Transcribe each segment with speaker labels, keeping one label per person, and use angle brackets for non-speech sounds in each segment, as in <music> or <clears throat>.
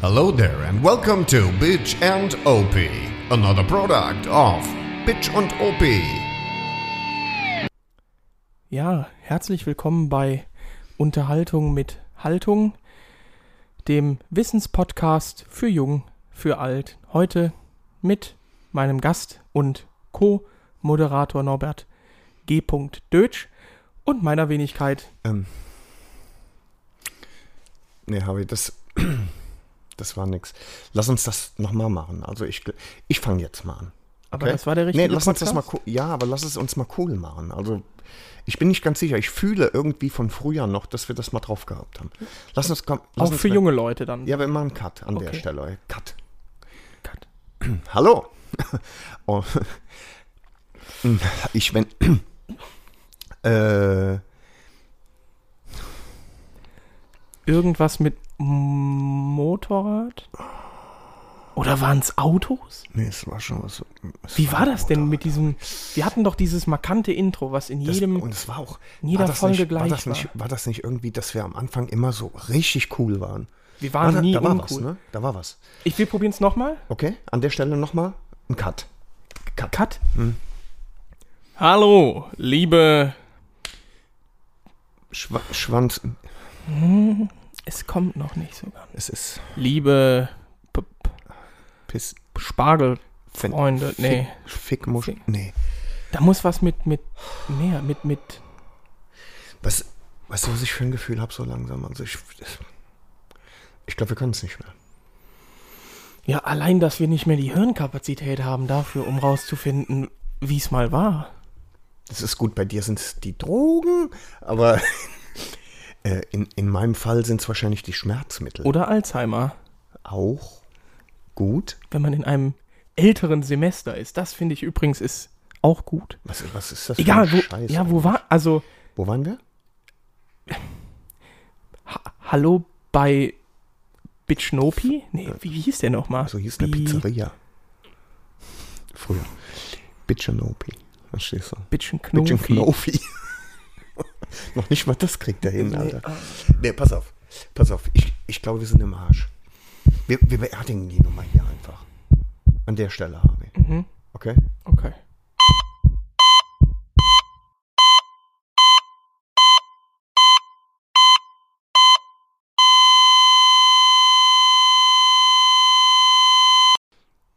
Speaker 1: Hello there and welcome to Bitch and OP, another product of Bitch und OP.
Speaker 2: Ja, herzlich willkommen bei Unterhaltung mit Haltung, dem Wissenspodcast für Jung, für Alt. Heute mit meinem Gast und Co-Moderator Norbert G. Dötsch und meiner Wenigkeit.
Speaker 3: Ähm. Nee, Harvey, das, <clears throat> das war nix. Lass uns das nochmal machen. Also ich, gl- ich fange jetzt mal an.
Speaker 2: Aber
Speaker 3: okay?
Speaker 2: das war der richtige
Speaker 3: Nee, lass uns das mal
Speaker 2: Podcast?
Speaker 3: cool, Ja, aber lass es uns mal cool machen. Also ich bin nicht ganz sicher. Ich fühle irgendwie von früher noch, dass wir das mal drauf gehabt haben. Lass uns komm, lass
Speaker 2: Auch
Speaker 3: uns
Speaker 2: für
Speaker 3: mal-
Speaker 2: junge Leute dann.
Speaker 3: Ja, wir machen einen Cut an der
Speaker 2: Okay.
Speaker 3: Stelle. Cut.
Speaker 2: Cut.
Speaker 3: Hallo. <laughs> Oh. Ich wenn <clears throat> äh,
Speaker 2: Irgendwas mit Motorrad? Oder waren es Autos?
Speaker 3: nee, es war schon was. es
Speaker 2: Wie
Speaker 3: war
Speaker 2: war das denn
Speaker 3: Motorrad.
Speaker 2: mit diesem? Wir hatten doch dieses markante Intro, was in
Speaker 3: Das-
Speaker 2: jedem.
Speaker 3: und es war auch
Speaker 2: in jeder
Speaker 3: war das
Speaker 2: Folge
Speaker 3: nicht,
Speaker 2: gleich
Speaker 3: War das, nicht, war das nicht irgendwie, dass wir am Anfang immer so richtig cool waren?
Speaker 2: Wir waren
Speaker 3: war da,
Speaker 2: nie
Speaker 3: da war
Speaker 2: uncool.
Speaker 3: was, ne? Da war was.
Speaker 2: Ich will probieren es nochmal.
Speaker 3: Okay, an der Stelle nochmal ein Cut. Cut.
Speaker 2: Cut.
Speaker 3: Hm.
Speaker 2: Hallo, liebe.
Speaker 3: Schwa Schwanz.
Speaker 2: Es kommt noch nicht so ganz.
Speaker 3: Es ist
Speaker 2: Liebe P- P-
Speaker 3: Piss.
Speaker 2: Spargelfreunde.
Speaker 3: Fen- Fick- <laughs>
Speaker 2: Nee,
Speaker 3: Fickmusch.
Speaker 2: Fick.
Speaker 3: Nee.
Speaker 2: da muss was mit mit mehr mit mit.
Speaker 3: Was, weißt du, was ich für ein Gefühl habe so langsam? Also ich. Ich glaube, wir können es nicht mehr.
Speaker 2: Ja, allein, dass wir nicht mehr die Hirnkapazität haben dafür, um rauszufinden, wie es mal war.
Speaker 3: Das ist gut, bei dir sind es die Drogen, aber <laughs> äh, in, in meinem Fall sind es wahrscheinlich die Schmerzmittel.
Speaker 2: Oder Alzheimer,
Speaker 3: auch gut.
Speaker 2: wenn man in einem älteren Semester ist. Das finde ich übrigens ist auch gut.
Speaker 3: Was, was ist das
Speaker 2: Egal,
Speaker 3: für
Speaker 2: wo,
Speaker 3: ein Scheiß?
Speaker 2: ja, wo war, also,
Speaker 3: Wo waren wir?
Speaker 2: ha hallo bei Bitchnopi? Nee, wie, wie hieß der nochmal?
Speaker 3: Also hieß eine
Speaker 2: Bi-
Speaker 3: Pizzeria. Früher. Bitchanopi. Verstehst du?
Speaker 2: Bitchenknopi.
Speaker 3: Bitchanopi. <laughs> Noch nicht mal das kriegt er hin, Alter.
Speaker 2: ah,
Speaker 3: Nee, pass auf. Pass auf. Ich, ich glaube, wir sind im Arsch. Wir, wir beerdigen die Nummer hier einfach. An der Stelle, Harvey.
Speaker 2: Mhm,
Speaker 3: Okay?
Speaker 2: okay.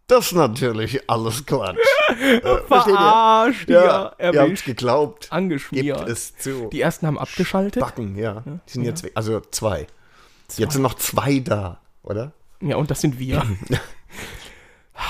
Speaker 3: Das natürlich
Speaker 2: <laughs>
Speaker 3: alles Quatsch. äh,
Speaker 2: Verarscht,
Speaker 3: Ja,
Speaker 2: ja,
Speaker 3: ihr habt's
Speaker 2: erwischt,
Speaker 3: geglaubt. Gebt
Speaker 2: angeschmiert.
Speaker 3: es zu.
Speaker 2: Die ersten haben abgeschaltet.
Speaker 3: Backen, ja. Die sind
Speaker 2: ja.
Speaker 3: jetzt weg. Also zwei.
Speaker 2: Zwei.
Speaker 3: Jetzt sind noch zwei da, oder?
Speaker 2: ja, und das sind
Speaker 3: <clears throat>
Speaker 2: wir.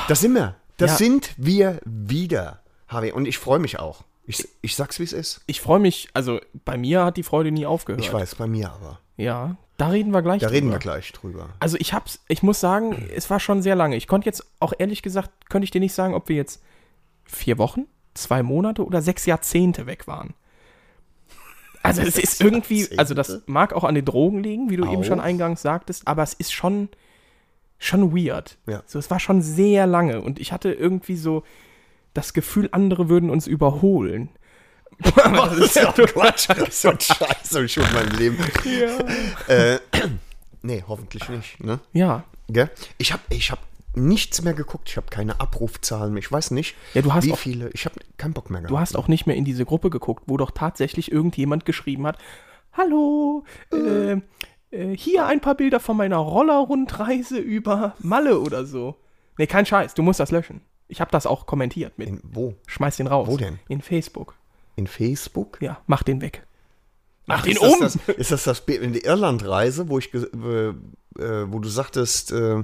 Speaker 3: Das sind wir. Das
Speaker 2: Ja.
Speaker 3: sind wir wieder, Harvey. Und ich freue mich auch. Ich, ich sag's, wie es ist.
Speaker 2: Ich freue mich, also bei mir hat die Freude nie aufgehört.
Speaker 3: Ich weiß, bei mir aber.
Speaker 2: Ja, da reden wir gleich
Speaker 3: Da reden wir gleich drüber.
Speaker 2: Also ich hab's, ich muss sagen, es war schon sehr lange. Ich konnte jetzt auch ehrlich gesagt, könnte ich dir nicht sagen, ob wir jetzt vier Wochen, zwei Monate oder sechs Jahrzehnte weg waren. Also es ist irgendwie, also das
Speaker 3: Jahrzehnte?
Speaker 2: mag auch an den Drogen liegen, wie du eben schon
Speaker 3: Auch.
Speaker 2: eingangs sagtest, aber es ist schon, schon weird.
Speaker 3: <laughs> Ja.
Speaker 2: So, es war schon sehr lange und ich hatte irgendwie so das Gefühl, andere würden uns überholen.
Speaker 3: Oh,
Speaker 2: Aber das ist ja
Speaker 3: Quatsch. <laughs> so ein Scheiß hab ich schon in meinem Leben. Äh, <clears throat> nee, hoffentlich nicht. Ne?
Speaker 2: Ja.
Speaker 3: Gell? Ich habe ich hab nichts mehr geguckt. Ich habe keine Abrufzahlen mehr. Ich weiß nicht,
Speaker 2: Ja, du hast
Speaker 3: wie
Speaker 2: auch-
Speaker 3: viele. Ich habe keinen Bock mehr gehabt.
Speaker 2: Du hast auch nicht mehr in diese Gruppe geguckt, wo doch tatsächlich irgendjemand geschrieben hat: Hallo, äh, äh, hier ein paar Bilder von meiner Rollerrundreise über Malle oder so. Nee, kein Scheiß, du musst das löschen. Ich habe das auch kommentiert mit.
Speaker 3: in, wo?
Speaker 2: Schmeiß den raus.
Speaker 3: Wo denn?
Speaker 2: In Facebook.
Speaker 3: In Facebook?
Speaker 2: Ja, mach den weg. Mach den
Speaker 3: ist
Speaker 2: um!
Speaker 3: Das das, ist das das Bild in die Irlandreise, wo ich, ge- äh, äh, wo du sagtest, äh,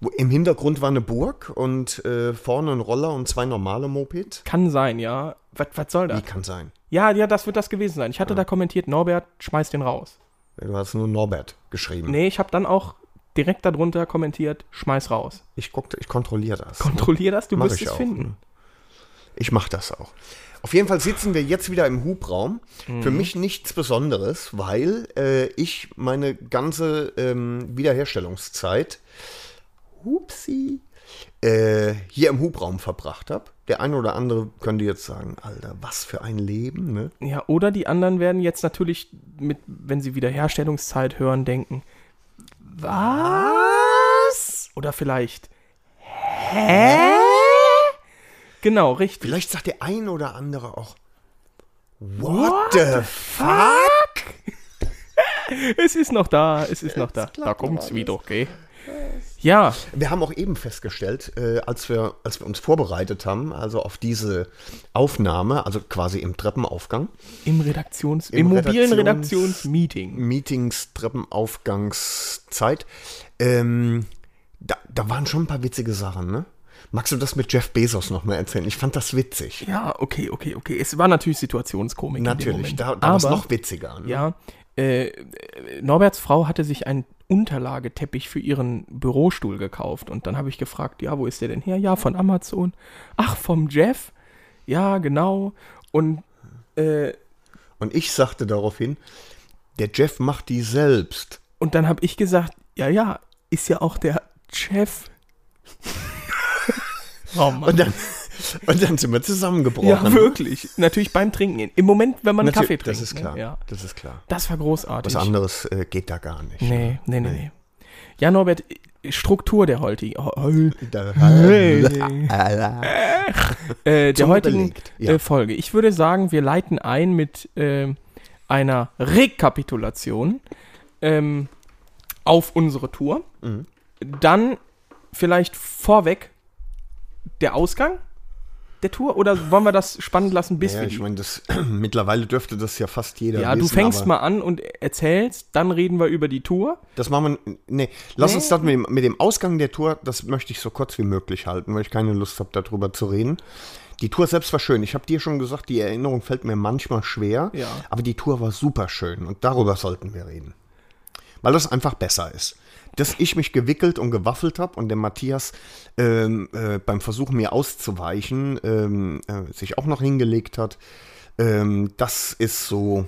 Speaker 3: wo im Hintergrund war eine Burg und äh, vorne ein Roller und zwei normale Mopeds?
Speaker 2: Kann sein, ja. Was, was soll
Speaker 3: Wie
Speaker 2: das?
Speaker 3: kann Ah. sein?
Speaker 2: Ja, ja, das wird das gewesen sein. Ich hatte da kommentiert: Norbert, schmeiß den raus.
Speaker 3: Du hast nur Norbert geschrieben.
Speaker 2: Nee, ich habe dann auch direkt darunter kommentiert: schmeiß raus.
Speaker 3: Ich guckte, ich kontrolliere das.
Speaker 2: Kontrollier das, du
Speaker 3: Mach
Speaker 2: wirst
Speaker 3: ich
Speaker 2: es
Speaker 3: auch,
Speaker 2: finden.
Speaker 3: ich mache das auch. Auf jeden Fall sitzen wir jetzt wieder im Hubraum. Für mich nichts Besonderes, weil äh, ich meine ganze ähm, Wiederherstellungszeit, hupsi, äh, hier im Hubraum verbracht habe. Der eine oder andere könnte jetzt sagen, Alter, was für ein Leben, ne?
Speaker 2: Ja, oder die anderen werden jetzt natürlich mit, wenn sie Wiederherstellungszeit hören, denken, was? Oder vielleicht. Hä? Genau, richtig.
Speaker 3: Vielleicht sagt der ein oder andere auch. What, the fuck?
Speaker 2: Es ist noch da, es ist noch da. Da kommt's wieder, okay? Ja,
Speaker 3: Wir haben auch eben festgestellt, äh, als, wir, als wir uns vorbereitet haben, also auf diese Aufnahme, also quasi im Treppenaufgang,
Speaker 2: im Redaktions-,
Speaker 3: Im
Speaker 2: im, mobilen
Speaker 3: Redaktions-
Speaker 2: Redaktionsmeeting.
Speaker 3: Meetings, Treppenaufgangszeit, ähm, da, da waren schon ein paar witzige Sachen, ne? Magst du das mit Jeff Bezos nochmal erzählen? Ich fand das witzig.
Speaker 2: Ja, okay, okay, okay. Es war natürlich Situationskomik. in dem
Speaker 3: Natürlich,
Speaker 2: Moment.
Speaker 3: da, da war es
Speaker 2: Aber-
Speaker 3: noch witziger. Ne?
Speaker 2: Ja, äh, Norberts Frau hatte sich einen Unterlageteppich für ihren Bürostuhl gekauft. Und dann habe ich gefragt, ja, wo ist der denn her? Ja, von Amazon. Ach, vom Jeff? Ja, genau. Und äh,
Speaker 3: Und ich sagte daraufhin, der Jeff macht die selbst.
Speaker 2: Und dann habe ich gesagt, ja, ja, ist ja auch der Chef. oh Mann.
Speaker 3: Und dann, <laughs> und dann sind wir zusammengebrochen.
Speaker 2: Ja, wirklich. Natürlich beim Trinken. Im Moment, wenn man
Speaker 3: Natürlich,
Speaker 2: Kaffee trinkt.
Speaker 3: Das ist
Speaker 2: ne?
Speaker 3: klar.
Speaker 2: Ja.
Speaker 3: Das ist klar.
Speaker 2: Das war großartig.
Speaker 3: Was anderes ne? äh, geht da gar nicht.
Speaker 2: nee, nee, nee, nee. Ja, Norbert, äh, Struktur der heutigen. oh,
Speaker 3: Da, <laughs>
Speaker 2: äh, der
Speaker 3: Zum
Speaker 2: heutigen
Speaker 3: Überlegt, ja.
Speaker 2: äh, Folge. Ich würde sagen, wir leiten ein mit ähm, einer Rekapitulation ähm, auf unsere Tour.
Speaker 3: Mhm.
Speaker 2: Dann vielleicht vorweg der Ausgang der Tour oder wollen wir das spannend lassen, bis
Speaker 3: ja,
Speaker 2: wir
Speaker 3: ich
Speaker 2: die-
Speaker 3: meine, das <clears throat> mittlerweile dürfte das ja fast jeder
Speaker 2: Ja, du
Speaker 3: wissen,
Speaker 2: fängst
Speaker 3: aber
Speaker 2: mal an und erzählst, dann reden wir über die Tour.
Speaker 3: Das machen wir. Nee, lass
Speaker 2: Nee.
Speaker 3: uns das mit dem, mit dem Ausgang der Tour, das möchte ich so kurz wie möglich halten, weil ich keine Lust habe, darüber zu reden. Die Tour selbst war schön. Ich habe dir schon gesagt, die Erinnerung fällt mir manchmal schwer.
Speaker 2: Ja.
Speaker 3: Aber die Tour war super schön und darüber sollten wir reden. Weil das einfach besser ist. Dass ich mich gewickelt und gewaffelt habe und der Matthias ähm, äh, beim Versuch, mir auszuweichen, ähm, äh, sich auch noch hingelegt hat. Ähm, das ist so.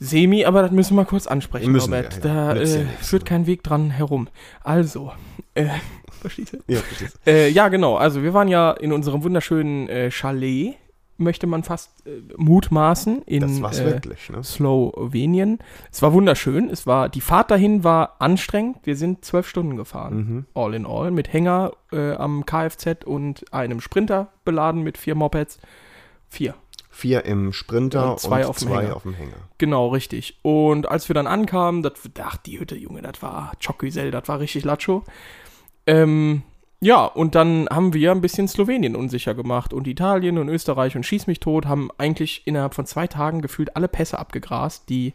Speaker 2: Semi, aber das müssen wir kurz ansprechen,
Speaker 3: Müssen wir,
Speaker 2: Norbert.
Speaker 3: ja.
Speaker 2: Da
Speaker 3: Nützt ja
Speaker 2: äh,
Speaker 3: nichts,
Speaker 2: führt kein Weg dran herum. Also, äh, <laughs> verstehst du?
Speaker 3: Ja, verstehst du.
Speaker 2: Äh, ja, genau. Also wir waren ja in unserem wunderschönen äh, Chalet, möchte man fast äh, mutmaßen, in
Speaker 3: das war's
Speaker 2: äh,
Speaker 3: wirklich. Ne?
Speaker 2: Slowenien. Es war wunderschön. Es war, die Fahrt dahin war anstrengend. Wir sind zwölf Stunden
Speaker 3: Mhm.
Speaker 2: gefahren, all in all, mit Hänger äh, am Kfz und einem Sprinter beladen mit vier Mopeds. Vier.
Speaker 3: Vier im Sprinter
Speaker 2: Und zwei auf dem Hänger.
Speaker 3: auf dem Hänger.
Speaker 2: Genau, richtig. Und als wir dann ankamen, das, ach, die Hütte, Junge, das war Chocuisel, das war richtig Lacho. Ähm, ja, und dann haben wir ein bisschen Slowenien unsicher gemacht und Italien und Österreich und Schieß mich tot, haben eigentlich innerhalb von zwei Tagen gefühlt alle Pässe abgegrast, die,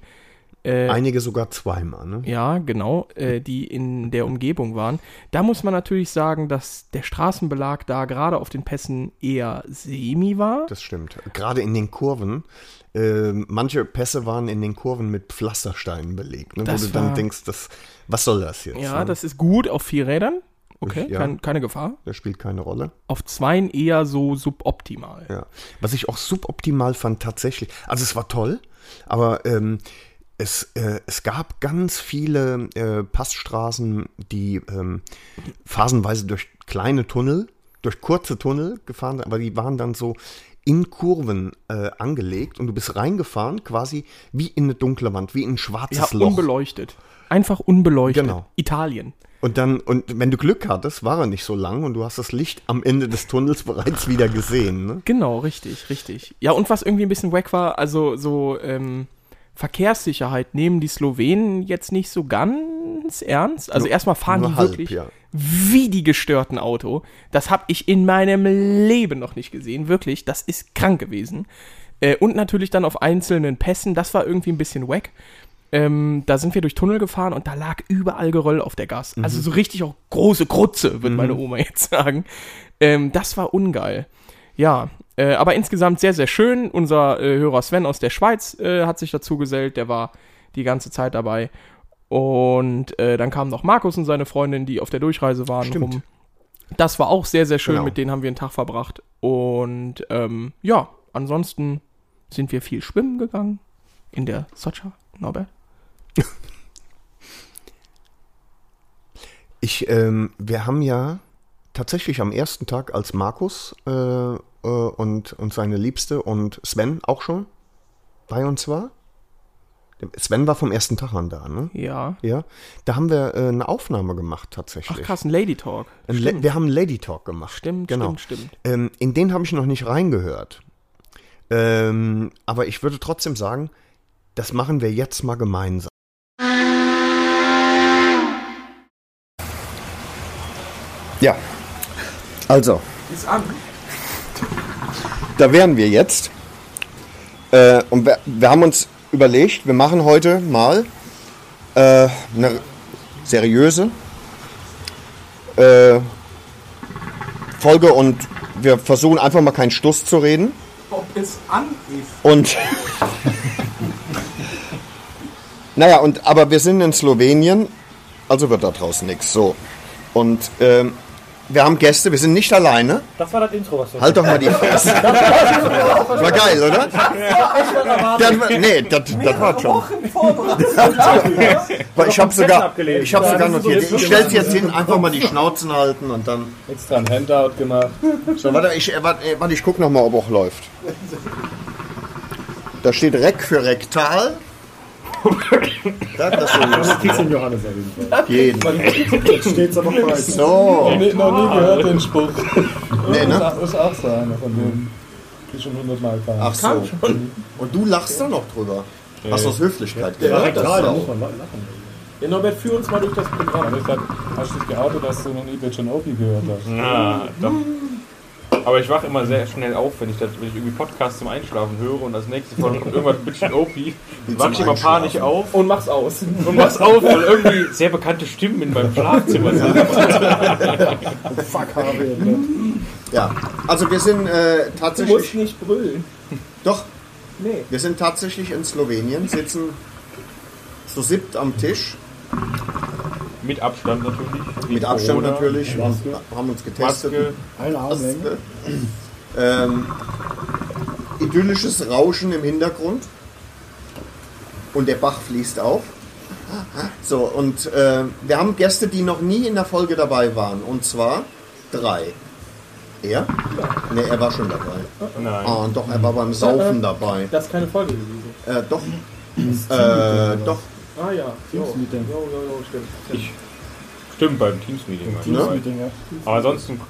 Speaker 2: Äh,
Speaker 3: Einige sogar zweimal. Ne?
Speaker 2: ja, genau, äh, die in der Umgebung waren. Da muss man natürlich sagen, dass der Straßenbelag da gerade auf den Pässen eher semi war.
Speaker 3: Das stimmt. Gerade in den Kurven. ähm, manche Pässe waren in den Kurven mit Pflastersteinen belegt, ne?
Speaker 2: Das
Speaker 3: wo du dann
Speaker 2: war-
Speaker 3: denkst, das, was soll das jetzt?
Speaker 2: Ja,
Speaker 3: ne?
Speaker 2: das ist gut auf Vierrädern. Okay,
Speaker 3: Ich- ja.
Speaker 2: kein, keine Gefahr.
Speaker 3: das spielt keine Rolle.
Speaker 2: Auf Zweien eher so suboptimal.
Speaker 3: Ja. Was ich auch suboptimal fand tatsächlich, also es war toll, aber ähm, es, äh, es gab ganz viele äh, Passstraßen, die ähm, phasenweise durch kleine Tunnel, durch kurze Tunnel gefahren sind, aber die waren dann so in Kurven äh, angelegt und du bist reingefahren quasi wie in eine dunkle Wand, wie in ein schwarzes
Speaker 2: ja,
Speaker 3: Loch.
Speaker 2: unbeleuchtet. Einfach unbeleuchtet.
Speaker 3: Genau.
Speaker 2: Italien.
Speaker 3: Und dann, und wenn du Glück hattest, war er nicht so lang und du hast das Licht am Ende des Tunnels bereits wieder gesehen. Ne?
Speaker 2: Genau, richtig, richtig. Ja, und was irgendwie ein bisschen wack war, also so ähm, Verkehrssicherheit nehmen die Slowenen jetzt nicht so ganz ernst. Also
Speaker 3: Nur-
Speaker 2: erstmal fahren
Speaker 3: nur
Speaker 2: die
Speaker 3: halb,
Speaker 2: wirklich
Speaker 3: ja.
Speaker 2: wie die gestörten Auto. Das habe ich in meinem Leben noch nicht gesehen. Wirklich, das ist krank gewesen. Äh, und natürlich dann auf einzelnen Pässen, das war irgendwie ein bisschen wack. Ähm, da sind wir durch Tunnel gefahren und da lag überall Geröll auf der Gas.
Speaker 3: Mhm.
Speaker 2: Also so richtig auch große Krutze, würde meine Oma jetzt sagen. Ähm, das war ungeil. Ja, äh, aber insgesamt sehr, sehr schön. Unser äh, Hörer Sven aus der Schweiz äh, hat sich dazu gesellt. Der war die ganze Zeit dabei. Und äh, dann kamen noch Markus und seine Freundin, die auf der Durchreise waren,
Speaker 3: Stimmt.
Speaker 2: rum. Das war auch sehr, sehr schön.
Speaker 3: Genau.
Speaker 2: Mit denen haben wir einen Tag verbracht. Und ähm, ja, ansonsten sind wir viel schwimmen gegangen. In der Socha, Norbert.
Speaker 3: Ich, ähm, wir haben ja tatsächlich am ersten Tag, als Markus äh, äh, und, und seine Liebste und Sven auch schon bei uns war, Sven war vom ersten Tag an da, ne?
Speaker 2: Ja.
Speaker 3: Ja. Da haben wir äh, eine Aufnahme gemacht tatsächlich.
Speaker 2: Ach krass, ein Lady Talk.
Speaker 3: Ein Le- wir haben einen Lady Talk gemacht.
Speaker 2: Stimmt,
Speaker 3: genau.
Speaker 2: stimmt, stimmt.
Speaker 3: Ähm, in den habe ich noch nicht reingehört. Ähm, aber ich würde trotzdem sagen, das machen wir jetzt mal gemeinsam. Ja, also,
Speaker 2: Ist an.
Speaker 3: da wären wir jetzt. Äh, und wir, wir haben uns überlegt, wir machen heute mal äh, eine seriöse äh, Folge und wir versuchen einfach mal keinen Stuss zu reden.
Speaker 2: Ob es an ist.
Speaker 3: Und. naja, und, aber wir sind in Slowenien, also wird da draußen nichts. So. Und ähm, wir haben Gäste, wir sind nicht alleine.
Speaker 1: Das war das Intro, was du
Speaker 3: Halt doch mal die Fresse. War geil, oder? Das, war- nee, das, das war schon. Weil ich habe sogar, ich hab sogar notiert. Ich stell's jetzt hin, einfach mal die Schnauzen halten und dann.
Speaker 1: extra ein Handout gemacht.
Speaker 3: So, warte, ich, äh, warte, äh, warte, ich guck noch mal, ob auch läuft. Da steht Reck für Rektal. das ist so lustig.
Speaker 1: Christian Johannes erwähnt.
Speaker 3: Jeden.
Speaker 1: Steht's aber falsch.
Speaker 3: So.
Speaker 1: Nee, noch nie gehört den Spruch.
Speaker 3: Nee, ne?
Speaker 1: Das ist auch so einer von denen, die schon hundertmal kamen.
Speaker 3: Ach so. Und du lachst da noch drüber. Hast du aus Höflichkeit gehört? Das ist auch.
Speaker 1: man lachen. Ja, Norbert, führ uns mal durch das Programm. Ich hab, hast du dich geoutet, dass du noch nie Bitch and Opie gehört hast?
Speaker 4: Na, doch. Aber ich wache immer sehr schnell auf, wenn ich, das, wenn ich irgendwie Podcasts zum Einschlafen höre und als nächste Folge kommt irgendwas bisschen Opie, dann wache ich immer
Speaker 3: Einschlafen.
Speaker 4: panisch auf
Speaker 2: Und mach's aus.
Speaker 4: und mach's auf, weil irgendwie sehr bekannte Stimmen in meinem Schlafzimmer sind.
Speaker 1: Fuck, Harvey.
Speaker 3: Ja. Also wir sind äh,
Speaker 2: Du musst
Speaker 3: tatsächlich.
Speaker 2: nicht brüllen.
Speaker 3: Doch,
Speaker 2: Nee.
Speaker 3: wir sind tatsächlich in Slowenien, sitzen zu siebt am Tisch.
Speaker 4: Mit Abstand natürlich. wegen
Speaker 3: Mit Abstand
Speaker 4: Corona,
Speaker 3: natürlich.
Speaker 1: Maske.
Speaker 3: Haben uns getestet.
Speaker 4: Maske.
Speaker 1: Eine Armlänge.
Speaker 3: Ähm, idyllisches Rauschen im Hintergrund. Und der Bach fließt auf. So, und äh, wir haben Gäste, die noch nie in der Folge dabei waren. Und zwar drei. Er? Ne, er war schon dabei.
Speaker 4: Nein.
Speaker 3: Ah, und doch, er war beim Saufen dabei.
Speaker 2: Das ist keine Folge gewesen.
Speaker 3: Äh, doch. Äh, doch.
Speaker 2: Ah ja. Jo,
Speaker 1: Teams-Meeting.
Speaker 2: jo, jo, jo, stimmt.
Speaker 4: Ich, stimmt, beim Teams-Meeting. war ich dabei.
Speaker 1: Teams-Meeting, ja.
Speaker 4: Aber ansonsten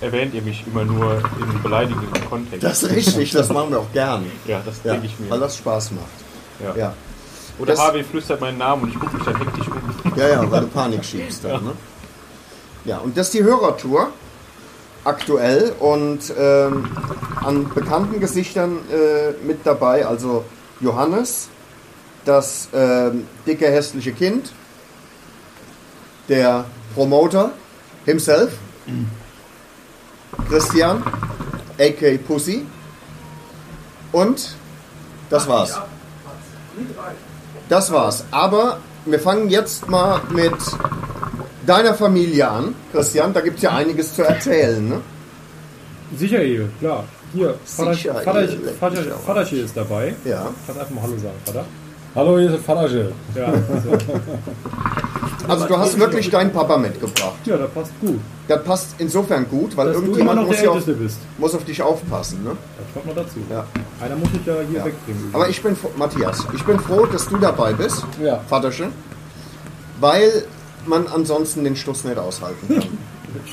Speaker 4: erwähnt ihr mich immer nur im beleidigenden Kontext.
Speaker 3: Das ist richtig, das machen wir auch gern.
Speaker 4: ja, das
Speaker 3: Ja,
Speaker 4: denke ich mir.
Speaker 3: weil das Spaß macht.
Speaker 4: Ja.
Speaker 3: Ja,
Speaker 4: Oder
Speaker 3: das-
Speaker 4: HW flüstert meinen Namen und ich gucke mich dann hektisch um.
Speaker 3: ja, ja weil du Panik schiebst dann, ne? Ja, und das ist die Hörertour aktuell und ähm, an bekannten Gesichtern äh, mit dabei, also Johannes, das ähm, dicke hässliche Kind, der Promoter himself, Christian, a.k. Pussy und das war's. Das war's. Aber wir fangen jetzt mal mit deiner Familie an, Christian. Da gibt es ja einiges zu erzählen. Ne?
Speaker 5: Sicher, Ehe, klar. Hier, Vater,
Speaker 3: Sicher,
Speaker 5: Vater,
Speaker 3: Ehe, leck
Speaker 5: Vater,
Speaker 3: mich am
Speaker 5: Vaterche ist dabei.
Speaker 3: Ja.
Speaker 5: Kannst einfach mal Hallo sagen, Vater.
Speaker 1: Hallo, hier ist Falaschel.
Speaker 5: Ja, so.
Speaker 3: Also du hast wirklich deinen Papa mitgebracht.
Speaker 5: ja das passt gut.
Speaker 3: Das passt insofern gut, weil
Speaker 5: Dass du immer
Speaker 3: irgendjemand
Speaker 5: noch
Speaker 3: muss,
Speaker 5: der
Speaker 3: ja auf,
Speaker 5: Älteste bist.
Speaker 3: muss auf dich aufpassen. Ne?
Speaker 5: Das kommt noch dazu.
Speaker 3: Ja.
Speaker 5: Einer muss dich ja hier
Speaker 3: Ja.
Speaker 5: wegbringen.
Speaker 3: Aber ich bin froh, Matthias, ich bin froh, dass du dabei bist,
Speaker 1: Ja.
Speaker 3: Vaterchen, weil man ansonsten den Schluss nicht aushalten
Speaker 5: <laughs>
Speaker 3: kann.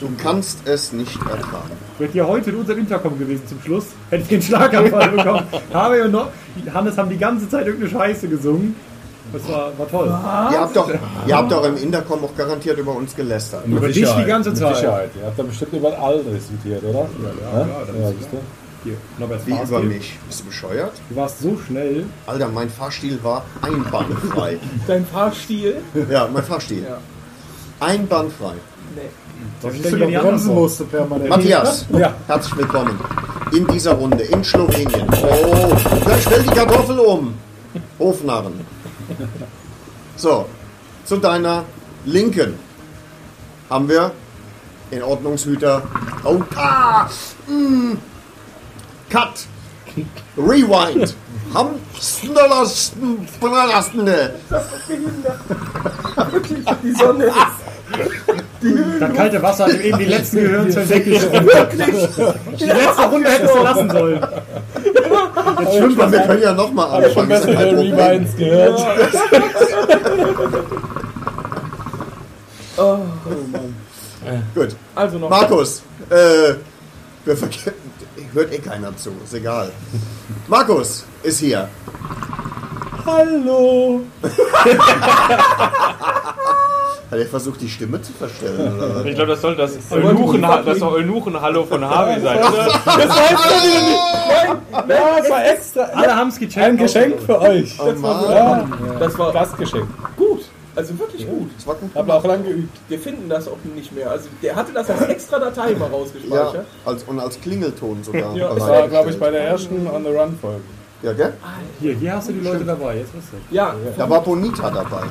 Speaker 3: Du kannst es nicht ertragen.
Speaker 5: Wärt ihr heute in unserem Intercom gewesen zum Schluss, hätte ich den Schlaganfall bekommen. Harvey und noch, Hannes haben die ganze Zeit irgendeine Scheiße gesungen. Das war, war toll.
Speaker 3: Ihr habt, doch, ihr habt doch im Intercom auch garantiert über uns gelästert. ne?
Speaker 1: Mit
Speaker 5: Über dich die
Speaker 1: Sicherheit,
Speaker 5: ganze
Speaker 1: mit
Speaker 5: Zeit.
Speaker 1: Sicherheit. Ihr habt da bestimmt über all diskutiert, oder?
Speaker 5: ja, klar, das
Speaker 1: ja,
Speaker 5: ist
Speaker 1: siehst
Speaker 5: klar.
Speaker 1: du?
Speaker 5: Hier, Norberts
Speaker 3: Wie über
Speaker 5: Fahrstil.
Speaker 3: mich. Bist du bescheuert?
Speaker 5: Du warst so schnell.
Speaker 3: Alter, mein Fahrstil war einbahnfrei.
Speaker 2: Dein Fahrstil?
Speaker 3: ja, mein Fahrstil.
Speaker 2: Ja.
Speaker 3: Einbahnfrei.
Speaker 2: Nee.
Speaker 5: Was
Speaker 1: Dass du noch bremsen musste permanent.
Speaker 3: Matthias,
Speaker 5: Ja.
Speaker 3: herzlich willkommen in dieser Runde in Slowenien. Oh, da stell die Kartoffel um. Hofnarren. So, zu deiner Linken haben wir den Ordnungshüter. Oh, ah, mm, cut. Rewind. Ham Snollersten- Snollerstende.
Speaker 2: Die Sonne ist
Speaker 5: Das kalte Wasser hat ihm eben die letzten Gehirnzellen weggeschrubbt. Die letzte Runde hättest du lassen sollen.
Speaker 3: Jetzt stimmt, wir können ja nochmal
Speaker 5: Hab ich
Speaker 3: anfangen.
Speaker 5: schon
Speaker 3: Ist ja kein
Speaker 5: bessere
Speaker 3: Problem.
Speaker 5: Rewinds gehört.
Speaker 3: Gut.
Speaker 2: Also noch.
Speaker 3: Oh, Äh. Markus, äh, wir verke- <laughs> hört eh keiner zu, ist egal. Markus ist hier.
Speaker 5: Hallo.
Speaker 3: <laughs> Hat er versucht, die Stimme zu verstellen? Oder? was?
Speaker 4: Also Ich glaube, das soll das Eunuchen- das soll Eunuchen-Hallo von Harvey sein, oder?
Speaker 5: Ja, es war extra.
Speaker 6: Alle haben es gecheckt.
Speaker 5: Ein Geschenk für euch.
Speaker 3: Oh Mann,
Speaker 5: Ja,
Speaker 2: Das war
Speaker 5: das Geschenk.
Speaker 2: gut. Also wirklich gut.
Speaker 3: das war gut.
Speaker 5: Hab auch lang geübt.
Speaker 2: Wir finden das auch nicht mehr. Also der hatte das als extra Datei mal
Speaker 3: Ja,
Speaker 2: rausgespeichert.
Speaker 3: als, und als Klingelton sogar.
Speaker 5: <laughs> Ja, das war,
Speaker 3: bereitgestellt.
Speaker 5: glaube ich, bei der ersten On the Run Folge.
Speaker 3: Ja, gell?
Speaker 6: Hier, hier hast du die Leute dabei. Jetzt weißt du.
Speaker 2: Ja,
Speaker 3: Da war Bonita dabei.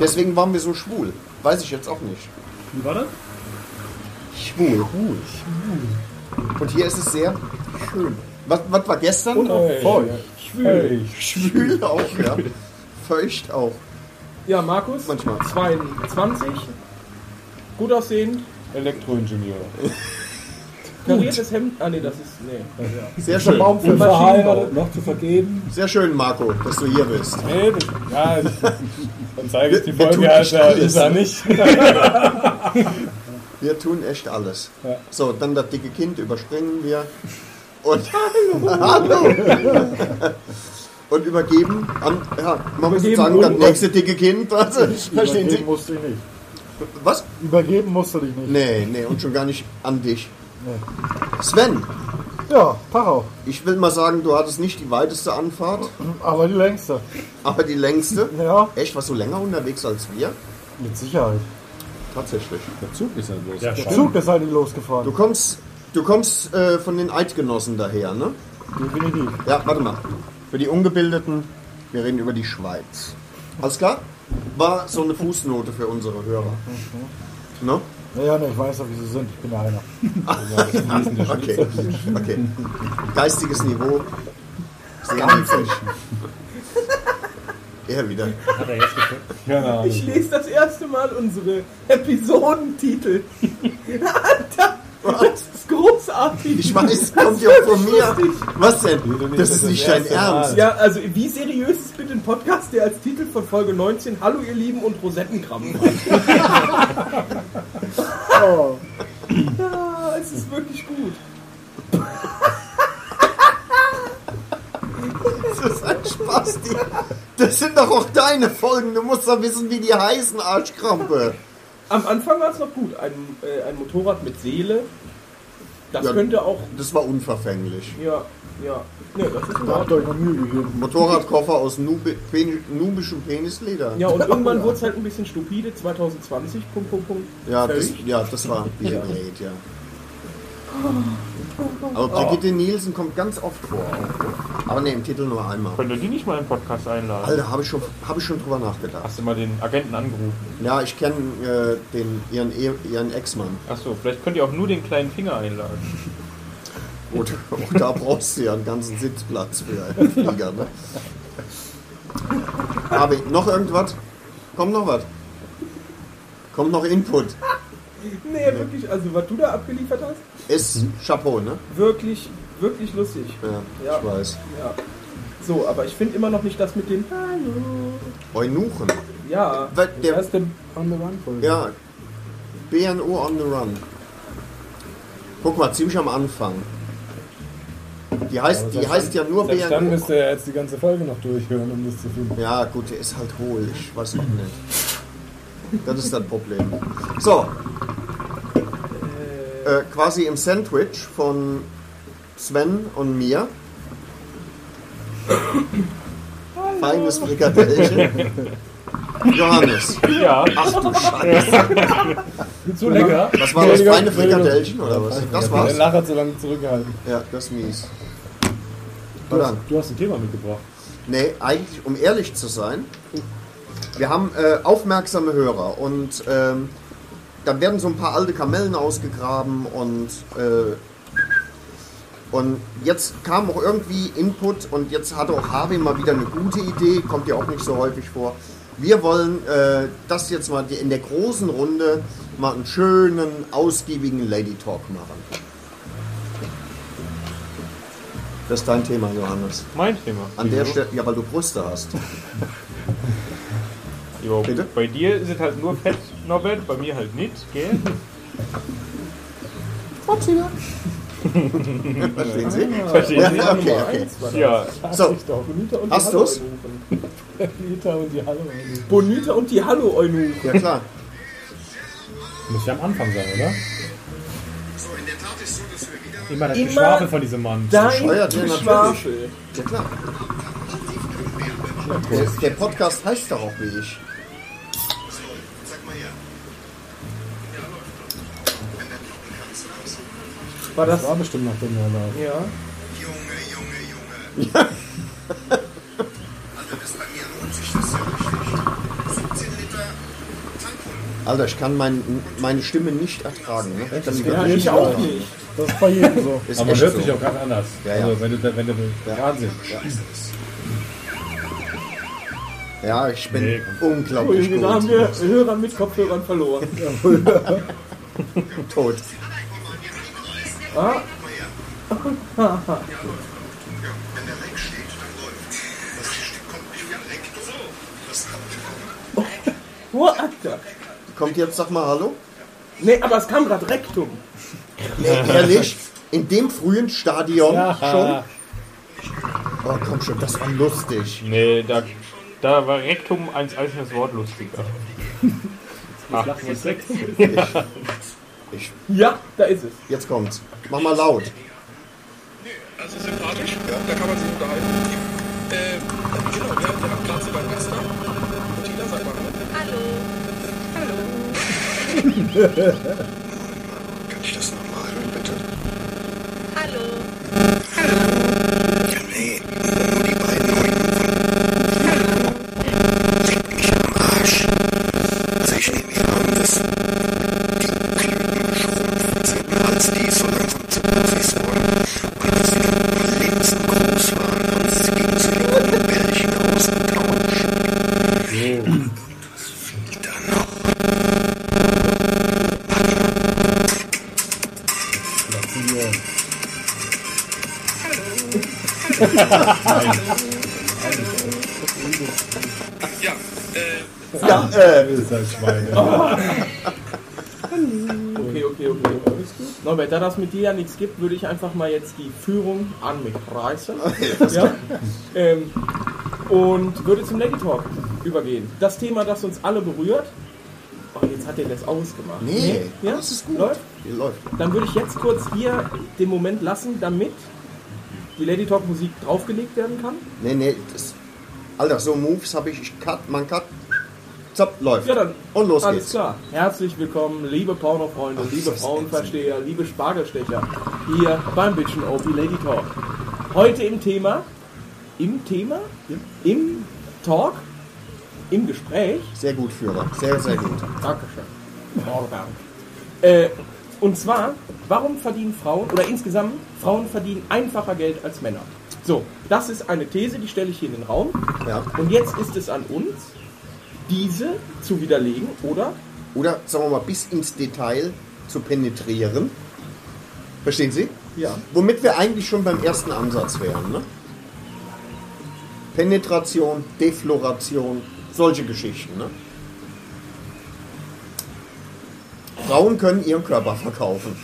Speaker 3: Deswegen waren wir so schwul. Weiß ich jetzt auch nicht.
Speaker 6: Wie war das?
Speaker 3: Schwul. Und hier ist es sehr schön. Was, was war gestern?
Speaker 5: Schwül.
Speaker 3: <laughs> Schwül auch, ja. Feucht auch.
Speaker 2: ja Markus,
Speaker 3: Manchmal.
Speaker 2: 22, gut aussehend,
Speaker 5: Elektroingenieur.
Speaker 2: kariertes Hemd. Ah nee, das ist nee.
Speaker 3: Sehr schön.
Speaker 5: Und verheiratet, noch zu vergeben.
Speaker 3: Sehr schön, Marco, dass du hier bist.
Speaker 5: Nee, das- ja, ich- dann zeige ich
Speaker 3: Wir-
Speaker 5: die
Speaker 3: wir tun
Speaker 5: Folge,
Speaker 3: echt
Speaker 5: Alter.
Speaker 3: alles.
Speaker 5: Ist er nicht.
Speaker 3: Wir tun echt alles.
Speaker 5: Ja.
Speaker 3: So, dann das dicke Kind überspringen wir. Und, Hallo. und übergeben an. Ja, man muss
Speaker 2: Übergeben
Speaker 3: sagen, das
Speaker 2: und-
Speaker 3: nächste dicke Kind. Also, verstehen
Speaker 7: Übergeben
Speaker 3: Sie?
Speaker 7: musst du dich nicht.
Speaker 3: Was?
Speaker 7: Übergeben musst du dich nicht.
Speaker 3: Nee, nee, und schon gar nicht an dich. Sven,
Speaker 7: Ja, Paro.
Speaker 3: ich will mal sagen, du hattest nicht die weiteste Anfahrt,
Speaker 7: Aber die längste.
Speaker 3: aber die längste.
Speaker 7: Ja,
Speaker 3: Echt, warst du länger unterwegs als wir?
Speaker 7: mit Sicherheit.
Speaker 3: Tatsächlich.
Speaker 5: Der Zug ist halt los.
Speaker 6: Ja,
Speaker 7: Der Zug ist halt nicht losgefahren.
Speaker 3: Du kommst, du kommst äh, von den Eidgenossen daher, ne?
Speaker 7: Definitiv.
Speaker 3: Ja, warte mal. Für die Ungebildeten, wir reden über die Schweiz. Alles klar? War so eine Fußnote für unsere Hörer.
Speaker 5: Mhm.
Speaker 3: Ne?
Speaker 7: Naja, ne, ich weiß doch, wie sie sind. Ich bin ja einer.
Speaker 3: Okay. okay. Geistiges Niveau. Sehr niedrig. Er wieder.
Speaker 6: Hat er jetzt gecheckt.
Speaker 5: Keine Ahnung.
Speaker 2: Ich lese das erste Mal unsere
Speaker 3: <laughs>
Speaker 2: Episodentitel. Alter, das ist großartig.
Speaker 3: Ich weiß, kommt ja auch von mir. Was denn?
Speaker 5: doch nicht,
Speaker 3: Das
Speaker 5: das
Speaker 3: ist
Speaker 5: ist
Speaker 3: nicht
Speaker 5: das
Speaker 3: dein
Speaker 5: erste Mal.
Speaker 3: Ernst.
Speaker 2: Ja, also wie seriös ist bitte ein Podcast, der als Titel von Folge 19 Hallo ihr Lieben und Rosettengramm
Speaker 3: <laughs>
Speaker 2: hat?
Speaker 3: Oh.
Speaker 2: ja, es ist wirklich gut.
Speaker 3: Das ist ein Spaß. Die, das sind doch auch deine Folgen. Du musst doch wissen, wie die heißen, Arschkrampe.
Speaker 2: Am Anfang war es noch gut. Ein, äh, ein Motorrad mit Seele. Das
Speaker 3: Ja.
Speaker 2: könnte auch.
Speaker 3: Das war unverfänglich.
Speaker 2: Ja, ja. Ne, das ist in
Speaker 7: Da
Speaker 2: Ordnung.
Speaker 7: habt ihr euch noch Mühe gegeben.
Speaker 3: Motorradkoffer aus Nubi Pen nubischem Penisleder. <laughs>
Speaker 2: Ja, und irgendwann wurde es halt ein bisschen stupide. 2020, Punkt, Punkt, Punkt.
Speaker 3: ja, das,
Speaker 2: Fertig.
Speaker 3: ja, das war die Rede, ja.
Speaker 2: Oh.
Speaker 3: Aber Brigitte Nielsen kommt ganz oft vor. Aber ne, im Titel nur einmal.
Speaker 4: Könnt ihr die nicht mal im Podcast einladen?
Speaker 3: Alter, habe ich, schon- hab ich schon drüber nachgedacht.
Speaker 4: Hast du mal den Agenten angerufen?
Speaker 3: Ja, ich kenne äh, den- ihren, Ehe- ihren Ex-Mann.
Speaker 4: Achso, vielleicht könnt ihr auch nur den kleinen Finger einladen.
Speaker 3: Gut, auch da brauchst du ja einen ganzen Sitzplatz für einen Flieger, ne? Aber noch irgendwas? Kommt noch was? Kommt noch Input?
Speaker 2: Nee, wirklich. Also, was du da abgeliefert hast,
Speaker 3: Ist Chapeau, ne?
Speaker 2: wirklich, wirklich lustig.
Speaker 3: Ja,
Speaker 2: Ja.
Speaker 3: ich weiß.
Speaker 2: Ja. So, aber ich finde immer noch nicht das mit dem Hallo.
Speaker 3: Eunuchen.
Speaker 2: Ja.
Speaker 3: Weil
Speaker 5: Der
Speaker 3: Der,
Speaker 5: erste On the Run Folge.
Speaker 3: ja, BNO on the run. Guck mal, ziemlich am Anfang. Die heißt, die heißt ja nur
Speaker 5: Selbst dann
Speaker 3: BNO.
Speaker 5: müsste er jetzt die ganze Folge noch durchhören, um das zu finden.
Speaker 3: Ja, gut, der ist halt hohl. Ich weiß noch nicht. Das ist das Problem. So. Äh, quasi im Sandwich von Sven und mir. Feines Frikadellchen. Johannes.
Speaker 4: Ja,
Speaker 3: Ach du Scheiße.
Speaker 6: So lecker.
Speaker 3: Was war das?
Speaker 5: Entschuldigung,
Speaker 3: Feine Frikadellchen oder was? Das war's?
Speaker 5: Der Lacher zu lange zurückgehalten.
Speaker 3: Ja, das ist mies.
Speaker 6: Du
Speaker 3: Verdammt.
Speaker 6: hast, du hast ein Thema mitgebracht.
Speaker 3: Nee, eigentlich, um ehrlich zu sein, wir haben äh, aufmerksame Hörer und ähm, da werden so ein paar alte Kamellen ausgegraben und, äh, und jetzt kam auch irgendwie Input und jetzt hatte auch Harvey mal wieder eine gute Idee, kommt ja auch nicht so häufig vor. Wir wollen äh, das jetzt mal die- in der großen Runde mal einen schönen, ausgiebigen Lady Talk machen. Das ist dein Thema, Johannes.
Speaker 8: Mein Thema.
Speaker 3: An der Stelle, ja, weil du Brüste hast.
Speaker 8: Jo,
Speaker 3: Bitte?
Speaker 8: Bei dir sind halt nur Fett, Norbert, bei mir halt nicht, gell?
Speaker 3: Verstehen Sie?
Speaker 8: Verstehe ich nicht.
Speaker 3: okay, okay.
Speaker 8: Ja,
Speaker 3: So, hast du's?
Speaker 4: Bonita und die Hallo.
Speaker 2: Bonita und die hallo Eunuch.
Speaker 3: Ja klar.
Speaker 9: Muss ja am Anfang sein, oder? Immer das
Speaker 2: Immer
Speaker 9: Geschwafel von diesem Mann.
Speaker 2: Dein
Speaker 3: Bescheuert, ja,
Speaker 2: Geschwafel.
Speaker 3: Ja klar. Der, der Podcast heißt doch auch wie ich.
Speaker 9: war das? war bestimmt nach dem Urlaub.
Speaker 2: Ja.
Speaker 3: Alter, ich kann mein, meine Stimme nicht ertragen. Ne? Das ist
Speaker 5: Ja,
Speaker 3: wirklich-
Speaker 5: ich auch nicht. Das ist bei jedem so.
Speaker 3: ist
Speaker 9: Aber man
Speaker 3: echt
Speaker 9: hört
Speaker 3: so.
Speaker 9: sich auch ganz anders.
Speaker 3: Ja, ja.
Speaker 9: Also, wenn du, wenn du Fernsehen.
Speaker 3: Ja, ich bin
Speaker 9: Nee,
Speaker 3: unglaublich
Speaker 2: Da haben
Speaker 3: gut.
Speaker 2: wir Hörer mit Kopfhörern verloren.
Speaker 3: Tot.
Speaker 2: What the?
Speaker 3: Kommt jetzt, sag mal Hallo.
Speaker 2: Nee, aber es kam gerade Rektum.
Speaker 3: Ehrlich? In dem frühen Stadion
Speaker 9: Schon?
Speaker 3: schon? Oh, komm schon, das war lustig.
Speaker 8: nee, da, da war Rektum als einzelnes Wort lustiger. Ach, jetzt
Speaker 2: Ja, da ist es.
Speaker 3: Jetzt kommt's. Mach mal laut.
Speaker 10: Das ist sympathisch, ja, da kann man sich unterhalten. Äh, genau, wir wir haben Platz beim Gast da. Und Tina, sag mal. Hallo. Hallo. kann ich das nochmal hören, bitte? Hallo. Hallo. Ja, nee, nur die beiden Neuen. Hallo. Leck mich am Arsch. Also ich nehme hier an, dass die Klöten geschrumpft sind, als die so langsam zu Profis wurden. Und als die Linsen groß waren, haben sie sich gegen so einen Bällchen ausgetauscht. Was fehlt da noch? Hallo. Ja, äh,
Speaker 3: Ja, äh,
Speaker 9: Das ist halt Schweine.
Speaker 2: Okay, okay, okay. Alles gut. Norbert, da das mit dir ja nichts gibt, würde ich einfach mal jetzt die Führung an mich reißen. ja? ähm, und würde zum Lady Talk übergehen. Das Thema, das uns alle berührt. Oh, jetzt hat er das ausgemacht.
Speaker 3: nee.
Speaker 2: Ja,
Speaker 3: Das ist gut.
Speaker 2: Läuft?
Speaker 3: Hier läuft.
Speaker 2: Dann würde ich jetzt kurz hier den Moment lassen, damit die Lady Talk Musik draufgelegt werden kann.
Speaker 3: Nee, nee. Das, Alter, so Moves habe ich. ich cut, man cut. Zapp, läuft.
Speaker 2: Ja, dann
Speaker 3: Und los
Speaker 2: Alles
Speaker 3: geht's.
Speaker 2: klar. Herzlich willkommen, liebe Pornofreunde, liebe Frauenversteher, liebe Spargelstecher, hier beim Bitchen OP Lady Talk. Heute im Thema, im Thema, im Talk, im Gespräch.
Speaker 3: Sehr gut, Führer. Sehr, sehr gut.
Speaker 2: Dankeschön. Norbert. äh, und zwar, warum verdienen Frauen, oder insgesamt, Frauen verdienen einfacher Geld als Männer? So, das ist eine These, die stelle ich hier in den Raum.
Speaker 3: Ja.
Speaker 2: Und jetzt ist es an uns, diese zu widerlegen oder
Speaker 3: Oder sagen wir mal, bis ins Detail zu penetrieren. Verstehen Sie?
Speaker 2: Ja.
Speaker 3: Womit wir eigentlich schon beim ersten Ansatz wären. Ne? Penetration, Defloration, solche Geschichten. Ne? Frauen können ihren Körper verkaufen.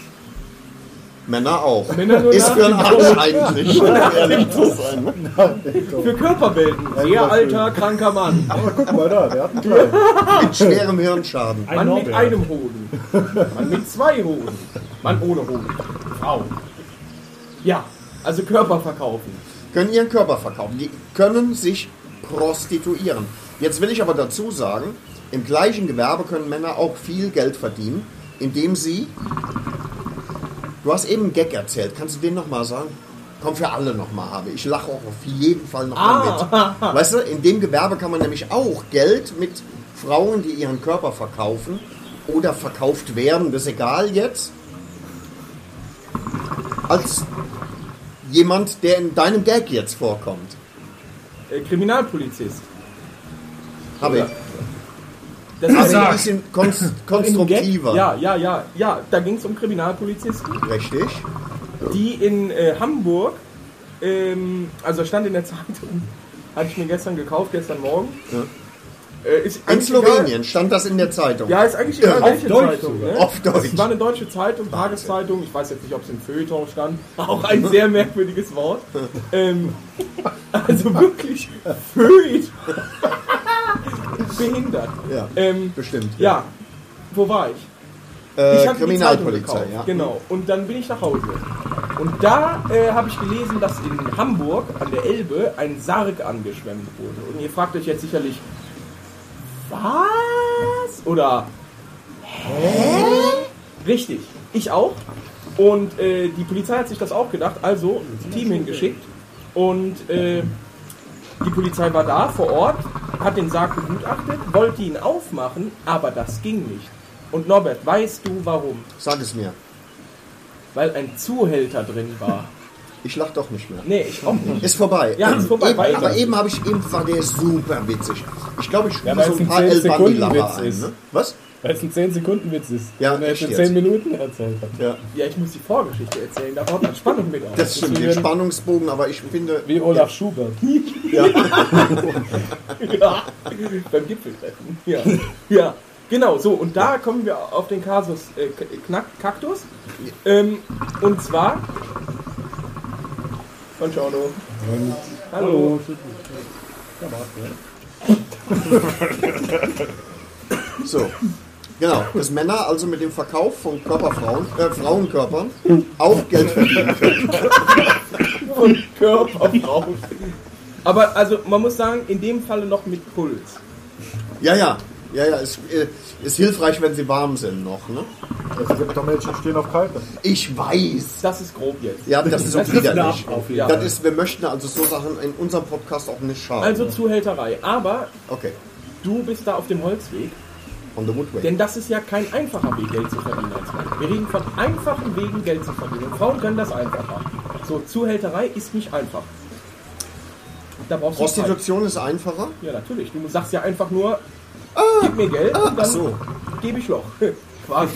Speaker 3: Männer auch.
Speaker 2: Männer nur
Speaker 3: Ist
Speaker 2: nach
Speaker 3: für einen Arsch eigentlich, um
Speaker 2: <laughs>
Speaker 3: ehrlich zu sein. Ne?
Speaker 2: Für Körperwelten. Sehr alter, kranker Mann.
Speaker 5: Aber guck mal da, der hat einen Teil.
Speaker 3: Mit schwerem Hirnschaden.
Speaker 9: Ein
Speaker 2: Mann mit
Speaker 9: Norbert.
Speaker 2: einem Hoden. Mann mit zwei Hoden. Mann ohne Hoden. Frau. Ja, also Körper verkaufen.
Speaker 3: können ihren Körper verkaufen. Die können sich prostituieren. Jetzt will ich aber dazu sagen, im gleichen Gewerbe können Männer auch viel Geld verdienen, indem sie. Du hast eben einen Gag erzählt. Kannst du den nochmal sagen? Komm für alle nochmal, habe. Ich lache auch auf jeden Fall nochmal mit. Weißt du, in dem Gewerbe kann man nämlich auch Geld mit Frauen, die ihren Körper verkaufen oder verkauft werden, das ist egal jetzt, als jemand, der in deinem Gag jetzt vorkommt.
Speaker 2: Äh, Kriminalpolizist.
Speaker 3: Habe ich.
Speaker 2: Das
Speaker 3: Also
Speaker 2: ja
Speaker 3: ein bisschen konst
Speaker 2: im Gag.
Speaker 3: konstruktiver.
Speaker 2: Ja, ja, ja, ja. Da ging es um Kriminalpolizisten,
Speaker 3: Richtig.
Speaker 2: die in äh, Hamburg Ähm, also stand in der Zeitung, <laughs> hatte ich mir gestern gekauft, gestern Morgen. Äh, ist
Speaker 3: In
Speaker 2: eigentlich
Speaker 3: Slowenien stand das in der Zeitung.
Speaker 2: Egal, ja, ist eigentlich egal, welche
Speaker 9: Deutsch
Speaker 2: Zeitung.
Speaker 9: sogar.
Speaker 2: Ne?
Speaker 3: Auf Deutsch.
Speaker 2: Es war eine deutsche Zeitung, Tageszeitung, ich weiß jetzt nicht, ob es in Feuilleton stand, auch ein sehr merkwürdiges Wort. Ähm, also wirklich Feuilleton. <laughs> Behindert.
Speaker 3: Ja,
Speaker 2: Ähm,
Speaker 3: bestimmt.
Speaker 2: ja, wo war ich? hab
Speaker 3: Äh,
Speaker 2: mir die Zeitung
Speaker 3: Kriminalpolizei,
Speaker 2: gekauft,
Speaker 3: ja.
Speaker 2: Genau. Und dann bin ich nach Hause. Und da äh, habe ich gelesen, dass in Hamburg an der Elbe ein Sarg angeschwemmt wurde. Und ihr fragt euch jetzt sicherlich, was? Oder hä? Richtig, ich auch. Und äh, die Polizei hat sich das auch gedacht, also ein Team hingeschickt. Und äh, die Polizei war da vor Ort, hat den Sarg begutachtet, wollte ihn aufmachen, aber das ging nicht. Und Norbert, weißt du warum?
Speaker 3: Sag es mir.
Speaker 2: Weil ein Zuhälter drin war. <laughs>
Speaker 3: Ich lach doch nicht mehr.
Speaker 2: Nee, ich auch nicht.
Speaker 3: Ist vorbei.
Speaker 2: Ja, ist vorbei,
Speaker 3: Eben,
Speaker 2: weiter.
Speaker 3: aber eben habe ich eben war der super witzig. Ich glaube, ich spiele
Speaker 4: Ja, weil
Speaker 3: so
Speaker 4: es
Speaker 3: ein
Speaker 4: ein
Speaker 3: paar El
Speaker 4: 10 Sekunden
Speaker 3: Bandilava
Speaker 4: Witz
Speaker 3: ein.
Speaker 4: ist.
Speaker 3: Ne? Was?
Speaker 4: Weil es ein 10-Sekunden-Witz ist.
Speaker 3: Ja,
Speaker 4: Wenn er
Speaker 3: echt
Speaker 4: jetzt in
Speaker 3: jetzt.
Speaker 4: 10 Minuten erzählt hat.
Speaker 3: Ja,
Speaker 2: Ja, ich muss die Vorgeschichte erzählen, da braucht man Spannung mit auf.
Speaker 3: das stimmt. Den
Speaker 4: werden-
Speaker 3: Spannungsbogen, aber ich finde.
Speaker 4: Wie Olaf Schubert.
Speaker 2: <laughs> ja. <laughs> Beim Gipfeltreffen. Ja. ja. Genau, so, und da kommen wir auf den Kasus äh, K- Knack, Kaktus. Ähm, und zwar. Von Ciano. Hallo.
Speaker 3: So. Genau, dass Männer also mit dem Verkauf von Körperfrauen, äh, Frauenkörpern auch Geld verdienen.
Speaker 2: Und Körper drauf. Aber also, man muss sagen, in dem Falle noch mit Puls.
Speaker 3: Ja, ja. Ja, ja, ist, äh, ist hilfreich, wenn sie warm sind noch, ne?
Speaker 7: Also,
Speaker 5: Es gibt doch Menschen, die stehen auf Kalte.
Speaker 3: Ich weiß.
Speaker 2: Das ist grob jetzt.
Speaker 3: Ja, das ist auch
Speaker 2: Das ist
Speaker 3: widerlich.
Speaker 2: eine Abrauf, ja.
Speaker 3: Das ist, wir möchten also so Sachen in unserem Podcast auch nicht schaden.
Speaker 2: Also Zuhälterei. Aber
Speaker 3: okay.
Speaker 2: du bist da auf dem Holzweg.
Speaker 3: On the woodway.
Speaker 2: Denn das ist ja kein einfacher Weg, Geld zu verdienen als Mann. Wir reden von einfachen Wegen, Geld zu verdienen. Frauen können das einfacher. So, Zuhälterei ist nicht einfach. Da brauchst du Zeit.
Speaker 3: Prostitution ist einfacher.
Speaker 2: Ja, natürlich. Du sagst ja einfach nur, gib mir Geld und
Speaker 3: Ah! Ach
Speaker 2: dann
Speaker 3: so.
Speaker 2: gebe
Speaker 3: <laughs>
Speaker 2: ich Loch. Quasi.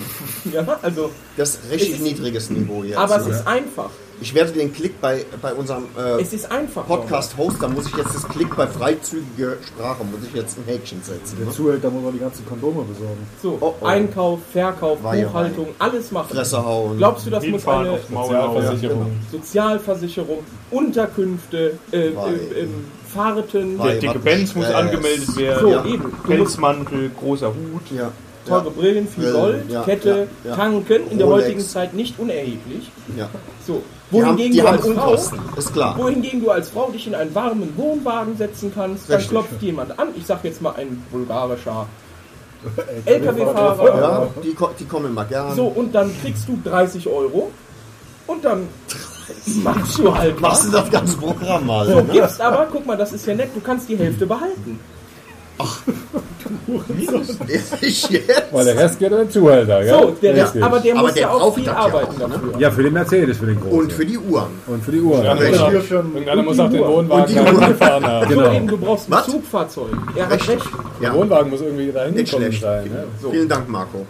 Speaker 2: ja, also,
Speaker 3: Das ist richtig
Speaker 2: Es ist-
Speaker 3: niedriges Niveau jetzt.
Speaker 2: aber es
Speaker 3: ne?
Speaker 2: ist einfach.
Speaker 3: ich werde den Klick bei, bei unserem äh,
Speaker 2: Es ist einfach.
Speaker 3: Podcast-Hoster, muss ich jetzt das Klick bei freizügiger Sprache, muss ich jetzt ein Häkchen setzen.
Speaker 5: Der
Speaker 3: Ne?
Speaker 5: Zuhälter muss auch die ganzen Kondome besorgen.
Speaker 2: So,
Speaker 3: Oh, oh.
Speaker 2: Einkauf, Verkauf,
Speaker 3: Weihe,
Speaker 2: Buchhaltung, alles machen.
Speaker 3: Fresse hauen.
Speaker 2: Glaubst du, das muss
Speaker 8: Hinfahren
Speaker 2: eine
Speaker 8: aufs Maul
Speaker 4: Genau,
Speaker 8: hauen.
Speaker 4: Sozialversicherung.
Speaker 2: Genau. Sozialversicherung, Unterkünfte, äh,
Speaker 3: Weihe.
Speaker 2: ähm, ähm, Fahrten,
Speaker 3: Weihe.
Speaker 8: Der dicke Benz muss
Speaker 3: Stress.
Speaker 8: angemeldet werden.
Speaker 2: So,
Speaker 3: Ja.
Speaker 2: eben. Du musst
Speaker 8: Pelzmantel, großer Hut.
Speaker 3: Ja.
Speaker 2: teure
Speaker 3: Ja.
Speaker 2: Brillen, viel
Speaker 3: Brillen,
Speaker 2: Gold,
Speaker 3: ja,
Speaker 2: Kette,
Speaker 3: ja, ja.
Speaker 2: tanken, in der
Speaker 3: Rolex.
Speaker 2: heutigen Zeit nicht unerheblich.
Speaker 3: ja.
Speaker 2: So.
Speaker 3: Die haben,
Speaker 2: Wohingegen
Speaker 3: die
Speaker 2: du
Speaker 3: haben
Speaker 2: als Frau,
Speaker 3: Unkosten, ist klar.
Speaker 2: wohingegen du als Frau dich in einen warmen Wohnwagen setzen kannst, dann
Speaker 3: Richtig.
Speaker 2: klopft jemand an. Ich sag jetzt mal ein
Speaker 3: <laughs>
Speaker 2: bulgarischer
Speaker 5: LKW-Fahrer.
Speaker 2: LKW-Fahrer.
Speaker 3: Ja, die, ko- die kommen immer gern.
Speaker 2: So, und dann kriegst du 30 Euro und dann machst du halt
Speaker 3: Machst
Speaker 2: was.
Speaker 3: du das ganze Programm mal?
Speaker 2: So,
Speaker 3: ne?
Speaker 2: gibst aber, guck mal, das ist ja nett, du kannst die Hälfte behalten.
Speaker 3: Ich jetzt?
Speaker 4: Weil der Rest geht an den Zuhälter,
Speaker 2: So, der Rest,
Speaker 4: Richtig.
Speaker 2: aber der
Speaker 3: Aber
Speaker 2: muss
Speaker 3: der
Speaker 2: ja auch
Speaker 3: braucht
Speaker 2: viel
Speaker 3: das ja
Speaker 2: arbeiten
Speaker 3: auch, ne?
Speaker 2: dafür.
Speaker 9: Ja, für den Mercedes, für den Großen.
Speaker 3: Und für die Uhren.
Speaker 9: Und für die Uhren.
Speaker 4: Ja,
Speaker 3: Richtig.
Speaker 4: genau.
Speaker 5: Hier schon.
Speaker 4: Irgendeiner muss auch den
Speaker 3: Und die
Speaker 4: Wohnwagen
Speaker 3: Uhr.
Speaker 4: angefahren haben.
Speaker 2: So,
Speaker 9: Genau.
Speaker 2: eben, du brauchst ein
Speaker 3: Was?
Speaker 2: Zugfahrzeug. Er hat recht.
Speaker 3: Ja.
Speaker 4: Der Wohnwagen muss irgendwie da
Speaker 3: Nicht
Speaker 4: hingekommen
Speaker 3: schlecht.
Speaker 4: sein. Ne?
Speaker 3: Vielen Dank, Marco.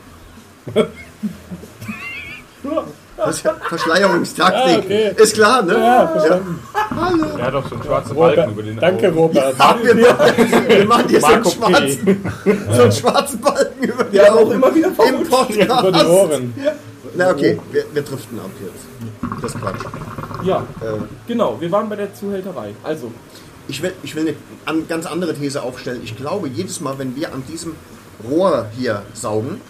Speaker 3: Vers Verschleierungstaktik.
Speaker 4: Ja, okay.
Speaker 3: Ist klar, ne?
Speaker 4: Ja, verstanden.
Speaker 8: Der hat doch so einen schwarzen Balken über den
Speaker 4: Robert, danke,
Speaker 8: Augen.
Speaker 4: Robert.
Speaker 3: Haben wir, machen, wir machen hier so einen,
Speaker 8: Marco P.
Speaker 3: schwarzen, so einen schwarzen Balken über die
Speaker 2: Ja, auch
Speaker 3: Augen
Speaker 2: immer wieder
Speaker 3: im
Speaker 4: Über die
Speaker 3: Podcast.
Speaker 4: Ohren.
Speaker 3: Na okay, wir, wir driften ab jetzt. Das ist Quatsch.
Speaker 2: Ja,
Speaker 3: Äh,
Speaker 2: genau, wir waren bei der Zuhälterei. Also,
Speaker 3: ich, will, ich will eine an, ganz andere These aufstellen. Ich glaube, jedes Mal, wenn wir an diesem Rohr hier saugen,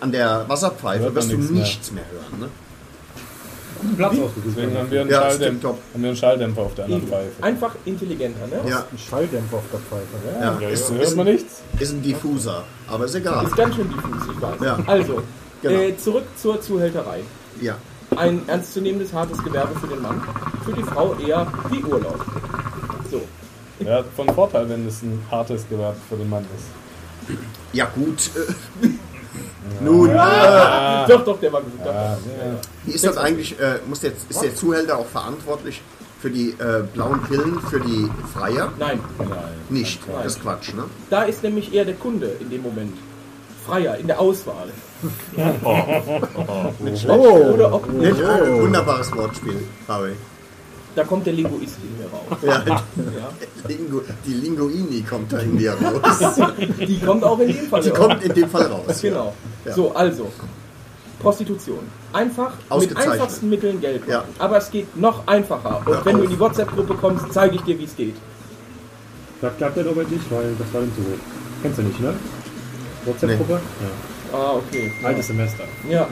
Speaker 3: an der Wasserpfeife,
Speaker 4: Hört
Speaker 3: wirst
Speaker 4: man
Speaker 3: du
Speaker 4: nichts mehr.
Speaker 3: nichts mehr hören. Ne?
Speaker 9: Platz ausgesucht.
Speaker 4: Deswegen haben wir einen,
Speaker 3: Ja, stimmt,
Speaker 4: Schalldämpfer,
Speaker 3: top.
Speaker 4: haben wir einen Schalldämpfer auf der anderen Pfeife.
Speaker 2: einfach intelligenter, ne?
Speaker 3: Ja,
Speaker 5: Ein Schalldämpfer auf der Pfeife.
Speaker 3: ja,
Speaker 4: Ja,
Speaker 3: Ist,
Speaker 4: hört
Speaker 3: ist,
Speaker 4: man nichts?
Speaker 3: ist ein Diffuser, aber ist egal.
Speaker 2: Ist ganz schön diffus, ich weiß.
Speaker 3: Ja.
Speaker 2: Also,
Speaker 3: Genau.
Speaker 2: äh, zurück zur Zuhälterei.
Speaker 3: Ja.
Speaker 2: Ein ernstzunehmendes, hartes Gewerbe für den Mann, für die Frau eher wie Urlaub. So,
Speaker 4: Ja, von Vorteil, wenn es ein hartes Gewerbe für den Mann ist.
Speaker 3: Ja gut. <laughs> Äh, Nun, äh,
Speaker 2: doch, doch, der war gut.
Speaker 4: Ah,
Speaker 2: Ja.
Speaker 4: ja.
Speaker 3: wie ist das eigentlich? Äh, muss der, ist der Zuhälter auch verantwortlich für die äh, blauen Pillen für die Freier?
Speaker 2: Nein,
Speaker 3: Nicht. Das ist Quatsch, ne?
Speaker 2: da ist nämlich eher der Kunde in dem Moment. Freier, in der
Speaker 3: <laughs>
Speaker 2: Auswahl.
Speaker 3: Nicht schlecht.
Speaker 5: Oh,
Speaker 2: Oder ob
Speaker 3: Nicht? Oh, wunderbares Wortspiel, Oh. Harry.
Speaker 2: Da kommt der Linguist in mir raus.
Speaker 3: Ja, Lingo, die Linguini kommt da in dir raus. <laughs>
Speaker 2: Die kommt auch in jedem Fall
Speaker 3: Die
Speaker 2: raus.
Speaker 3: kommt in dem Fall raus.
Speaker 2: Genau.
Speaker 3: Ja.
Speaker 2: So, also. Prostitution. Einfach mit
Speaker 3: Ausgezeichnet.
Speaker 2: einfachsten Mitteln Geld machen.
Speaker 3: Ja.
Speaker 2: Aber es geht noch einfacher. Und
Speaker 3: Hör
Speaker 2: wenn du
Speaker 3: auf.
Speaker 2: in die WhatsApp-Gruppe kommst, zeige ich dir, wie es geht.
Speaker 5: Das klappt ja Robert nicht, weil das war dem zu hoch. Kennst du nicht, ne? WhatsApp-Gruppe?
Speaker 2: Ah, okay.
Speaker 5: Altes Semester.
Speaker 2: Ja,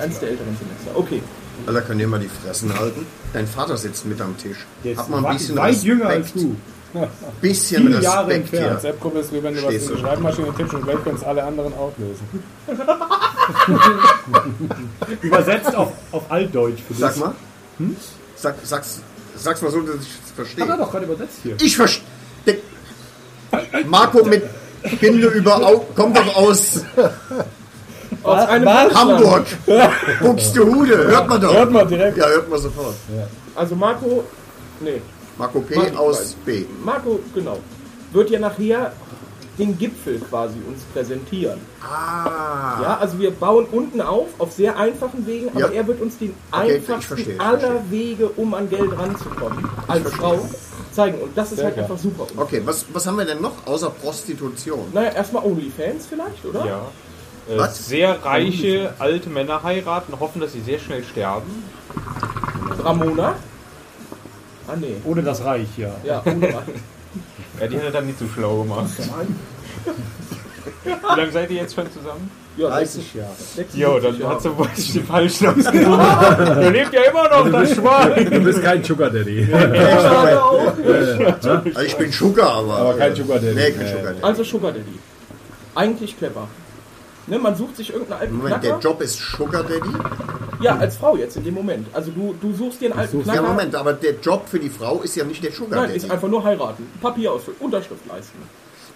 Speaker 2: eines der älteren Semester. Okay.
Speaker 3: Alter, könnt ihr mal die Fressen halten? Dein Vater sitzt mit am Tisch.
Speaker 5: Der
Speaker 3: Hab
Speaker 5: ist
Speaker 3: mal ein
Speaker 5: weit-
Speaker 3: bisschen
Speaker 5: weit
Speaker 3: Respekt.
Speaker 5: jünger als du.
Speaker 3: Bisschen
Speaker 5: Viele Jahre
Speaker 3: Respekt
Speaker 5: entfernt.
Speaker 3: hier.
Speaker 4: WhatsApp-Gruppe ist wie wenn du was
Speaker 3: Stehst
Speaker 4: in die
Speaker 3: du.
Speaker 4: Schreibmaschine tippst und gleich können es alle anderen auch lösen.
Speaker 5: Übersetzt auf, auf Altdeutsch für dich.
Speaker 3: Sag mal.
Speaker 5: Hm?
Speaker 3: Sag, sag's, sag's mal so, dass ich es
Speaker 5: Hat er
Speaker 3: verstehe.
Speaker 5: doch gerade übersetzt hier.
Speaker 3: Ich verstehe. Marco mit Binde über Au kommt doch aus
Speaker 2: Aus einem
Speaker 3: Hamburg. Buxtehude, hört man doch.
Speaker 4: Hört mal direkt.
Speaker 3: Ja, hört man sofort.
Speaker 2: Also Marco, nee,
Speaker 3: Marco P.
Speaker 2: Marco
Speaker 3: aus B.
Speaker 2: Marco, genau, wird ja nachher den Gipfel quasi uns präsentieren.
Speaker 3: Ah.
Speaker 2: Ja, also wir bauen unten auf, auf sehr einfachen Wegen, aber
Speaker 3: Ja.
Speaker 2: er wird uns den
Speaker 3: Okay, ich
Speaker 2: einfachsten
Speaker 3: verstehe, ich
Speaker 2: aller
Speaker 3: verstehe.
Speaker 2: Wege, um an Geld ranzukommen, als Frau zeigen. Und das ist halt einfach super.
Speaker 3: Okay, was, was haben wir denn noch außer Prostitution?
Speaker 2: Naja, erstmal Onlyfans vielleicht, oder?
Speaker 11: Ja. Äh,
Speaker 3: Was?
Speaker 11: Sehr reiche alte Männer heiraten, hoffen, dass sie sehr schnell sterben.
Speaker 2: Ramona? Ah, nee.
Speaker 5: Ohne das Reich, ja.
Speaker 3: <laughs>
Speaker 2: Ja, ohne Mann.
Speaker 11: Ja, die hat er dann nicht so schlau gemacht. Wie lange seid ihr jetzt schon zusammen?
Speaker 2: Ja,
Speaker 3: 30 Jahre.
Speaker 2: 76
Speaker 11: Jo, dann
Speaker 2: Jahre.
Speaker 11: hat sie wohl den falschen ausgesucht. Du lebt ja immer noch, das Schwein.
Speaker 7: Du bist kein Sugar Daddy.
Speaker 2: Schade auch.
Speaker 3: Also ich bin Sugar, aber. äh,
Speaker 7: Aber kein Sugar Daddy.
Speaker 3: Nee, kein
Speaker 7: Nee,
Speaker 3: Sugar Daddy.
Speaker 2: Also Sugar Daddy. Eigentlich clever. Ne, man sucht sich irgendeinen alten
Speaker 3: Moment, der
Speaker 2: Knacker.
Speaker 3: Job ist Sugar Daddy?
Speaker 2: Ja, als Frau jetzt in dem Moment. Also du, du suchst dir einen alten Knacker.
Speaker 3: Ja, Moment, aber der Job für die Frau ist ja nicht der Sugar
Speaker 2: Nein,
Speaker 3: Daddy.
Speaker 2: ist einfach nur heiraten. Papier ausfüllen, Unterschrift leisten.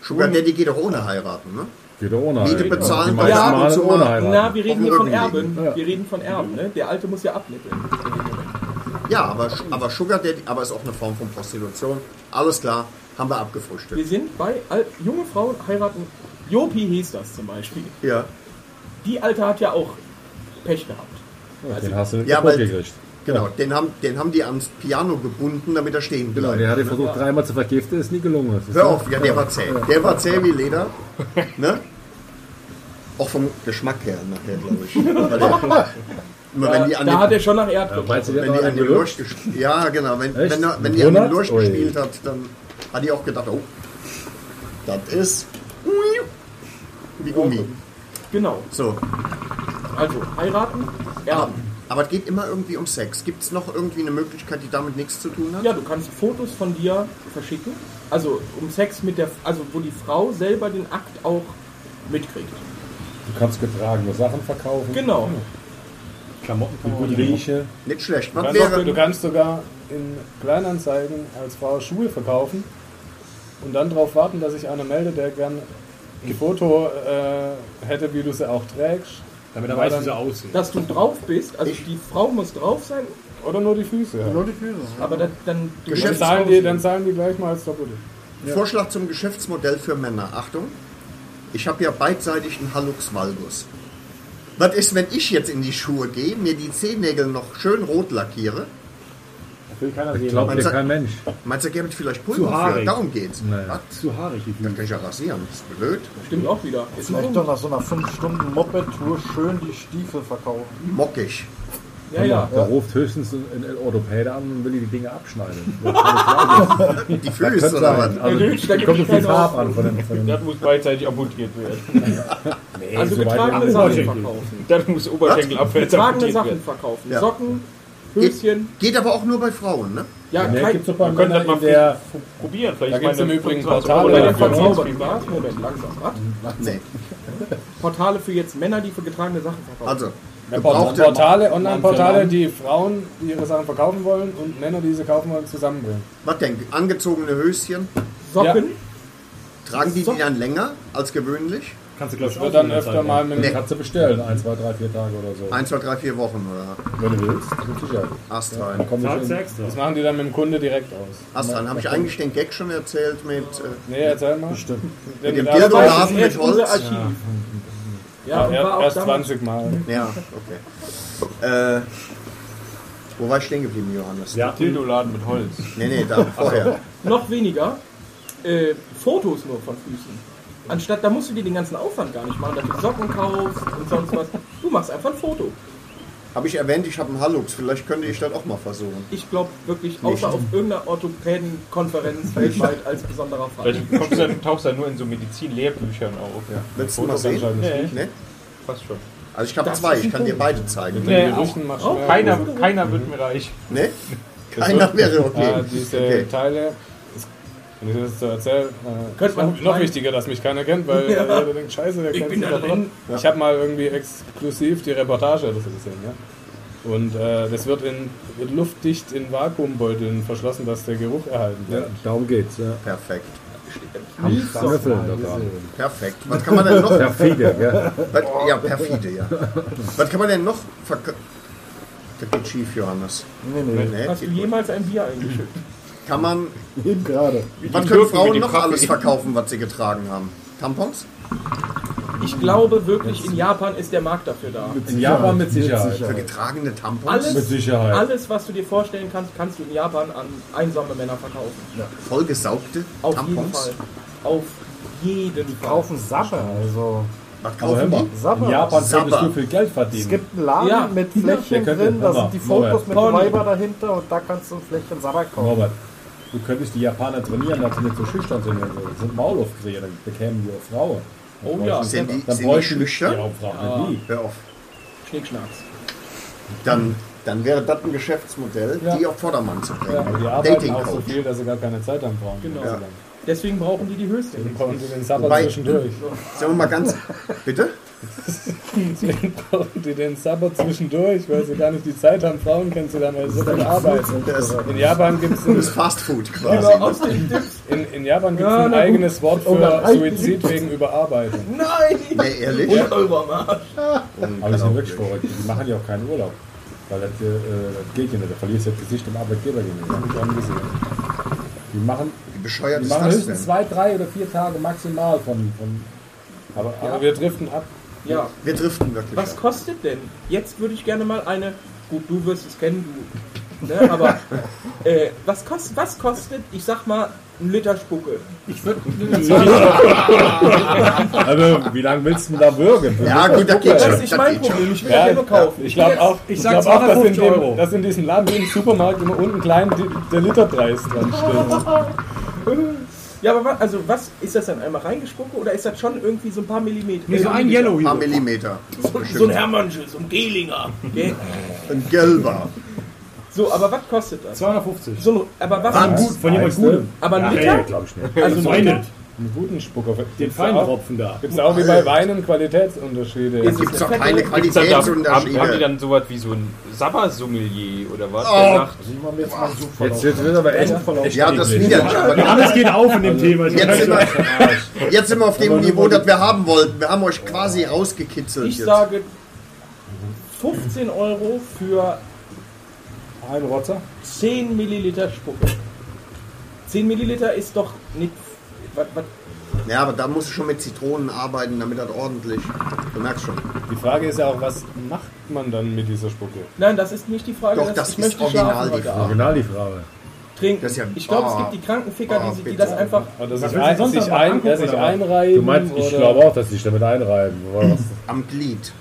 Speaker 3: Sugar Daddy geht doch ohne heiraten, ne?
Speaker 7: Geht doch ohne
Speaker 3: Miete
Speaker 7: heiraten.
Speaker 3: bezahlen
Speaker 7: Die
Speaker 3: bei
Speaker 7: meisten
Speaker 2: Ja,
Speaker 7: machen
Speaker 3: und so
Speaker 7: ohne
Speaker 3: mal.
Speaker 7: heiraten.
Speaker 2: Na, wir reden hier von
Speaker 3: Rücken
Speaker 2: Erben.
Speaker 7: liegen. Ja.
Speaker 2: Wir reden von Erben, ne? Der Alte muss ja abnippeln. in dem Moment.
Speaker 3: Ja, aber, aber Sugar Daddy, aber ist auch eine Form von Prostitution. Alles klar, haben wir
Speaker 2: Wir
Speaker 3: abgefrühstückt.
Speaker 2: sind bei al junge Frauen heiraten. Jopi hieß das zum Beispiel.
Speaker 3: Ja,
Speaker 2: Die Alte hat ja auch Pech gehabt.
Speaker 7: Den hast du nicht
Speaker 3: Ja,
Speaker 7: kaputt
Speaker 3: weil-
Speaker 7: gekriegt.
Speaker 3: genau. Den haben, den haben die ans Piano gebunden, damit er stehen bleibt.
Speaker 7: Der hat den Versuch dreimal zu vergiften, ist nie gelungen. Das ist
Speaker 3: Hör
Speaker 7: ja-
Speaker 3: auf, ja, der war zäh. Der war zäh wie Leder. Ne? Auch vom Geschmack her nachher, glaube ich. Weil der, immer wenn die an
Speaker 2: Da hat
Speaker 3: den,
Speaker 2: er schon nach Erd
Speaker 7: Ja,
Speaker 2: geguckt.
Speaker 7: Meinst du, der
Speaker 3: wenn
Speaker 7: hat
Speaker 3: die
Speaker 7: noch
Speaker 3: an
Speaker 7: einen
Speaker 3: den
Speaker 7: gelöscht?
Speaker 3: Lurch gespielt Ja, genau. Wenn,
Speaker 7: Echt?
Speaker 3: wenn, er- wenn
Speaker 7: Mit
Speaker 3: die an den
Speaker 7: 100?
Speaker 3: Lurch
Speaker 7: Ui.
Speaker 3: gespielt hat, dann hat die auch gedacht, oh, das ist wie Gummi.
Speaker 2: Genau.
Speaker 3: So,
Speaker 2: Also heiraten, Erben.
Speaker 3: aber es geht immer irgendwie um Sex. Gibt es noch irgendwie eine Möglichkeit, die damit nichts zu tun hat?
Speaker 2: Ja, du kannst Fotos von dir verschicken. Also um Sex mit der, also wo die Frau selber den Akt auch mitkriegt.
Speaker 7: Du kannst getragene Sachen verkaufen.
Speaker 2: Genau.
Speaker 5: Klamotten für
Speaker 7: Gut riechen.
Speaker 3: Nicht schlecht.
Speaker 4: Du
Speaker 3: Was
Speaker 4: kannst, auch,
Speaker 3: wäre,
Speaker 4: du kannst sogar in Kleinanzeigen als Frau Schuhe verkaufen und dann darauf warten, dass sich einer meldet, der gern ein Foto äh, hätte, wie du sie auch trägst.
Speaker 5: Damit er
Speaker 4: Weil
Speaker 5: weiß, wie
Speaker 4: dann-
Speaker 5: sie aussehen.
Speaker 2: Dass du drauf bist, also die Frau muss drauf sein,
Speaker 4: Oder nur die Füße. Ja.
Speaker 2: aber dann, dann du musst-
Speaker 3: Geschäfts-
Speaker 4: Dann, zahlen die, dann zahlen die gleich mal als Doppelte.
Speaker 3: Vorschlag zum Geschäftsmodell für Männer. Achtung, ich habe ja beidseitig einen Hallux Valgus. Was ist, wenn ich jetzt in die Schuhe gehe, mir die Zehennägel noch schön rot lackiere?
Speaker 4: Will keiner sehen.
Speaker 7: Glaubt
Speaker 3: Man
Speaker 7: dir
Speaker 3: sagt-
Speaker 7: kein Mensch.
Speaker 3: Meinst du, da gäbe es vielleicht
Speaker 5: Zu
Speaker 3: Pulver für?
Speaker 5: haarig.
Speaker 3: Darum geht's.
Speaker 7: Nein.
Speaker 3: Was?
Speaker 5: Zu haarig, die
Speaker 3: Dann
Speaker 5: Bücher.
Speaker 3: kann ich ja rasieren. Das ist blöd.
Speaker 2: stimmt auch wieder. Ist
Speaker 7: Vielleicht doch nach so einer 5-Stunden-Moped-Tour schön die Stiefel verkaufen.
Speaker 3: Mockig.
Speaker 2: ja, ja.
Speaker 7: Da ruft höchstens ein ein Orthopäde an und will die Dinge abschneiden. Das kann nicht wahr sein.
Speaker 3: Die
Speaker 7: Könnte
Speaker 3: Füße oder
Speaker 7: sein.
Speaker 3: was?
Speaker 7: Also,
Speaker 2: Da gibt's
Speaker 7: da kommt so viel
Speaker 2: keine
Speaker 7: Farb an von dem. Von dem
Speaker 11: Das muss beidseitig amputiert werden.
Speaker 2: Also
Speaker 7: so weit
Speaker 2: getragene
Speaker 7: haben
Speaker 2: Sachen
Speaker 5: wir
Speaker 2: verkaufen.
Speaker 11: Das muss Oberschenkel abwärts
Speaker 2: Getragene
Speaker 11: amputiert
Speaker 2: Sachen
Speaker 11: werden.
Speaker 2: verkaufen.
Speaker 3: Ja.
Speaker 2: Socken, Höschen,
Speaker 3: Geht aber auch nur bei Frauen, ne?
Speaker 2: ja,
Speaker 7: Ja,
Speaker 2: kein,
Speaker 7: gibt's doch bei
Speaker 11: Wir können das
Speaker 7: Männern
Speaker 11: mal
Speaker 7: in der
Speaker 11: probieren. Vielleicht
Speaker 4: Da gibt's
Speaker 11: meine
Speaker 4: im Übrigen
Speaker 11: 25
Speaker 4: Portale
Speaker 11: Euro
Speaker 2: Oder der
Speaker 4: Ja, genau.
Speaker 2: verzaubert war. Moment, langsam. Was?
Speaker 3: Nee.
Speaker 2: Portale für jetzt Männer, die für getragene Sachen verkaufen.
Speaker 3: Also, gebrauchte.
Speaker 4: Portale, Online-Portale, die Frauen, die ihre Sachen verkaufen wollen und Männer, die sie kaufen wollen, zusammenbringen.
Speaker 3: Was denn? Angezogene Höschen?
Speaker 2: Socken,
Speaker 3: Tragen die die dann länger als gewöhnlich?
Speaker 5: Kannst du, glaube ich,
Speaker 4: Wird dann
Speaker 5: in der
Speaker 4: öfter
Speaker 5: Zeit,
Speaker 4: mal mit
Speaker 3: Nee.
Speaker 7: Kannst du bestellen, 1, 2, 3, 4 Tage oder so.
Speaker 3: Eins, zwei, drei, vier Wochen oder
Speaker 7: Wenn du willst, mit Sicherheit.
Speaker 3: Ast
Speaker 7: Dann
Speaker 3: rein.
Speaker 7: komm
Speaker 5: Zahlst
Speaker 7: ich
Speaker 5: du
Speaker 7: in.
Speaker 5: extra.
Speaker 4: Das machen die dann mit dem Kunde direkt aus.
Speaker 3: Ast rein. Habe ich eigentlich den Gag schon erzählt mit. Äh,
Speaker 4: Nee, erzähl mal.
Speaker 7: Stimmt.
Speaker 4: Wenn
Speaker 3: Mit
Speaker 4: du
Speaker 3: dem
Speaker 4: da-
Speaker 3: Dildo
Speaker 2: Das
Speaker 3: Laden
Speaker 2: ist
Speaker 3: mit
Speaker 2: echt unser
Speaker 3: Holz.
Speaker 2: Archiv. Ja, und war
Speaker 4: Ja,
Speaker 2: auch
Speaker 4: erst
Speaker 2: damals,
Speaker 4: 20 Mal.
Speaker 3: Ja, okay. Äh, Wo war ich stehen geblieben, Johannes?
Speaker 12: Ja.
Speaker 1: Dildoladen mit Holz.
Speaker 3: Nee, nee, da vorher.
Speaker 2: Noch weniger äh, Fotos nur von Füßen. Anstatt, da musst du dir den ganzen Aufwand gar nicht machen, dass du Socken kaufst und sonst was. Du machst einfach ein Foto.
Speaker 3: Habe ich erwähnt, ich habe einen Hallux. Vielleicht könnte ich das auch mal versuchen.
Speaker 2: Ich glaube wirklich, außer auf irgendeiner Orthopädenkonferenz weltweit als besonderer Fall.
Speaker 1: Vielleicht kommst du dann, tauchst du dann nur in so Medizin-Lehrbüchern auf. Ja.
Speaker 3: Willst du mal sehen?
Speaker 1: Nee,
Speaker 3: Ne?
Speaker 1: fast schon.
Speaker 3: Also ich habe
Speaker 2: Das
Speaker 3: zwei,
Speaker 2: ist
Speaker 3: ich
Speaker 2: ein
Speaker 3: kann dir beide zeigen.
Speaker 1: Nee.
Speaker 4: Die Russen macht
Speaker 2: Oh,
Speaker 4: schwer.
Speaker 1: Keiner, keiner wird mir reich.
Speaker 3: Ne? Keiner wäre
Speaker 4: Ah,
Speaker 3: okay.
Speaker 4: diese
Speaker 3: okay.
Speaker 4: Teile. Wenn ich das so erzähle, äh,
Speaker 2: Könnte
Speaker 4: ist
Speaker 2: man
Speaker 4: noch, noch
Speaker 2: meinen.
Speaker 4: wichtiger, dass mich keiner kennt, weil
Speaker 2: Ja.
Speaker 4: äh, jeder denkt, scheiße, wer
Speaker 2: Ich
Speaker 4: kennt
Speaker 2: bin
Speaker 4: sich
Speaker 2: da
Speaker 4: da
Speaker 2: drin.
Speaker 4: drin? Ich habe mal irgendwie exklusiv die Reportage dazu gesehen, ja. Und äh, das wird in, wird luftdicht in Vakuumbeuteln verschlossen, dass der Geruch erhalten
Speaker 5: Ja,
Speaker 4: bleibt.
Speaker 5: darum geht's. Ja.
Speaker 3: Perfekt.
Speaker 5: Schnüffeln da dran.
Speaker 3: Perfekt. Was kann man denn noch?
Speaker 5: Perfide, ja.
Speaker 3: Was, ja, perfide, ja. Was kann man denn noch verkaufen? Das geht schief, Johannes. Nee, nee.
Speaker 2: Hast du
Speaker 3: geht gut.
Speaker 2: jemals ein Bier eingeschüttet?
Speaker 3: Kann man.
Speaker 5: Eben gerade.
Speaker 3: Was können
Speaker 1: dürfen
Speaker 3: Frauen
Speaker 1: mit
Speaker 3: noch
Speaker 1: dem Kaffee.
Speaker 3: alles verkaufen, was sie getragen haben? Tampons?
Speaker 2: Ich glaube wirklich, in Japan ist der Markt dafür da.
Speaker 5: In Japan mit Sicherheit.
Speaker 3: Für getragene Tampons?
Speaker 5: Mit
Speaker 2: Alles,
Speaker 5: Sicherheit.
Speaker 2: alles, was du dir vorstellen kannst, kannst du in Japan an einsame Männer verkaufen.
Speaker 3: Vollgesaugte
Speaker 2: Auf jeden
Speaker 3: Tampons?
Speaker 2: Fall. Auf jeden Fall.
Speaker 7: Kaufen Sache, also.
Speaker 3: Was
Speaker 5: Aber hör
Speaker 3: kaufen
Speaker 5: mal,
Speaker 3: die?
Speaker 7: Sapper.
Speaker 5: in Japan könntest
Speaker 3: Sapper.
Speaker 5: du viel Geld
Speaker 7: Es
Speaker 5: verdienen.
Speaker 7: gibt einen Laden
Speaker 2: Ja.
Speaker 7: mit
Speaker 5: Der
Speaker 7: Fläschchen
Speaker 5: könnte-
Speaker 7: drin, da
Speaker 5: Hammer.
Speaker 7: sind die Fotos
Speaker 5: Moment.
Speaker 7: mit
Speaker 2: Porno.
Speaker 7: Weiber dahinter und da kannst du ein Fläschchen Sapper kaufen.
Speaker 5: Robert, du könntest die Japaner trainieren, dass sie nicht so schüchtern sind. und so. Die sind Maulaufkrähe, dann bekämen die auch Frauen. Dann
Speaker 2: Oh
Speaker 5: bräuchten-
Speaker 2: ja.
Speaker 3: Sind die,
Speaker 5: Dann
Speaker 3: sind die
Speaker 5: bräuchten
Speaker 3: schüchtern?
Speaker 5: Ja, Frauen, die.
Speaker 3: Hör auf.
Speaker 2: Schnickschnacks.
Speaker 3: Dann, dann wäre das ein Geschäftsmodell, die auf Vordermann zu bringen.
Speaker 5: Ja.
Speaker 4: Die arbeiten auch so viel, dass sie gar keine Zeit haben brauchen.
Speaker 2: Genau.
Speaker 3: Ja.
Speaker 2: Deswegen brauchen die die Höchsten.
Speaker 4: Brauchen sie den Sabber
Speaker 3: Wobei-
Speaker 5: <laughs>
Speaker 4: zwischendurch.
Speaker 3: Sagen wir mal ganz. Bitte?
Speaker 4: Deswegen brauchen die den Sabber zwischendurch, weil sie gar nicht die Zeit haben, Frauen kennenzulernen, weil sie so viel arbeiten.
Speaker 3: Das
Speaker 4: In Japan gibt es
Speaker 3: ist Fast Food quasi.
Speaker 2: Genau, Aus dem
Speaker 4: in, in Japan gibt's
Speaker 2: Ja,
Speaker 4: ein
Speaker 2: na gut. Oh,
Speaker 4: eigenes Wort für Suizid wegen Überarbeitung.
Speaker 2: Nein!
Speaker 3: Nee, ehrlich?
Speaker 2: Und Euro am Arsch.
Speaker 5: Aber die
Speaker 4: Genau.
Speaker 5: sind wirklich
Speaker 3: Unglaublich.
Speaker 5: verrückt. Die machen ja auch keinen Urlaub. Weil das, äh, das geht ja nicht. Da verlierst du das Gesicht dem Arbeitgeber gegenüber. Hab ich angesehen. Die machen,
Speaker 3: Wie bescheuert
Speaker 5: die
Speaker 3: ist
Speaker 5: machen
Speaker 3: das
Speaker 5: höchstens
Speaker 3: denn?
Speaker 5: zwei, drei oder vier Tage maximal von. von aber,
Speaker 4: Aber
Speaker 5: aber
Speaker 4: wir driften ab.
Speaker 2: Ja,
Speaker 3: Wir driften wirklich.
Speaker 2: was
Speaker 3: ab.
Speaker 2: kostet denn? Jetzt würde ich gerne mal eine. Gut, du wirst es kennen, du. Ne, aber äh, was, kost, was kostet, ich sag mal, ein Liter Spucke?
Speaker 5: also, wie lange willst du denn da würgen?
Speaker 3: Ja, gut, da geht
Speaker 2: Das
Speaker 3: schon.
Speaker 2: ist nicht
Speaker 3: Das
Speaker 2: mein
Speaker 3: geht schon.
Speaker 2: Problem, ich will ja, nur kaufen.
Speaker 4: Ich glaube auch, ich
Speaker 2: sag
Speaker 4: glaub auch dass, in
Speaker 2: 250
Speaker 4: dem,
Speaker 2: Euro.
Speaker 4: dass in diesem Laden wie im Supermarkt immer unten klein die, der Literpreis dran steht.
Speaker 2: Ja, aber was, also was ist das dann einmal reingespucke oder ist das schon irgendwie so ein paar Millimeter?
Speaker 12: Nee, so ein
Speaker 2: Millimeter?
Speaker 12: Yellow
Speaker 3: Ein paar
Speaker 12: hier.
Speaker 3: Millimeter.
Speaker 2: So ein Hermannsche, so ein Gehlinger. Okay?
Speaker 3: Ein gelber.
Speaker 2: So, aber was kostet das?
Speaker 12: 250.
Speaker 2: So, aber was?
Speaker 12: Gut, von jemand
Speaker 5: Weißt
Speaker 12: Gutem.
Speaker 2: Aber ein
Speaker 12: Ja,
Speaker 2: Liter?
Speaker 5: glaube ich nicht.
Speaker 2: also ein Liter?
Speaker 12: Meinen,
Speaker 4: Einen guten Spucker.
Speaker 12: den
Speaker 4: Gibt's
Speaker 12: feinen
Speaker 4: auch,
Speaker 12: Tropfen da.
Speaker 4: gibt's auch wie bei Weinen Qualitätsunterschiede.
Speaker 2: Ist-
Speaker 3: Gibt Äh, es doch keine
Speaker 1: Gibt's dann da, haben, haben die
Speaker 3: Qualitätsunterschiede.
Speaker 1: dann sowas wie so ein Sabbersommelier oder was?
Speaker 3: Oh.
Speaker 1: Der sagt,
Speaker 5: Jetzt, jetzt wird aber echt echt
Speaker 3: Ja, das ist
Speaker 5: eklig.
Speaker 3: widerlich. Aber
Speaker 12: Alles geht auf in
Speaker 5: Also
Speaker 12: dem Thema. Ich
Speaker 3: jetzt
Speaker 12: weiß
Speaker 3: sind,
Speaker 12: schon.
Speaker 3: wir, jetzt sind wir auf dem Niveau, das wir haben wollten. Wir haben euch quasi rausgekitzelt
Speaker 2: Ich
Speaker 3: jetzt.
Speaker 2: sage 15 Euro für
Speaker 4: Ein Rotzer.
Speaker 2: 10 Milliliter Spucke. 10 Milliliter ist doch nicht. Was, was,
Speaker 3: Ja, aber da musst du schon mit Zitronen arbeiten, damit das ordentlich. Du merkst schon.
Speaker 4: Die Frage ist ja auch, was macht man dann mit dieser Spucke?
Speaker 2: nein, das ist nicht die Frage.
Speaker 3: Doch, das
Speaker 2: ich
Speaker 3: ist
Speaker 2: möchte
Speaker 3: original
Speaker 2: schlafen
Speaker 3: die
Speaker 2: heute
Speaker 3: Frage.
Speaker 2: Abend.
Speaker 5: Original die Frage.
Speaker 2: Trinken.
Speaker 3: Das ist ja-
Speaker 2: ich glaube,
Speaker 3: Ah.
Speaker 2: es gibt die Krankenficker,
Speaker 3: Ah,
Speaker 2: die, die
Speaker 3: bitte.
Speaker 2: das einfach.
Speaker 4: Oder sich,
Speaker 12: willst du
Speaker 4: ein,
Speaker 12: sonst
Speaker 4: sich,
Speaker 12: noch mal
Speaker 4: ein,
Speaker 12: angucken,
Speaker 4: ja, sich
Speaker 12: oder was?
Speaker 4: einreiben?
Speaker 5: Du meinst, ich
Speaker 4: oder-
Speaker 5: glaube auch, dass sie sich damit einreiben. Oder was?
Speaker 3: Am Glied,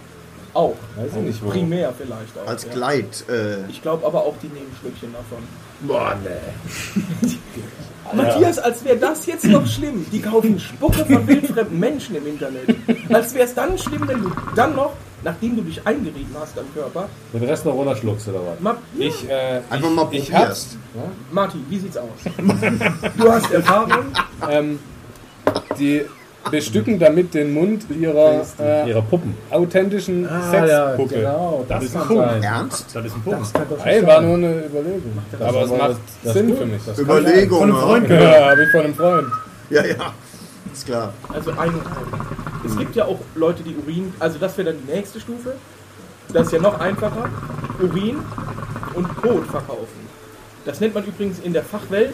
Speaker 2: auch.
Speaker 4: Weiß ich nicht, wo.
Speaker 2: Primär vielleicht auch.
Speaker 3: als
Speaker 2: ja.
Speaker 3: Gleit. Äh,
Speaker 2: Ich glaube aber auch, die nehmen Schlückchen davon.
Speaker 5: Boah, nee.
Speaker 2: <laughs> Matthias, als wäre das jetzt noch schlimm. Die kaufen Spucke von wildfremden Menschen im Internet. Als wäre es dann schlimm, wenn du dann noch, nachdem du dich eingerieben hast am Körper,
Speaker 5: Den Rest noch runterschluckst oder was?
Speaker 2: Ma
Speaker 4: Ich, äh,
Speaker 3: einfach mal
Speaker 4: ich
Speaker 3: probierst.
Speaker 2: Martin, wie sieht's aus? Du hast Erfahrung.
Speaker 4: ähm, die bestücken damit den Mund ihrer äh,
Speaker 5: Ihre Puppen.
Speaker 4: authentischen
Speaker 5: ja,
Speaker 4: Sexpucke.
Speaker 5: genau. Das,
Speaker 12: ist
Speaker 5: kann
Speaker 12: cool.
Speaker 5: sein.
Speaker 3: Ernst?
Speaker 12: Das ist ein Punkt.
Speaker 4: Ey, war nur eine Überlegung. <laughs> aber es macht Sinn für mich. Das
Speaker 3: Überlegung. ne?
Speaker 12: Freund
Speaker 3: ja.
Speaker 4: ja, habe ich von einem Freund.
Speaker 3: ja, ja. Ist klar.
Speaker 2: Also ein und ein. Es gibt ja auch Leute, die Urin, also das wäre dann die nächste Stufe. Das ist ja noch einfacher. Urin und Kot verkaufen. Das nennt man übrigens in der Fachwelt.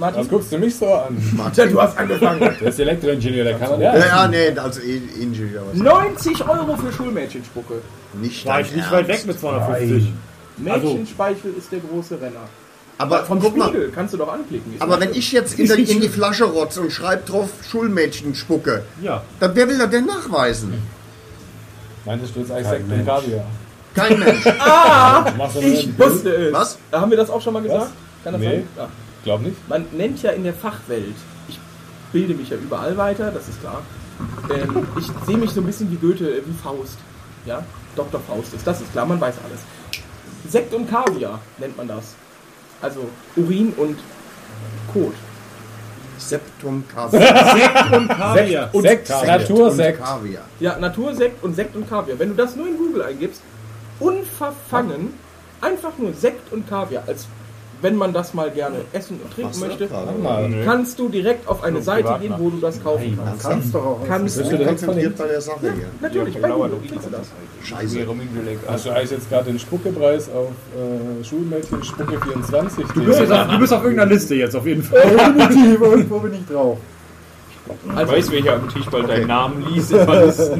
Speaker 4: Was
Speaker 2: Martin,
Speaker 4: guckst du mich so an?
Speaker 2: ja, du hast angefangen. <laughs>
Speaker 5: Der ist Elektroingenieur, der kann das.
Speaker 3: Ja, ja, nee, also eh- Ingenieur. was-
Speaker 2: 90 Euro für Schulmädchenspucke.
Speaker 3: Nicht
Speaker 12: War
Speaker 3: dein
Speaker 12: ich nicht
Speaker 3: Ernst.
Speaker 12: weit weg mit 250.
Speaker 2: Mädchenspeichel ist der große Renner.
Speaker 3: Aber
Speaker 2: vom
Speaker 3: guck mal.
Speaker 2: Spiegel kannst du doch anklicken. Ist
Speaker 3: Aber
Speaker 2: nicht
Speaker 3: wenn
Speaker 2: schlimm.
Speaker 3: ich jetzt in, der, in die Flasche rotze und schreibe drauf Schulmädchen spucke,
Speaker 5: Ja.
Speaker 3: dann wer will das denn nachweisen?
Speaker 13: Nein, das stürzt
Speaker 3: Kein
Speaker 13: Isaac
Speaker 3: Mensch.
Speaker 13: und Gabriel.
Speaker 3: Kein Mensch.
Speaker 13: Machst du
Speaker 2: Ich
Speaker 13: nicht?
Speaker 2: wusste es.
Speaker 3: Was?
Speaker 2: Äh, Haben wir das auch schon mal gesagt? Kann das
Speaker 13: Nee.
Speaker 2: sein? Ah. Ja.
Speaker 13: Glaub nicht.
Speaker 2: Man nennt ja in der Fachwelt, ich bilde mich ja überall weiter, das ist klar. Ähm, ich sehe mich so ein bisschen wie Goethe, äh, wie Faust. Ja, Dr. Faust ist, das ist klar, man weiß alles. Sekt und Kaviar nennt man das. Also Urin und Kot.
Speaker 3: Septum Kaviar.
Speaker 5: Sekt und Kaviar.
Speaker 2: und
Speaker 13: Sekt,
Speaker 3: Sekt
Speaker 13: Natursekt.
Speaker 3: und Kaviar.
Speaker 2: Ja, Natursekt und Sekt und Kaviar. Wenn du das nur in Google eingibst, unverfangen, einfach nur Sekt und Kaviar, als wenn man das mal gerne essen und trinken
Speaker 3: Machst du das
Speaker 2: möchte,
Speaker 3: gerade?
Speaker 13: Warte mal.
Speaker 14: Nö.
Speaker 2: kannst du direkt auf eine
Speaker 14: Nur
Speaker 2: Seite
Speaker 14: privat
Speaker 2: gehen,
Speaker 14: nach.
Speaker 2: wo du das kaufen kannst.
Speaker 7: Kannst doch auch.
Speaker 2: Kannst
Speaker 13: Das ist
Speaker 4: Also
Speaker 2: du.
Speaker 13: ja direkt
Speaker 3: Konzentriert
Speaker 13: verlinkt.
Speaker 3: bei der Sache hier.
Speaker 2: Natürlich,
Speaker 14: Ja,
Speaker 2: bei
Speaker 14: blauer
Speaker 2: Google
Speaker 14: Doppel-
Speaker 2: kriegst du das.
Speaker 3: Scheiße.
Speaker 4: um Hast du eigentlich Also jetzt gerade den Spuckepreis auf äh, Schulmädchen Spucke 24?
Speaker 5: Du bist, jetzt auf, du bist auf irgendeiner Liste jetzt auf jeden Fall.
Speaker 7: Definitiv, <laughs> irgendwo bin ich drauf.
Speaker 14: Also, weißt du, welcher am Tisch bald
Speaker 3: Okay.
Speaker 14: deinen Namen liest? Was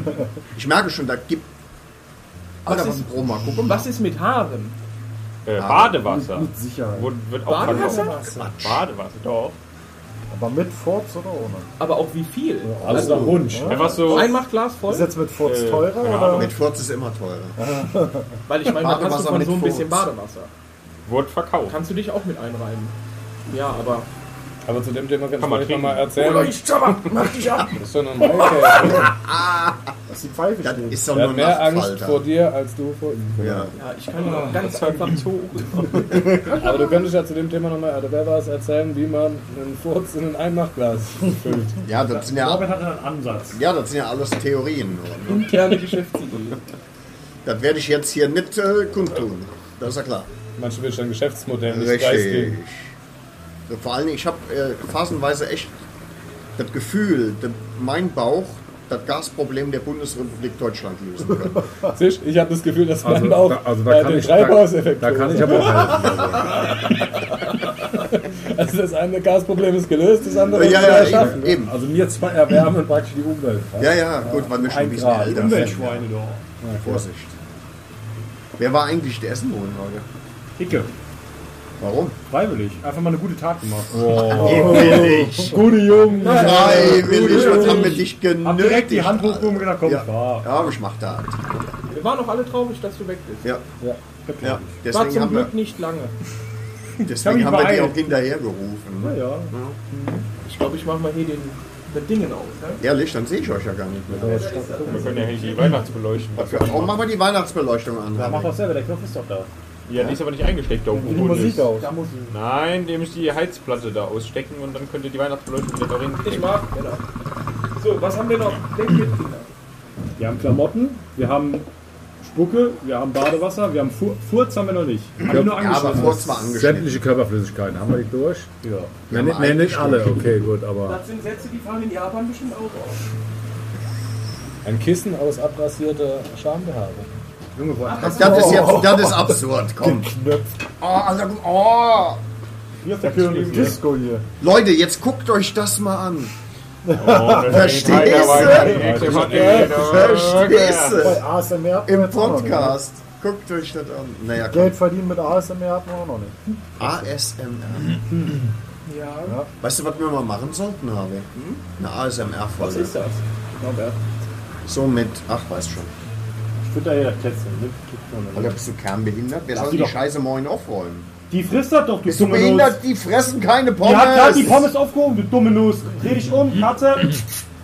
Speaker 3: Ich merke schon, da gibt. Alter, was
Speaker 2: ist-
Speaker 3: ein Broma. Guck mal.
Speaker 2: Was ist mit Haaren?
Speaker 14: äh, Badewasser.
Speaker 7: Mit Sicherheit.
Speaker 14: Wird, wird auch verkauft.
Speaker 2: Badewasser?
Speaker 14: Badewasser, doch.
Speaker 7: Aber mit Forts oder ohne?
Speaker 2: Aber auch wie viel?
Speaker 13: Alles nach Wunsch.
Speaker 14: Einfach so.
Speaker 2: Ein Machtglas voll?
Speaker 7: Ist jetzt mit Forts
Speaker 14: Äh,
Speaker 7: teurer
Speaker 14: keine
Speaker 7: oder?
Speaker 3: Mit Furz ist immer teurer.
Speaker 2: Weil ich meine, da hast du
Speaker 3: Badewasser
Speaker 2: von
Speaker 3: mit
Speaker 2: so ein
Speaker 3: Fuchs.
Speaker 2: bisschen Badewasser.
Speaker 14: Wurde verkauft.
Speaker 2: Kannst du dich auch mit einreiben. Ja, aber.
Speaker 4: Aber zu dem Thema
Speaker 14: Kann
Speaker 4: kannst du
Speaker 14: man
Speaker 4: euch noch
Speaker 14: trinken.
Speaker 4: mal erzählen.
Speaker 7: Mach dich ab!
Speaker 4: Das ist schon ein Maike.
Speaker 7: Das ist die Pfeife
Speaker 3: Das
Speaker 7: steht.
Speaker 3: ist doch
Speaker 4: Der
Speaker 3: nur
Speaker 4: hat mehr Angst
Speaker 3: Nachtfalter.
Speaker 4: vor dir als du vor ihm.
Speaker 3: ja.
Speaker 2: Ja, ich kann ihn auch ganz einfach so.
Speaker 4: <laughs> Aber du könntest ja zu dem Thema nochmal, oder wer war es, erzählen, wie man einen Furz in ein Einmachglas füllt.
Speaker 3: ja, das sind ja,
Speaker 5: Robert hat einen Ansatz.
Speaker 3: ja, das sind ja alles Theorien. nur. ne?
Speaker 2: Interne Geschäftsidee.
Speaker 3: Das werde ich jetzt hier nicht äh, kundtun. Das ist ja klar.
Speaker 4: Manche will dein Geschäftsmodell nicht
Speaker 3: Richtig.
Speaker 4: preisgeben.
Speaker 3: So, Vor allen Dingen, ich habe äh, phasenweise echt das Gefühl, dass mein Bauch das Gasproblem der Bundesrepublik Deutschland lösen kann.
Speaker 4: Siehst, Ich habe das Gefühl, dass man
Speaker 13: Also,
Speaker 4: auch
Speaker 13: da, also da,
Speaker 4: äh,
Speaker 13: kann
Speaker 4: den
Speaker 13: ich, da,
Speaker 4: Treibhauseffekt
Speaker 13: da kann
Speaker 4: löst.
Speaker 13: ich aber auch helfen.
Speaker 4: Also das eine Gasproblem ist gelöst, das andere
Speaker 3: <laughs> ja,
Speaker 4: ist
Speaker 3: ja, eben.
Speaker 4: erschaffen.
Speaker 3: eben.
Speaker 13: Also wir zwei erwärmen praktisch die Umwelt.
Speaker 3: Ja, ja, gut, weil wir schon ein
Speaker 13: Ein
Speaker 3: bisschen
Speaker 13: Grad.
Speaker 3: älter sind.
Speaker 5: Umweltschweine doch.
Speaker 3: Vorsicht. Wer war eigentlich der Essen holen heute?
Speaker 5: Icke,
Speaker 3: Warum?
Speaker 5: freiwillig. Einfach mal eine gute Tat gemacht.
Speaker 3: Oh. Freiwillig.
Speaker 5: Gute Jungen.
Speaker 3: Freiwillig, was haben wir dich
Speaker 5: Hab
Speaker 3: genötigt?
Speaker 5: direkt die Hand hochgehoben und gedacht, komm,
Speaker 3: Ja.
Speaker 5: fahr.
Speaker 3: Ja, aber ich mach da.
Speaker 2: Wir waren auch alle traurig, dass du weg bist.
Speaker 3: Ja, ja.
Speaker 2: War
Speaker 3: Deswegen
Speaker 2: zum
Speaker 3: haben wir,
Speaker 2: Glück nicht lange.
Speaker 3: deswegen
Speaker 5: Ich hab
Speaker 3: haben
Speaker 5: mich
Speaker 3: wir die
Speaker 5: beeilt.
Speaker 3: auch hinterhergerufen.
Speaker 5: Ja, ja.
Speaker 2: Ich glaube, ich mache mal hier den, den Dingen aus. Ne?
Speaker 3: Ehrlich, dann sehe ich euch ja gar nicht mehr.
Speaker 14: Wir können ja eigentlich die Weihnachtsbeleuchtung.
Speaker 3: Dafür auch machen wir die Weihnachtsbeleuchtung an.
Speaker 5: Ja, mach
Speaker 3: Harry.
Speaker 5: doch selber, der Knopf ist doch da.
Speaker 14: Ja, die ist aber nicht eingesteckt da
Speaker 7: Wie
Speaker 14: oben.
Speaker 7: die Musik aus.
Speaker 2: Da muss ich.
Speaker 14: Nein, dem ist die Heizplatte da ausstecken und dann könnt ihr die Weihnachtsbeleuchtung wieder da
Speaker 2: Ich
Speaker 14: rein.
Speaker 2: mag Männer. So, was haben wir noch? Denk mit, Kinder.
Speaker 5: Wir haben Klamotten, wir haben Spucke, wir haben Badewasser, wir haben Fur Furz haben wir noch nicht. Haben wir nur
Speaker 3: Ja, aber
Speaker 5: angeschnitten.
Speaker 3: kurz mal angeschnitten.
Speaker 13: Sämtliche Körperflüssigkeiten, haben wir die durch?
Speaker 5: Ja.
Speaker 13: Nein, nicht- nein, nicht alle, okay, gut, aber
Speaker 2: Das sind Sätze, die fallen in Japan bestimmt auch auf.
Speaker 4: Ein Kissen aus abrasierter Schambehaarung.
Speaker 13: Junge, wo-
Speaker 3: Das, das ist jetzt, das ist absurd, komm. Oh, Alter, gut. oh.
Speaker 7: Hier ist der König im Disco hier.
Speaker 3: Leute, jetzt guckt euch das mal an.
Speaker 14: Verstehst
Speaker 3: Verstehst
Speaker 7: Bei
Speaker 3: du?
Speaker 7: ASMR hatten wir
Speaker 3: Im
Speaker 7: jetzt auch noch nicht, ne?
Speaker 3: Podcast. Guckt euch das an. Naja, komm.
Speaker 7: Geld verdienen mit ASMR hatten wir auch noch nicht.
Speaker 3: ASMR.
Speaker 2: Ja.
Speaker 3: Weißt du, was wir mal machen sollten, Harvey? Eine
Speaker 2: Was
Speaker 3: ASMR-Folge.
Speaker 2: ist das?
Speaker 5: Norbert.
Speaker 3: So mit, ach, weiß schon.
Speaker 5: Ich würde da ja das Kätzchen. ne? Gibt noch eine.
Speaker 3: Alter, bist du kernbehindert? Wir
Speaker 5: Lass
Speaker 3: lassen
Speaker 5: die
Speaker 3: die
Speaker 5: doch.
Speaker 3: Scheiße morgen aufräumen.
Speaker 5: Die frisst das doch, du
Speaker 3: Bist du behindert? Die fressen keine
Speaker 5: Die hat gerade
Speaker 3: Pommes.
Speaker 5: die Pommes aufgehoben, du dumme Nuss. Dreh dich um, Katze.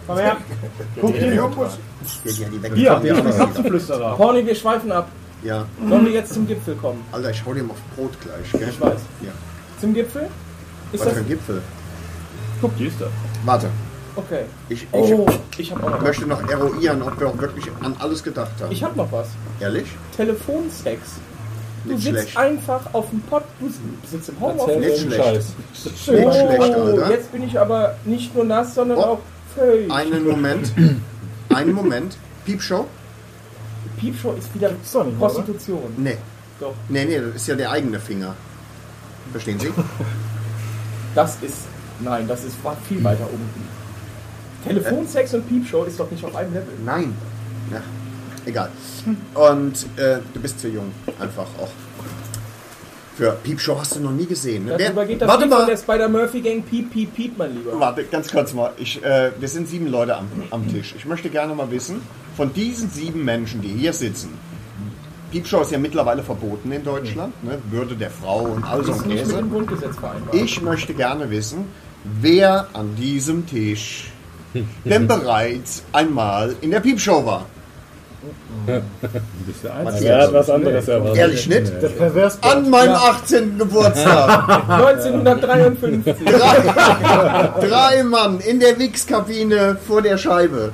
Speaker 5: Komm her. Guck dir
Speaker 3: Geht ja die weg.
Speaker 5: Hier, ich bin Katzenflüsterer.
Speaker 2: Horny, wir schweifen ab.
Speaker 3: Ja,
Speaker 2: Sollen wir jetzt zum Gipfel kommen?
Speaker 3: Alter, ich hau dir mal auf Brot gleich. Gell?
Speaker 2: Ich weiß.
Speaker 3: Ja.
Speaker 2: Zum Gipfel? Ist
Speaker 3: Was für
Speaker 2: das.
Speaker 3: ein Gipfel?
Speaker 5: Guck, die ist da.
Speaker 3: Warte,
Speaker 2: Okay.
Speaker 3: ich, ich
Speaker 2: Oh, ich habe auch noch was.
Speaker 3: möchte noch eruieren, ob wir auch wirklich an alles gedacht haben.
Speaker 2: Ich habe noch was.
Speaker 3: Ehrlich?
Speaker 2: Telefonsex. Du
Speaker 3: Nicht
Speaker 2: sitzt
Speaker 3: schlecht.
Speaker 2: einfach auf dem Pott, du sitzt im
Speaker 4: Erzähl
Speaker 2: Homeoffice.
Speaker 3: Nicht
Speaker 4: irgendeinen
Speaker 3: schlecht.
Speaker 4: Scheiß.
Speaker 3: Nicht schlecht,
Speaker 2: Oh,
Speaker 3: Alter.
Speaker 2: jetzt bin ich aber nicht nur nass, sondern
Speaker 3: Oh.
Speaker 2: auch völlig.
Speaker 3: Einen Moment. Einen Moment. Piepshow?
Speaker 2: Piepshow ist wieder
Speaker 7: doch nicht, oder?
Speaker 2: Prostitution.
Speaker 3: Nee.
Speaker 2: Doch.
Speaker 3: Nee, nee, das ist ja der eigene Finger. Verstehen Sie?
Speaker 2: Das ist. Nein, das ist war viel weiter unten. Telefonsex und Piepshow ist doch nicht auf einem Level.
Speaker 3: Nein. Ja, egal. Und äh, du bist zu jung. Einfach auch. Für Piepshow hast du noch nie gesehen. Ne?
Speaker 2: Darüber
Speaker 3: Wer,
Speaker 2: geht das
Speaker 3: warte
Speaker 2: Lied von der
Speaker 3: mal,
Speaker 2: Spider-Murphy-Gang. Piep, piep, piep, mein Lieber.
Speaker 3: warte, ganz kurz mal. Ich, äh, wir sind sieben Leute am, am Tisch. Ich möchte gerne mal wissen, von diesen sieben Menschen, die hier sitzen, Piepshow ist ja mittlerweile verboten in Deutschland, ne? Würde der Frau und all so ein
Speaker 2: ist nicht mit
Speaker 3: Käse.
Speaker 2: dem Grundgesetz vereinbart.
Speaker 3: Ich möchte gerne wissen, wer an diesem Tisch denn bereits einmal in der Piepshow war.
Speaker 5: Bist du
Speaker 3: Ja,
Speaker 5: einer?
Speaker 3: hat was
Speaker 15: anderes erwartet.
Speaker 3: Ehrlich nicht?
Speaker 7: Der pervers
Speaker 3: An meinem 18. Geburtstag.
Speaker 2: <laughs> 1953.
Speaker 3: Drei Mann in der Wichskabine vor der Scheibe.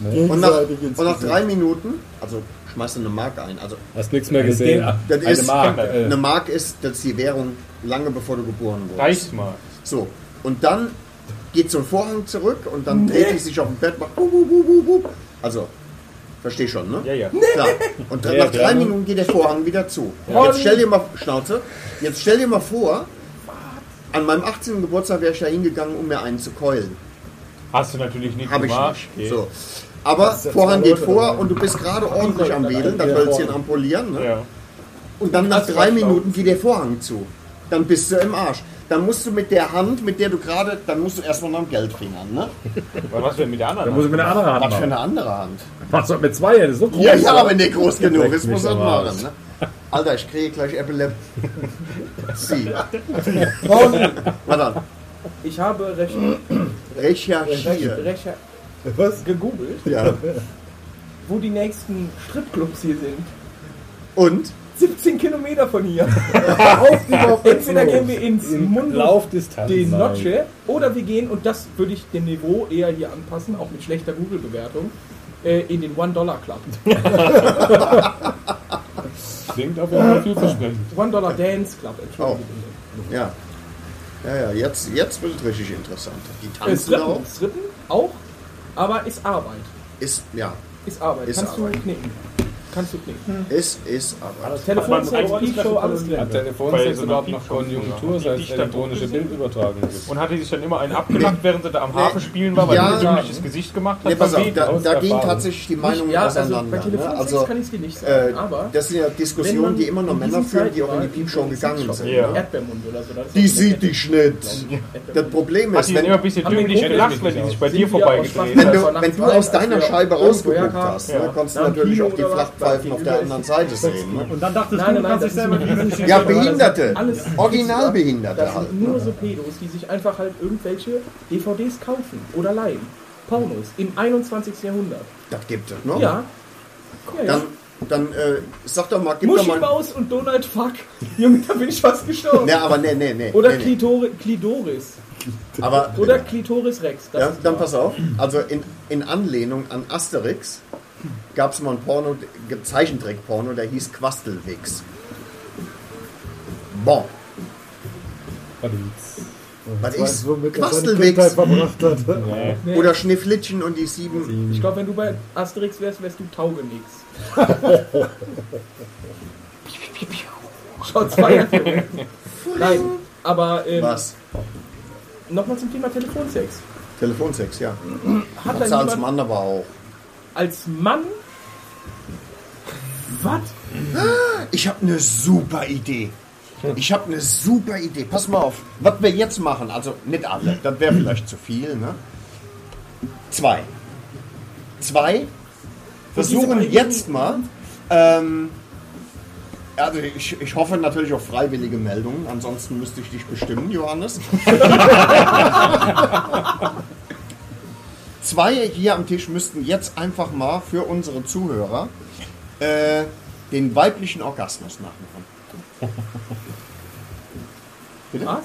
Speaker 3: Und nach,
Speaker 7: Gegenseitig ins
Speaker 3: und nach
Speaker 7: Gesicht.
Speaker 3: drei Minuten, also schmeißt du eine Mark ein. Also
Speaker 5: Hast nichts mehr gesehen. Ah,
Speaker 3: das
Speaker 5: Eine
Speaker 3: ist,
Speaker 5: Mark, äh.
Speaker 3: eine Mark ist das ist die Währung lange bevor du geboren wurdest.
Speaker 4: Reicht mal.
Speaker 3: So, und dann geht so ein Vorhang zurück und dann dreht ich sich auf dem Bett, macht bup, bup, bup, bup, bup. Also, versteh schon, ne?
Speaker 4: Ja, ja.
Speaker 3: Klar. Und dann, nach drei Minuten geht der Vorhang wieder zu. Jetzt stell dir mal, Schnauze, jetzt stell dir mal vor, an meinem 18. Geburtstag wäre ich da hingegangen, um mir einen zu keulen.
Speaker 4: Hast du natürlich nicht
Speaker 3: Habe ich
Speaker 4: gemacht.
Speaker 3: nicht.
Speaker 4: Okay.
Speaker 3: So. Aber
Speaker 7: ist ja
Speaker 3: Vorhang
Speaker 7: zwei
Speaker 3: geht
Speaker 7: Leute
Speaker 3: vor
Speaker 7: dabei.
Speaker 3: und du bist gerade ordentlich am Wedeln, das
Speaker 7: Ja,
Speaker 3: Hölzchen
Speaker 7: Vorhang.
Speaker 3: am Polieren. Ne?
Speaker 4: Ja.
Speaker 3: Und dann nach
Speaker 2: Das
Speaker 3: drei
Speaker 2: reicht auch.
Speaker 3: Minuten geht der Vorhang zu. Dann bist du im Arsch. Dann musst du mit der Hand, mit der du gerade, dann musst du erstmal nach dem Geld fingern. Ne?
Speaker 4: Was hast du denn mit der anderen?
Speaker 5: Dann muss ich mit einer anderen Hand
Speaker 3: Was für
Speaker 5: machen.
Speaker 3: eine andere Hand.
Speaker 5: Was soll mit zwei? Das ist so groß.
Speaker 3: Ja, ja, wenn der groß genug ist,
Speaker 5: mich
Speaker 3: muss er
Speaker 5: aber
Speaker 3: machen.
Speaker 5: aus.
Speaker 3: Ne? Alter, ich kriege gleich Epilepsie. Warte,
Speaker 2: Ich habe recht,
Speaker 3: Mhm. recherchiere.
Speaker 2: recht
Speaker 7: Was?
Speaker 2: gegoogelt,
Speaker 3: Ja.
Speaker 2: <laughs> wo die nächsten Stripclubs hier sind.
Speaker 3: Und?
Speaker 2: 17 Kilometer von
Speaker 3: <laughs>
Speaker 2: hier.
Speaker 7: Auf die Kopf.
Speaker 2: Entweder gehen wir ins Mundo
Speaker 15: Laufdistanz.
Speaker 2: de Noche oder wir gehen, und das würde ich dem Niveau eher hier anpassen, auch mit schlechter Google-Bewertung, äh, in den One-Dollar-Club.
Speaker 5: Klingt auf jeden Fall
Speaker 2: <laughs>
Speaker 5: vielversprechend.
Speaker 2: One-Dollar-Dance-Club,
Speaker 3: Oh.
Speaker 2: Entschuldigung.
Speaker 3: Ja. Ja, ja, jetzt, jetzt wird es richtig interessant. Die
Speaker 2: Äh,
Speaker 3: tanzen da auch.
Speaker 2: Strippen, Strippen auch, aber ist Arbeit.
Speaker 3: Ist, ja,
Speaker 2: Ist Arbeit.
Speaker 3: Ist
Speaker 2: Kannst du
Speaker 3: Arbeit.
Speaker 2: knicken. Kannst du knicken. Also
Speaker 3: es ist aber.
Speaker 2: Telefonsex, Piepshow, halt alles klar.
Speaker 4: Weil
Speaker 5: Telefonsex
Speaker 4: so
Speaker 5: überhaupt
Speaker 4: eine
Speaker 5: noch
Speaker 4: Piepshow-
Speaker 5: Konjunktur, sei es
Speaker 4: die elektronische
Speaker 5: elektronische Bildübertragung gibt.
Speaker 4: Und hatte sich dann immer einen abgemacht, während sie da am Hafen spielen war, weil
Speaker 3: Ja.
Speaker 4: er ein dämliches Gesicht gemacht hat.
Speaker 3: Nee, pass auf,
Speaker 4: beim
Speaker 3: da,
Speaker 4: Beten.
Speaker 3: da ging
Speaker 5: Erfahrung.
Speaker 3: tatsächlich die Meinung
Speaker 2: ja, also
Speaker 3: auseinander.
Speaker 2: bei
Speaker 3: ne?
Speaker 2: Telefonsex
Speaker 3: also,
Speaker 2: kann ich dir nicht sagen,
Speaker 3: äh,
Speaker 2: aber
Speaker 3: das sind ja
Speaker 2: wenn man
Speaker 3: Diskussionen, die immer noch
Speaker 2: in
Speaker 3: Männer
Speaker 2: diesen
Speaker 3: führen,
Speaker 2: Zeiten
Speaker 3: die auch in die
Speaker 2: war,
Speaker 3: Piepshow
Speaker 2: in
Speaker 3: gegangen
Speaker 2: Sexshop,
Speaker 3: sind.
Speaker 4: Ja.
Speaker 2: in Erdbeermund oder so. da ist
Speaker 3: Die
Speaker 2: das
Speaker 3: sieht
Speaker 2: Erdbeer-
Speaker 3: dich nicht. Das Problem
Speaker 4: Hat
Speaker 3: ist,
Speaker 4: die dann
Speaker 3: wenn,
Speaker 4: immer ein bisschen
Speaker 2: Haben wir
Speaker 4: dümmlich
Speaker 2: Google
Speaker 4: gelacht, wenn sie sich bei
Speaker 2: Sind
Speaker 4: dir
Speaker 2: wir aus
Speaker 4: vorbeigedreht
Speaker 2: Schwarzwald-
Speaker 3: wenn
Speaker 4: hat.
Speaker 3: du,
Speaker 2: Weil
Speaker 3: wenn du
Speaker 2: nachts
Speaker 3: aus
Speaker 2: war,
Speaker 3: deiner
Speaker 2: als wir
Speaker 3: Scheibe
Speaker 2: irgendwo
Speaker 3: rausgeguckt
Speaker 2: herkamen,
Speaker 3: hast, ne,
Speaker 4: ja.
Speaker 3: konntest du
Speaker 2: Dann
Speaker 3: natürlich
Speaker 2: Kino
Speaker 3: auch die
Speaker 2: oder was,
Speaker 3: Flachpfeifen
Speaker 2: weil
Speaker 3: auf der
Speaker 2: gegenüber
Speaker 3: anderen
Speaker 2: ist-
Speaker 3: Seite sehen. Ne?
Speaker 16: Und dann dachtest du,
Speaker 2: Nein,
Speaker 16: du
Speaker 2: nein,
Speaker 16: kannst
Speaker 2: das
Speaker 16: dich selber
Speaker 2: ist-
Speaker 16: bedienen.
Speaker 3: Ja,
Speaker 2: Aber das
Speaker 3: Behinderte.
Speaker 2: sind alles-
Speaker 3: Originalbehinderte
Speaker 2: Das
Speaker 3: halt.
Speaker 2: sind nur so Pedos, die sich einfach halt irgendwelche DVDs kaufen oder leihen. Pornos im 21. Jahrhundert.
Speaker 3: Das gibt es, ne?
Speaker 2: Ja. ja, ja.
Speaker 3: Dann, dann äh, sag doch mal, gib doch
Speaker 2: Muschi
Speaker 3: mal...
Speaker 2: Maus und Donald Fuck. Junge, da bin ich fast gestorben.
Speaker 3: Ne, aber nee, nee, nee.
Speaker 2: Oder
Speaker 3: nee, nee.
Speaker 2: Klitori Klidoris.
Speaker 3: Aber,
Speaker 2: Oder Klitoris Rex. Das
Speaker 3: Ja,
Speaker 2: ist
Speaker 3: dann
Speaker 2: wahr.
Speaker 3: pass auf. Also in, in Anlehnung an Asterix gab es mal ein Porno, ge- Zeichentrick-Porno, der hieß Quastelwix. Bon, was ist
Speaker 7: Weißt du, womit er seine Kindheit
Speaker 3: Quastelwix?
Speaker 7: verbracht hat.
Speaker 2: Nee,
Speaker 3: Oder Schneeflittchen und die sieben.
Speaker 2: ich glaube, wenn du bei Asterix wärst, wärst du Taugenix. Schaut's feiern. Nein, aber ähm,
Speaker 3: Was?
Speaker 2: nochmal zum Thema Telefonsex.
Speaker 3: Telefonsex, ja.
Speaker 2: Hat da
Speaker 3: Und Zahn
Speaker 2: jemand
Speaker 3: zum anderen war auch.
Speaker 2: als Mann. Was?
Speaker 3: Ich habe eine super Idee. Ich habe eine super Idee. Pass mal auf, was wir jetzt machen. Also nicht alle, das wäre vielleicht zu viel. Ne? Zwei. Zwei. Versuchen jetzt mal. Ähm, also ich, ich hoffe natürlich auf freiwillige Meldungen. Ansonsten müsste ich dich bestimmen, Johannes. Zwei hier am Tisch müssten jetzt einfach mal für unsere Zuhörer äh, den weiblichen Orgasmus nachmachen.
Speaker 2: Was?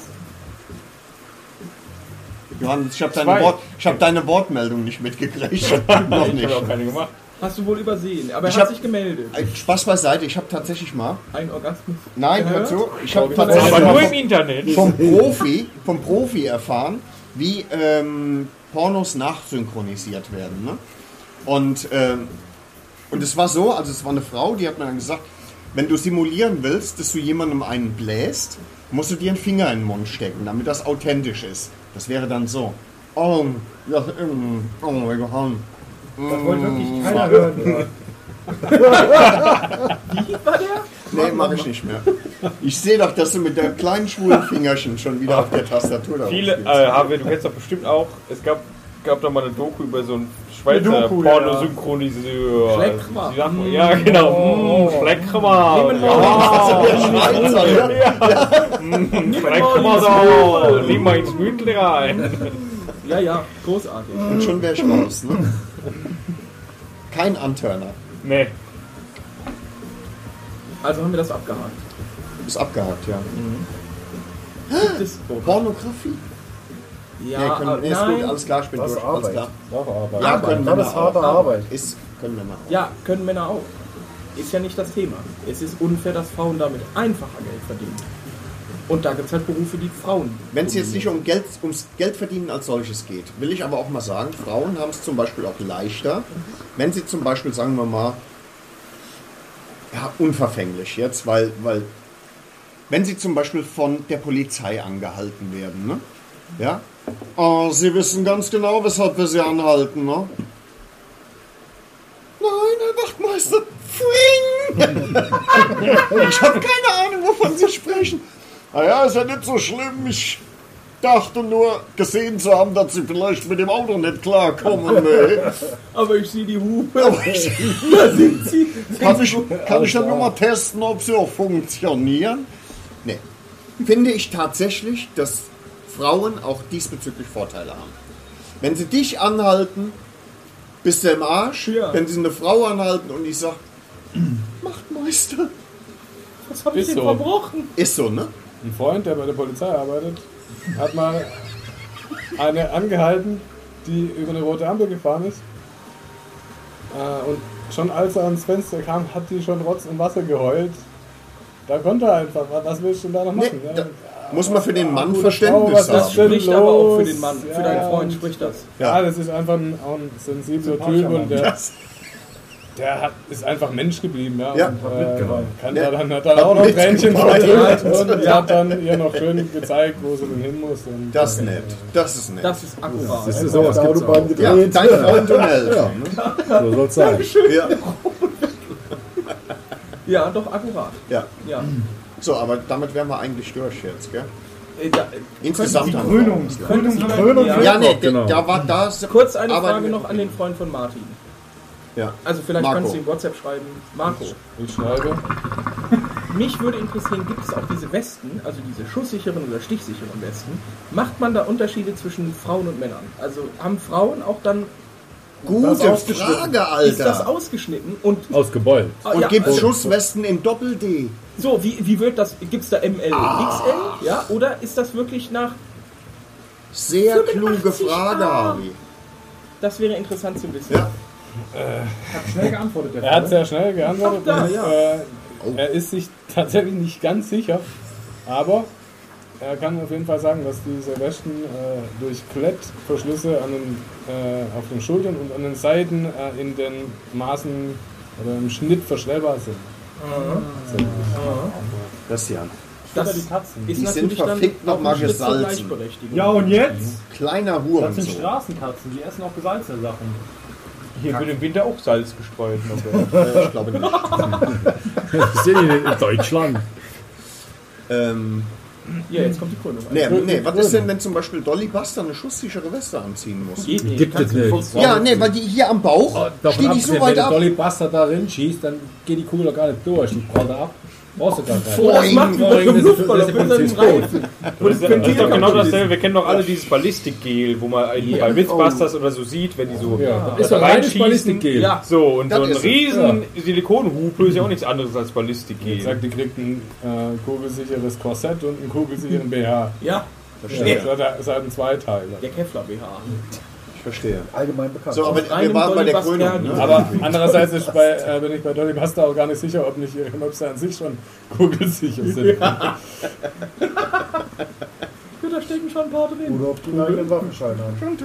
Speaker 3: Johannes, ich habe deine, Wort, ich hab deine Wortmeldung nicht
Speaker 4: <laughs>
Speaker 3: mitgekriegt. Noch
Speaker 4: Ich
Speaker 3: nicht.
Speaker 4: habe auch keine gemacht.
Speaker 2: Hast du wohl übersehen, aber er
Speaker 3: Ich
Speaker 2: hat
Speaker 3: hab-
Speaker 2: sich gemeldet.
Speaker 3: Äh, Spaß beiseite, ich habe tatsächlich mal.
Speaker 2: Ein Orgasmus.
Speaker 3: Nein, hör
Speaker 2: Gehört?
Speaker 3: zu. Ich habe tatsächlich
Speaker 4: Aber nur im
Speaker 3: mal
Speaker 4: Internet.
Speaker 3: vom Profi, vom Profi erfahren, wie ähm, Pornos nachsynchronisiert werden. Ne? Und, ähm, und es war so, also es war eine Frau, die hat mir dann gesagt, wenn du simulieren willst, dass du jemandem einen bläst, musst du dir einen Finger in den Mund stecken, damit das authentisch ist. Das wäre dann so. Oh, ja, mm, oh mein Gott. Mm.
Speaker 16: Das wollte wirklich
Speaker 3: <laughs>
Speaker 16: keiner hören.
Speaker 2: Wie war der?
Speaker 3: Nee, mache ich nicht mehr. Ich sehe doch, dass du mit deinem kleinen schwulen Fingerchen schon wieder auf der Tastatur da
Speaker 1: Viele, äh,
Speaker 3: rumspielst.
Speaker 1: Harvey, du kennst doch bestimmt auch, es gab, gab da mal eine Doku über so einen Schweizer
Speaker 3: Eine Doku,
Speaker 1: Pornosynchroniseur.
Speaker 3: Schleckmer.
Speaker 1: Sie sagt- Ja, genau. Oh. Schleckmer.
Speaker 3: Nehmen wir mal. Das ist der Schweizer,
Speaker 1: ja.
Speaker 3: ne?
Speaker 1: Mm, Schleckmer
Speaker 2: mal
Speaker 1: da.
Speaker 2: ins
Speaker 1: Nimm mal ins Mündli rein.
Speaker 2: Ja, ja, großartig.
Speaker 3: Und schon wär ich raus, ne? Kein Antörner.
Speaker 1: Nee.
Speaker 2: Also haben wir das abgehakt.
Speaker 3: Ist abgehakt, ja.
Speaker 2: Gibt es-
Speaker 3: Pornografie?
Speaker 2: Ja,
Speaker 3: nee,
Speaker 2: aber
Speaker 3: können, nee, ist gut, also-
Speaker 2: nein.
Speaker 3: alles klar, ich bin
Speaker 2: Das
Speaker 3: durch.
Speaker 2: ist
Speaker 3: Alles
Speaker 2: Arbeit.
Speaker 3: klar.
Speaker 2: Das ist Arbeit.
Speaker 3: Ja,
Speaker 2: Arbeit.
Speaker 3: können
Speaker 2: Das
Speaker 3: Männer
Speaker 2: ist harte
Speaker 3: auch.
Speaker 2: Arbeit.
Speaker 3: Ist, können Männer auch.
Speaker 2: Ja, können Männer auch. Ist ja nicht das Thema. Es ist unfair, dass Frauen damit einfacher Geld verdienen. Und da gibt es halt Berufe, die Frauen.
Speaker 3: Wenn es jetzt nicht um Geld, ums Geldverdienen als solches geht, will ich aber auch mal sagen, Frauen haben es zum Beispiel auch leichter, wenn sie zum Beispiel, sagen wir mal, ja, unverfänglich jetzt, weil, weil wenn sie zum Beispiel von der Polizei angehalten werden, ne? Ja? Oh, sie wissen ganz genau, weshalb wir sie anhalten, ne? Nein, Herr Wachtmeister, Fring! ich habe keine Ahnung, wovon Sie sprechen. Naja, ist ja nicht so schlimm. Ich dachte nur, gesehen zu haben, dass Sie vielleicht mit dem Auto nicht klarkommen. Ne?
Speaker 2: Aber ich sehe die Hupe.
Speaker 3: da sind Sie. Kann ich, kann ich dann nur mal testen, ob Sie auch funktionieren? Nee. Finde ich tatsächlich, dass Frauen auch diesbezüglich Vorteile haben. Wenn sie dich anhalten, bist du im Arsch. Wenn sie eine Frau anhalten und ich sag, <clears throat> Machtmeister.
Speaker 2: Was hab
Speaker 4: ich denn
Speaker 2: verbrochen?
Speaker 3: Ist so, ne?
Speaker 4: Ein Freund, der bei der Polizei arbeitet, hat mal eine angehalten, die über eine rote Ampel gefahren ist. Äh, Und schon als er ans Fenster kam, hat die schon Rotz und Wasser geheult. Da konnte er einfach. wa- Was willst du denn da noch machen? Ja,
Speaker 3: muss man für den Mann
Speaker 4: gute
Speaker 3: Verständnis
Speaker 4: Frau, was
Speaker 3: haben.
Speaker 4: ist denn
Speaker 2: Spricht aber auch für
Speaker 4: los?
Speaker 2: den Mann, für
Speaker 4: Ja,
Speaker 2: deinen Freund
Speaker 4: und-
Speaker 2: spricht das.
Speaker 4: Ja, das ist einfach ein, auch ein sensibler Typ und der, der hat, ist einfach Mensch geblieben. Ja,
Speaker 3: Ja.
Speaker 4: und,
Speaker 3: Hat
Speaker 4: äh,
Speaker 3: mitgeweint.
Speaker 4: kann
Speaker 3: Ja.
Speaker 4: da dann, hat dann
Speaker 3: Hat
Speaker 4: auch noch Tränchen
Speaker 3: mitgeweint.
Speaker 4: verdrückt und hat dann ihr noch schön gezeigt, wo sie denn hin muss. Und,
Speaker 3: Das ist nett. Das ist nett.
Speaker 2: Das ist akkurat.
Speaker 3: Das
Speaker 4: ist sowas gibt's auch.
Speaker 3: Ja, dein Freund und Eltern.
Speaker 5: Ja. So soll's sein.
Speaker 3: Dankeschön. Ja.
Speaker 2: Ja, doch akkurat.
Speaker 3: Ja.
Speaker 2: Ja.
Speaker 3: So, aber damit wären wir eigentlich durch jetzt, gell?
Speaker 2: Äh, da-
Speaker 3: Insgesamt
Speaker 2: könnten-
Speaker 3: haben wir
Speaker 2: Krönung,
Speaker 3: uns, ja.
Speaker 2: Krönung, Die Krönung
Speaker 3: Ja,
Speaker 2: fehlt
Speaker 3: nee,
Speaker 2: noch,
Speaker 3: genau.
Speaker 2: genau.
Speaker 3: da war das.
Speaker 2: Kurz eine
Speaker 3: aber-
Speaker 2: Frage noch an den Freund von Martin.
Speaker 3: Ja.
Speaker 2: Also vielleicht
Speaker 3: Marco.
Speaker 2: kannst du ihm WhatsApp schreiben. Marco.
Speaker 1: Ich schreibe.
Speaker 2: <laughs> Mich würde interessieren, gibt es auch diese Westen, also diese schusssicheren oder stichsicheren Westen, macht man da Unterschiede zwischen Frauen und Männern? Also haben Frauen auch dann
Speaker 3: Gute
Speaker 2: Das ausgeschnitten?
Speaker 3: Frage, Alter.
Speaker 2: Ist das ausgeschnitten und
Speaker 5: Ausgebeult.
Speaker 2: Ah,
Speaker 3: Und
Speaker 2: ja,
Speaker 3: gibt's
Speaker 2: also-
Speaker 3: Schusswesten in Doppel-D?
Speaker 2: so, wie, wie wird das, gibt es da ML,
Speaker 3: Ah.
Speaker 2: XL, ja, oder ist das wirklich nach,
Speaker 3: Sehr kluge
Speaker 2: 85
Speaker 3: Frage,
Speaker 2: A.
Speaker 3: Harvey.
Speaker 2: das wäre interessant zu wissen.
Speaker 3: Ja.
Speaker 7: Hat schnell geantwortet, der
Speaker 4: Er hat sehr schnell geantwortet.
Speaker 2: Ach, da,
Speaker 4: und,
Speaker 2: ja.
Speaker 4: äh, Er ist sich <laughs> tatsächlich nicht ganz sicher, aber er kann auf jeden Fall sagen, dass diese Westen äh, durch Klettverschlüsse an den, äh, auf den Schultern und an den Seiten äh, in den Maßen oder im Schnitt verschnellbar sind.
Speaker 3: Christian.
Speaker 2: Das
Speaker 7: die Katzen.
Speaker 2: ist
Speaker 3: Die sind
Speaker 2: natürlich dann
Speaker 3: verfickt
Speaker 2: auch ein
Speaker 3: nochmal
Speaker 2: Schritt zur
Speaker 3: gesalzen.
Speaker 2: Gleichberechtigung.
Speaker 7: Ja, und jetzt?
Speaker 3: Kleiner
Speaker 7: Das sind
Speaker 3: Hurensohn.
Speaker 7: Straßenkatzen, die essen auch gesalzene Sachen.
Speaker 1: Hier wird im Winter auch Salz gestreut.
Speaker 3: Äh, Ich glaube nicht.
Speaker 5: Das sind die in Deutschland.
Speaker 3: ähm,
Speaker 2: <laughs> Ja, jetzt kommt die Krönung.
Speaker 3: nee, nee, was ist denn, wenn zum Beispiel Dolly Buster eine schusssichere Weste anziehen muss?
Speaker 2: Geht nicht.
Speaker 5: Gibt es
Speaker 2: Kannst du
Speaker 5: nicht.
Speaker 3: Ja, nee, weil die hier am Bauch steht die so
Speaker 5: wenn
Speaker 3: weit
Speaker 5: der
Speaker 3: ab.
Speaker 5: Dolly Buster da rein schießt, dann geht die Kugel doch gar nicht durch. Die prallt ab. Brauchst du gar nicht.
Speaker 2: Oh, das macht über
Speaker 5: Boing,
Speaker 2: den
Speaker 5: das ist- das
Speaker 2: Luftballon
Speaker 5: ist
Speaker 2: mit seinem
Speaker 5: Polizist tot.
Speaker 2: Reifen.
Speaker 1: Das ist, das ist doch genau dasselbe. Wir kennen doch alle dieses Ballistikgel, wo man eigentlich bei Witzbusters
Speaker 2: Oh.
Speaker 1: oder so sieht, wenn die so
Speaker 5: Ja, das
Speaker 1: da
Speaker 5: ist doch reines
Speaker 1: reinschießen.
Speaker 5: Ballistikgel.
Speaker 2: Also Ja,
Speaker 1: So, und
Speaker 3: Das
Speaker 1: so ein
Speaker 3: ist es.
Speaker 1: riesen Silikonhupe ist ja auch nichts anderes als Ballistikgel.
Speaker 4: Ich sag, die kriegt ein äh, kugelsicheres Korsett und einen kugelsicheren BH.
Speaker 2: ja,
Speaker 4: Das hat, er- das hat einen Zweiteiler.
Speaker 2: der Kevlar BH.
Speaker 3: Ich verstehe.
Speaker 7: Allgemein bekannt.
Speaker 3: So, aber
Speaker 2: reinem
Speaker 3: wir waren bei der
Speaker 2: Dolly
Speaker 3: Krönung.
Speaker 2: Buster.
Speaker 3: Ne?
Speaker 4: Aber andererseits ist bei, äh, bin ich bei Dolly Buster auch gar nicht sicher, ob nicht ihre Möpse an sich schon kugelsicher sind.
Speaker 2: Ja, da stecken schon ein paar drin.
Speaker 7: Oder ob die einen eigenen Waffenschein haben.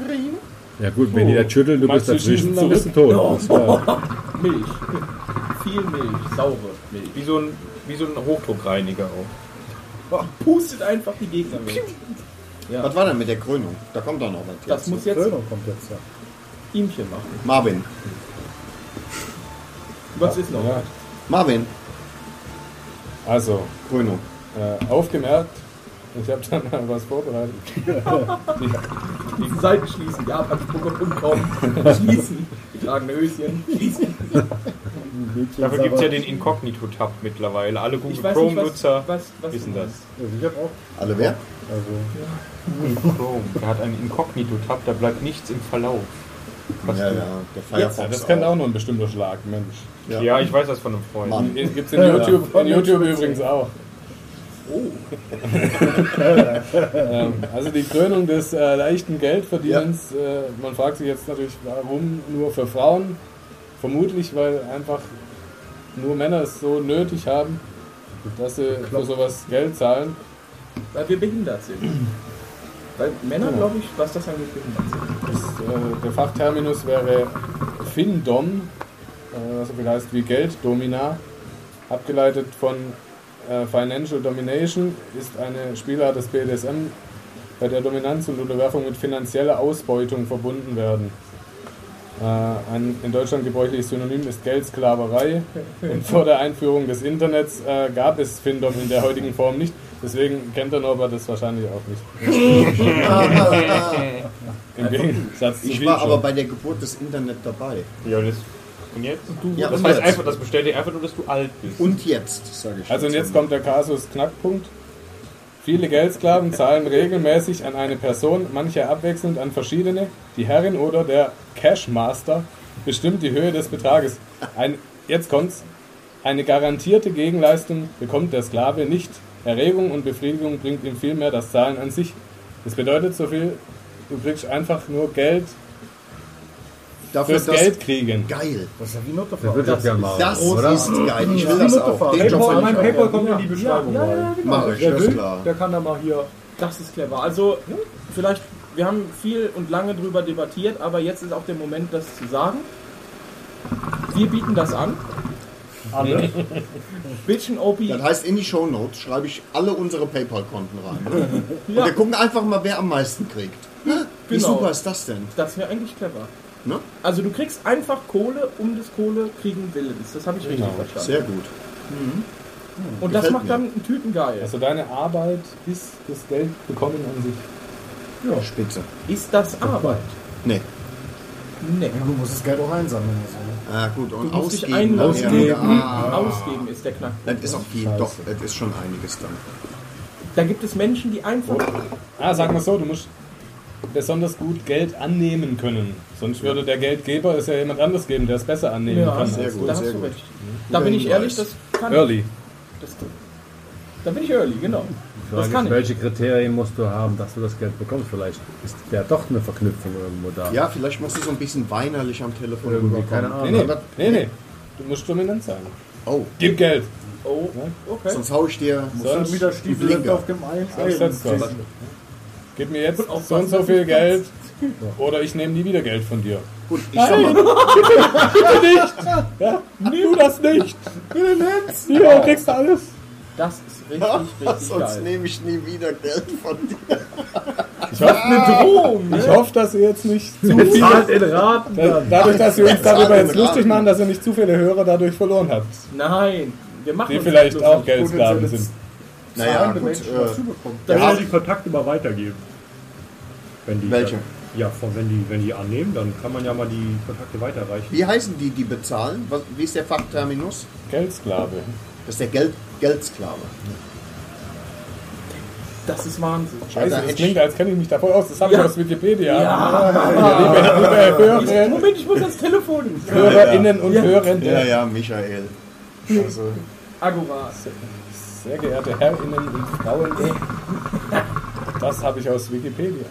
Speaker 5: Ja gut, wenn die das schütteln, du
Speaker 4: Meinst
Speaker 5: bist
Speaker 4: du,
Speaker 5: dazwischen,
Speaker 4: schießen
Speaker 5: dann bist du tot. Das war-
Speaker 2: Milch. Viel Milch, saure Milch.
Speaker 1: Wie so ein, wie so ein Hochdruckreiniger auch.
Speaker 2: Pustet einfach die Gegner weg.
Speaker 3: Was war denn mit der Krönung? Da kommt doch noch was.
Speaker 2: Das
Speaker 3: jetzt.
Speaker 2: muss jetzt
Speaker 7: Krönung kommt jetzt, ja.
Speaker 2: Ihmchen machen.
Speaker 3: Marvin.
Speaker 2: Was ist noch?
Speaker 3: Marvin.
Speaker 4: Also, Bruno, äh, aufgemerkt, ich habe dann mal was vorbereitet.
Speaker 2: Die Seiten schließen, ja, beim Pokémon schließen, getragene Höschen, schließen.
Speaker 7: Dafür gibt es ja den Inkognito-Tab mittlerweile. Alle
Speaker 2: Ich weiß
Speaker 7: Google
Speaker 2: nicht, was-
Speaker 7: Chrome-Nutzer
Speaker 2: was- was
Speaker 7: wissen
Speaker 2: du
Speaker 7: das.
Speaker 5: Also ich habe auch.
Speaker 1: Alle wer?
Speaker 7: Also. Chrome. Der hat einen Inkognito-Tab, da bleibt nichts im Verlauf.
Speaker 1: Ja, ja, der Firefox.
Speaker 4: Ja, das kann auch nur ein bestimmter Schlag, Mensch.
Speaker 7: Ja. ich weiß das von einem Freund.
Speaker 1: Mann.
Speaker 4: Den gibt's in YouTube, in YouTube übrigens auch. ähm, also die Krönung des äh, leichten Geldverdienens, äh, man fragt sich jetzt natürlich, warum nur für Frauen? Vermutlich, weil einfach nur Männer es so nötig haben, dass sie für sowas Geld zahlen.
Speaker 2: Weil wir behindert sind. Weil Männer, glaube ich, was das angeht, behindert sind.
Speaker 4: Genau. Das, äh, der Fachterminus wäre Findom, äh, was so viel heißt wie Gelddomina, abgeleitet von äh, Financial Domination, ist eine Spielart des BDSM, bei der Dominanz und Unterwerfung mit finanzieller Ausbeutung verbunden werden. Äh, ein in Deutschland gebräuchliches Synonym ist Geldsklaverei
Speaker 1: <laughs>
Speaker 4: und vor der Einführung des Internets äh, gab es Findom in der heutigen Form nicht, deswegen kennt der Norbert das wahrscheinlich auch nicht. Im Gegensatz zu
Speaker 1: Ich
Speaker 4: Wien
Speaker 1: war
Speaker 4: schon.
Speaker 1: aber bei der Geburt des Internet dabei.
Speaker 7: Ja, und, jetzt, und jetzt?
Speaker 1: Ja,
Speaker 7: das
Speaker 1: und
Speaker 7: heißt
Speaker 1: jetzt?
Speaker 7: einfach, das bestätigt einfach nur, dass du alt bist.
Speaker 1: Und jetzt, sage ich.
Speaker 4: Also und jetzt kommt der Kasus Knackpunkt. Viele Geldsklaven zahlen regelmäßig an eine Person, manche abwechselnd an verschiedene. Die Herrin oder der Cashmaster bestimmt die Höhe des Betrages. Ein, jetzt kommt's. Eine garantierte Gegenleistung bekommt der Sklave nicht. Erregung und Befriedigung bringt ihm vielmehr das Zahlen an sich. Das bedeutet so viel, du kriegst einfach nur Geld
Speaker 1: Dafür
Speaker 4: fürs
Speaker 1: das-
Speaker 4: Geld kriegen.
Speaker 1: Geil.
Speaker 17: Das ist ja wie Not of
Speaker 5: Der wird das gerne machen,
Speaker 1: Das
Speaker 5: oder?
Speaker 1: ist geil. Oh, Ich will
Speaker 17: Ja,
Speaker 1: das
Speaker 17: Mutter
Speaker 1: auch.
Speaker 17: fahren.
Speaker 1: Den Job
Speaker 17: Paypal,
Speaker 1: will
Speaker 17: mein
Speaker 1: ich auch.
Speaker 17: Paypal kommt in die Beschreibung
Speaker 2: ja,
Speaker 17: rein.
Speaker 2: ja, genau.
Speaker 1: Mach ich,
Speaker 17: Wer
Speaker 1: das
Speaker 17: will,
Speaker 1: ist klar.
Speaker 17: der kann da mal hier.
Speaker 2: Das ist clever. Also, vielleicht, wir haben viel und lange drüber debattiert, aber jetzt ist auch der Moment, das zu sagen. Wir bieten das an.
Speaker 17: Alle.
Speaker 2: Bitchen OP.
Speaker 1: Das heißt, in die Shownotes schreibe ich alle unsere PayPal-Konten rein. Und
Speaker 2: Ja,
Speaker 1: wir gucken einfach mal, wer am meisten kriegt. Ne? Wie
Speaker 2: Genau.
Speaker 1: super ist das denn?
Speaker 2: das wäre eigentlich clever.
Speaker 1: Ne?
Speaker 2: Also, du kriegst einfach Kohle um des Kohle kriegen Willens. Das habe ich richtig verstanden.
Speaker 1: Genau. Sehr gut.
Speaker 2: und das
Speaker 1: gefällt
Speaker 2: macht
Speaker 1: mir.
Speaker 2: dann einen Typen geil.
Speaker 4: Also deine Arbeit ist das Geld bekommen an sich.
Speaker 1: Ja. Spitze.
Speaker 2: Ist das Arbeit?
Speaker 1: Nee.
Speaker 2: Nee.
Speaker 18: Ja, du musst das Geld auch einsammeln. Also.
Speaker 1: Ah, gut.
Speaker 2: Du
Speaker 1: Und
Speaker 2: musst dich
Speaker 1: ausgeben.
Speaker 2: einlassen.
Speaker 1: Ja. Ah,
Speaker 2: Hm, Ausgeben ist der Knackpunkt.
Speaker 1: Das ist auch viel. Doch, das ist schon einiges dann.
Speaker 2: Da gibt es Menschen, die einfach.
Speaker 4: Ah, sagen wir so, du musst besonders gut Geld annehmen können. Sonst würde der Geldgeber es ja jemand anders geben, der es besser annehmen kann.
Speaker 1: sehr
Speaker 4: als
Speaker 1: gut,
Speaker 2: da
Speaker 4: du.
Speaker 2: hast
Speaker 1: sehr
Speaker 2: du
Speaker 1: gut.
Speaker 2: recht. Da bin ich
Speaker 1: Hinweis.
Speaker 2: ehrlich, das kann
Speaker 4: Early.
Speaker 2: Das, da bin ich early, genau. Das
Speaker 5: Frage ist,
Speaker 2: kann ich.
Speaker 5: welche Kriterien musst du haben, dass du das Geld bekommst? Vielleicht ist ja doch eine Verknüpfung irgendwo da.
Speaker 1: Ja, vielleicht musst du so ein bisschen weinerlich am Telefon
Speaker 5: Irgendwie,
Speaker 1: rüberkommen.
Speaker 5: keine Ahnung.
Speaker 4: Nee, nee, nee, nee. Du musst dominant sein.
Speaker 1: Oh,
Speaker 4: Gib Geld.
Speaker 2: Oh, okay.
Speaker 1: sonst hau ich dir.
Speaker 4: Sonst
Speaker 18: Wieder Stiefel
Speaker 1: Blinker.
Speaker 18: auf dem einen
Speaker 4: sonst setzt was. Gib mir jetzt so und so
Speaker 2: dass
Speaker 4: viel
Speaker 2: du kannst.
Speaker 4: Geld oder ich nehme nie wieder Geld von dir.
Speaker 1: Gut, ich sag mal.
Speaker 4: <laughs> Nimm du das nicht! Bitte nicht! Hier, kriegst du alles!
Speaker 2: Das ist richtig,
Speaker 1: <laughs>
Speaker 2: richtig
Speaker 1: Sonst
Speaker 2: geil.
Speaker 1: nehme ich nie wieder Geld von dir.
Speaker 4: Ich hoffe,
Speaker 1: Ah.
Speaker 4: eine Drohung, Ich hoffe, dass ihr jetzt nicht zu
Speaker 5: ne? Zahlt
Speaker 4: viele...
Speaker 5: in Raten dann.
Speaker 4: Dadurch, dass wir uns darüber jetzt
Speaker 1: Raten.
Speaker 4: lustig machen, dass ihr nicht zu viele Hörer dadurch verloren habt.
Speaker 2: Nein, wir machen
Speaker 4: Die
Speaker 2: uns
Speaker 4: vielleicht
Speaker 2: nicht
Speaker 4: auch
Speaker 2: lustig.
Speaker 4: Geldsklaven sind.
Speaker 1: Naja, gut.
Speaker 18: Menschen
Speaker 1: Äh,
Speaker 18: was zubekommen.
Speaker 5: Dann
Speaker 1: Ja.
Speaker 5: will er die Kontakte mal weitergeben. Wenn die
Speaker 1: Welche?
Speaker 5: ja, von, wenn, die, wenn die annehmen, dann kann man ja mal die Kontakte weiterreichen.
Speaker 1: wie heißen die, die bezahlen? Was, wie ist der Fachterminus?
Speaker 4: Geldsklave.
Speaker 1: Das ist der Geld, Geldsklave.
Speaker 2: Das ist Wahnsinn.
Speaker 4: Scheiße,
Speaker 1: Da
Speaker 4: das
Speaker 1: hätte
Speaker 4: klingt, als kenne ich mich davon aus. Das habe ich
Speaker 2: Ja.
Speaker 4: aus Wikipedia. Ah,
Speaker 2: Ja.
Speaker 4: Liebe Hörer,
Speaker 2: Moment, ich muss ans Telefon.
Speaker 4: Hörerinnen und Hörende,
Speaker 1: Ja, ja, Michael. Also,
Speaker 2: Agora.
Speaker 4: sehr geehrte Herrinnen und Frauen, das habe ich aus Wikipedia.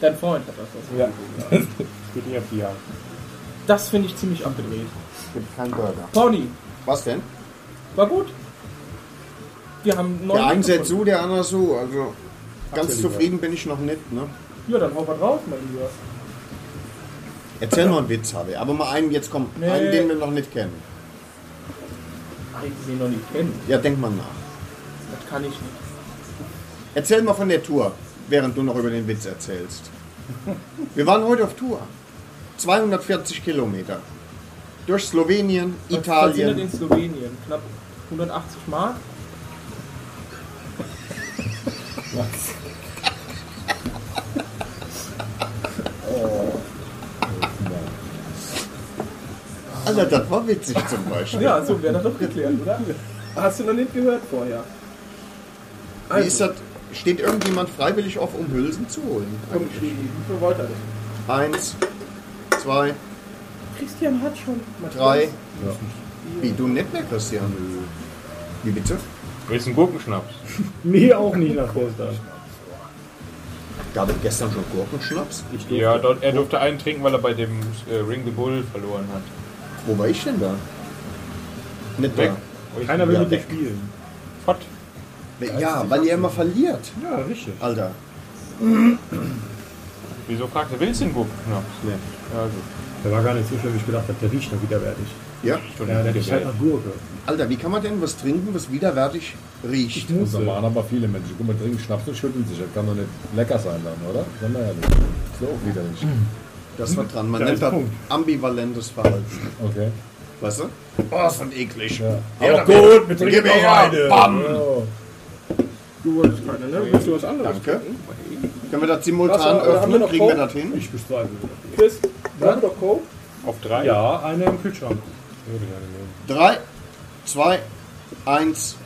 Speaker 2: Dein Freund hat das. Also.
Speaker 4: Ja.
Speaker 2: Das finde ich ziemlich abgedreht.
Speaker 1: es gibt keinen Burger.
Speaker 2: Pony,
Speaker 1: Was denn?
Speaker 2: war gut. Wir haben neun.
Speaker 1: Der eine sieht so, der andere so. Also, ganz zufrieden bin ich noch nicht. Ne?
Speaker 2: Ja, dann hau mal drauf, mein Lieber.
Speaker 1: Erzähl noch einen Witz, habe ich. Aber mal einen, jetzt komm.
Speaker 2: Nee.
Speaker 1: Einen, den wir noch nicht kennen.
Speaker 2: Ah, ich sie noch nicht kennen.
Speaker 1: Ja, denk mal nach.
Speaker 2: Das kann ich nicht.
Speaker 1: Erzähl mal von der Tour, während du noch über den Witz erzählst. Wir waren heute auf Tour. 240 Kilometer. Durch Slowenien,
Speaker 2: Was passiert
Speaker 1: Italien.
Speaker 2: in Slowenien. Knapp 180 Mark.
Speaker 3: Alter, Also, das war witzig zum Beispiel.
Speaker 2: Ja, so wäre das doch geklärt, oder? Hast du noch nicht gehört vorher?
Speaker 1: Also.
Speaker 3: Wie ist das? Steht irgendjemand freiwillig auf, um Hülsen zu holen?
Speaker 2: Komm, ich liege. Wie viel wollte er denn?
Speaker 3: Eins, zwei,
Speaker 2: Christian hat schon. Matthias.
Speaker 3: drei. Wie, du nicht mehr, Christian? Wie bitte?
Speaker 4: Willst du einen Gurkenschnaps?
Speaker 5: Nee, auch nicht nach Ostern.
Speaker 3: Gab es gestern schon Gurkenschnaps?
Speaker 4: Ja, dort, er durfte einen trinken, weil er bei dem äh, Ring the Bull verloren hat.
Speaker 3: Wo war ich denn da? Nicht
Speaker 4: Weg.
Speaker 3: da.
Speaker 5: Keiner will
Speaker 3: Ja,
Speaker 5: mit dir
Speaker 3: weg.
Speaker 5: spielen.
Speaker 4: Fort.
Speaker 3: Ja, weil ihr immer verliert,
Speaker 5: Ja, richtig.
Speaker 3: Alter.
Speaker 4: Wieso fragt er, willst du einen Gurkenschnaps? Nee. Ja, also, gut.
Speaker 5: Der war gar nicht so schlimm, wie ich gedacht habe. Der riecht noch widerwärtig.
Speaker 3: Ja,
Speaker 5: Ja, der riecht halt nach Gurke.
Speaker 3: Alter, wie kann man denn was trinken, was widerwärtig riecht?
Speaker 1: Das
Speaker 5: äh,
Speaker 1: machen aber viele Menschen. Guck mal, trinken Schnaps und schütteln sich. Das kann doch nicht lecker sein dann, oder? Sagen wir ehrlich. Ist doch auch widerlich.
Speaker 3: Das war dran. Man
Speaker 5: Da
Speaker 3: nennt
Speaker 5: ist
Speaker 3: das
Speaker 5: Punkt.
Speaker 3: ambivalentes Verhalten.
Speaker 1: Okay.
Speaker 3: Weißt du? Oh, ist das eklig.
Speaker 1: Ja.
Speaker 3: Ja,
Speaker 1: gut, wir
Speaker 3: Gib mir her, bam!
Speaker 1: Ja.
Speaker 2: Du wolltest keine, ne? Willst du was anderes?
Speaker 3: Danke. Können wir das simultan
Speaker 2: Wasser, oder haben wir
Speaker 3: öffnen?
Speaker 2: noch
Speaker 3: Kriegen wir
Speaker 2: Coke?
Speaker 3: das hin?
Speaker 5: Ich bestreite.
Speaker 2: Chris, dann doch Coke.
Speaker 4: Auf drei?
Speaker 5: Ja, eine im Kühlschrank.
Speaker 3: Drei, zwei, eins.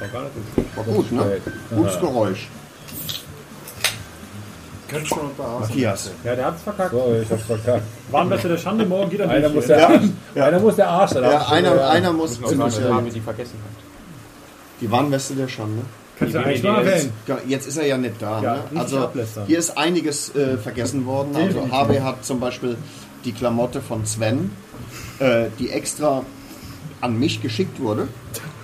Speaker 5: War gar nicht so schlimm.
Speaker 3: War gut, ne? Gutes Geräusch.
Speaker 7: Könnt schon ein paar Hasen.
Speaker 3: Matthias.
Speaker 5: Ja, der hat's verkackt.
Speaker 1: So, ich hab's verkackt.
Speaker 5: Waren besser der Schande, morgen geht er
Speaker 1: Einer
Speaker 5: nicht.
Speaker 1: muss
Speaker 5: ja.
Speaker 1: der Arsch. Einer muss der Arsch.
Speaker 3: Ja, einer, einer muss.
Speaker 4: Müssen wir auch
Speaker 3: muss
Speaker 4: sagen,
Speaker 3: ja-
Speaker 4: dass die vergessen hat.
Speaker 3: Die Warnweste der Schande.
Speaker 5: Kannst du
Speaker 4: Die
Speaker 5: eigentlich
Speaker 4: Idee
Speaker 5: mal
Speaker 4: ist-
Speaker 5: erwähnen.
Speaker 3: Ja, Jetzt ist er ja nicht da.
Speaker 5: Ja,
Speaker 3: ne?
Speaker 5: nicht
Speaker 3: Also
Speaker 5: ablästern.
Speaker 3: hier ist einiges äh, vergessen worden. Also HB hat zum Beispiel die Klamotte von Sven, äh, die extra an mich geschickt wurde,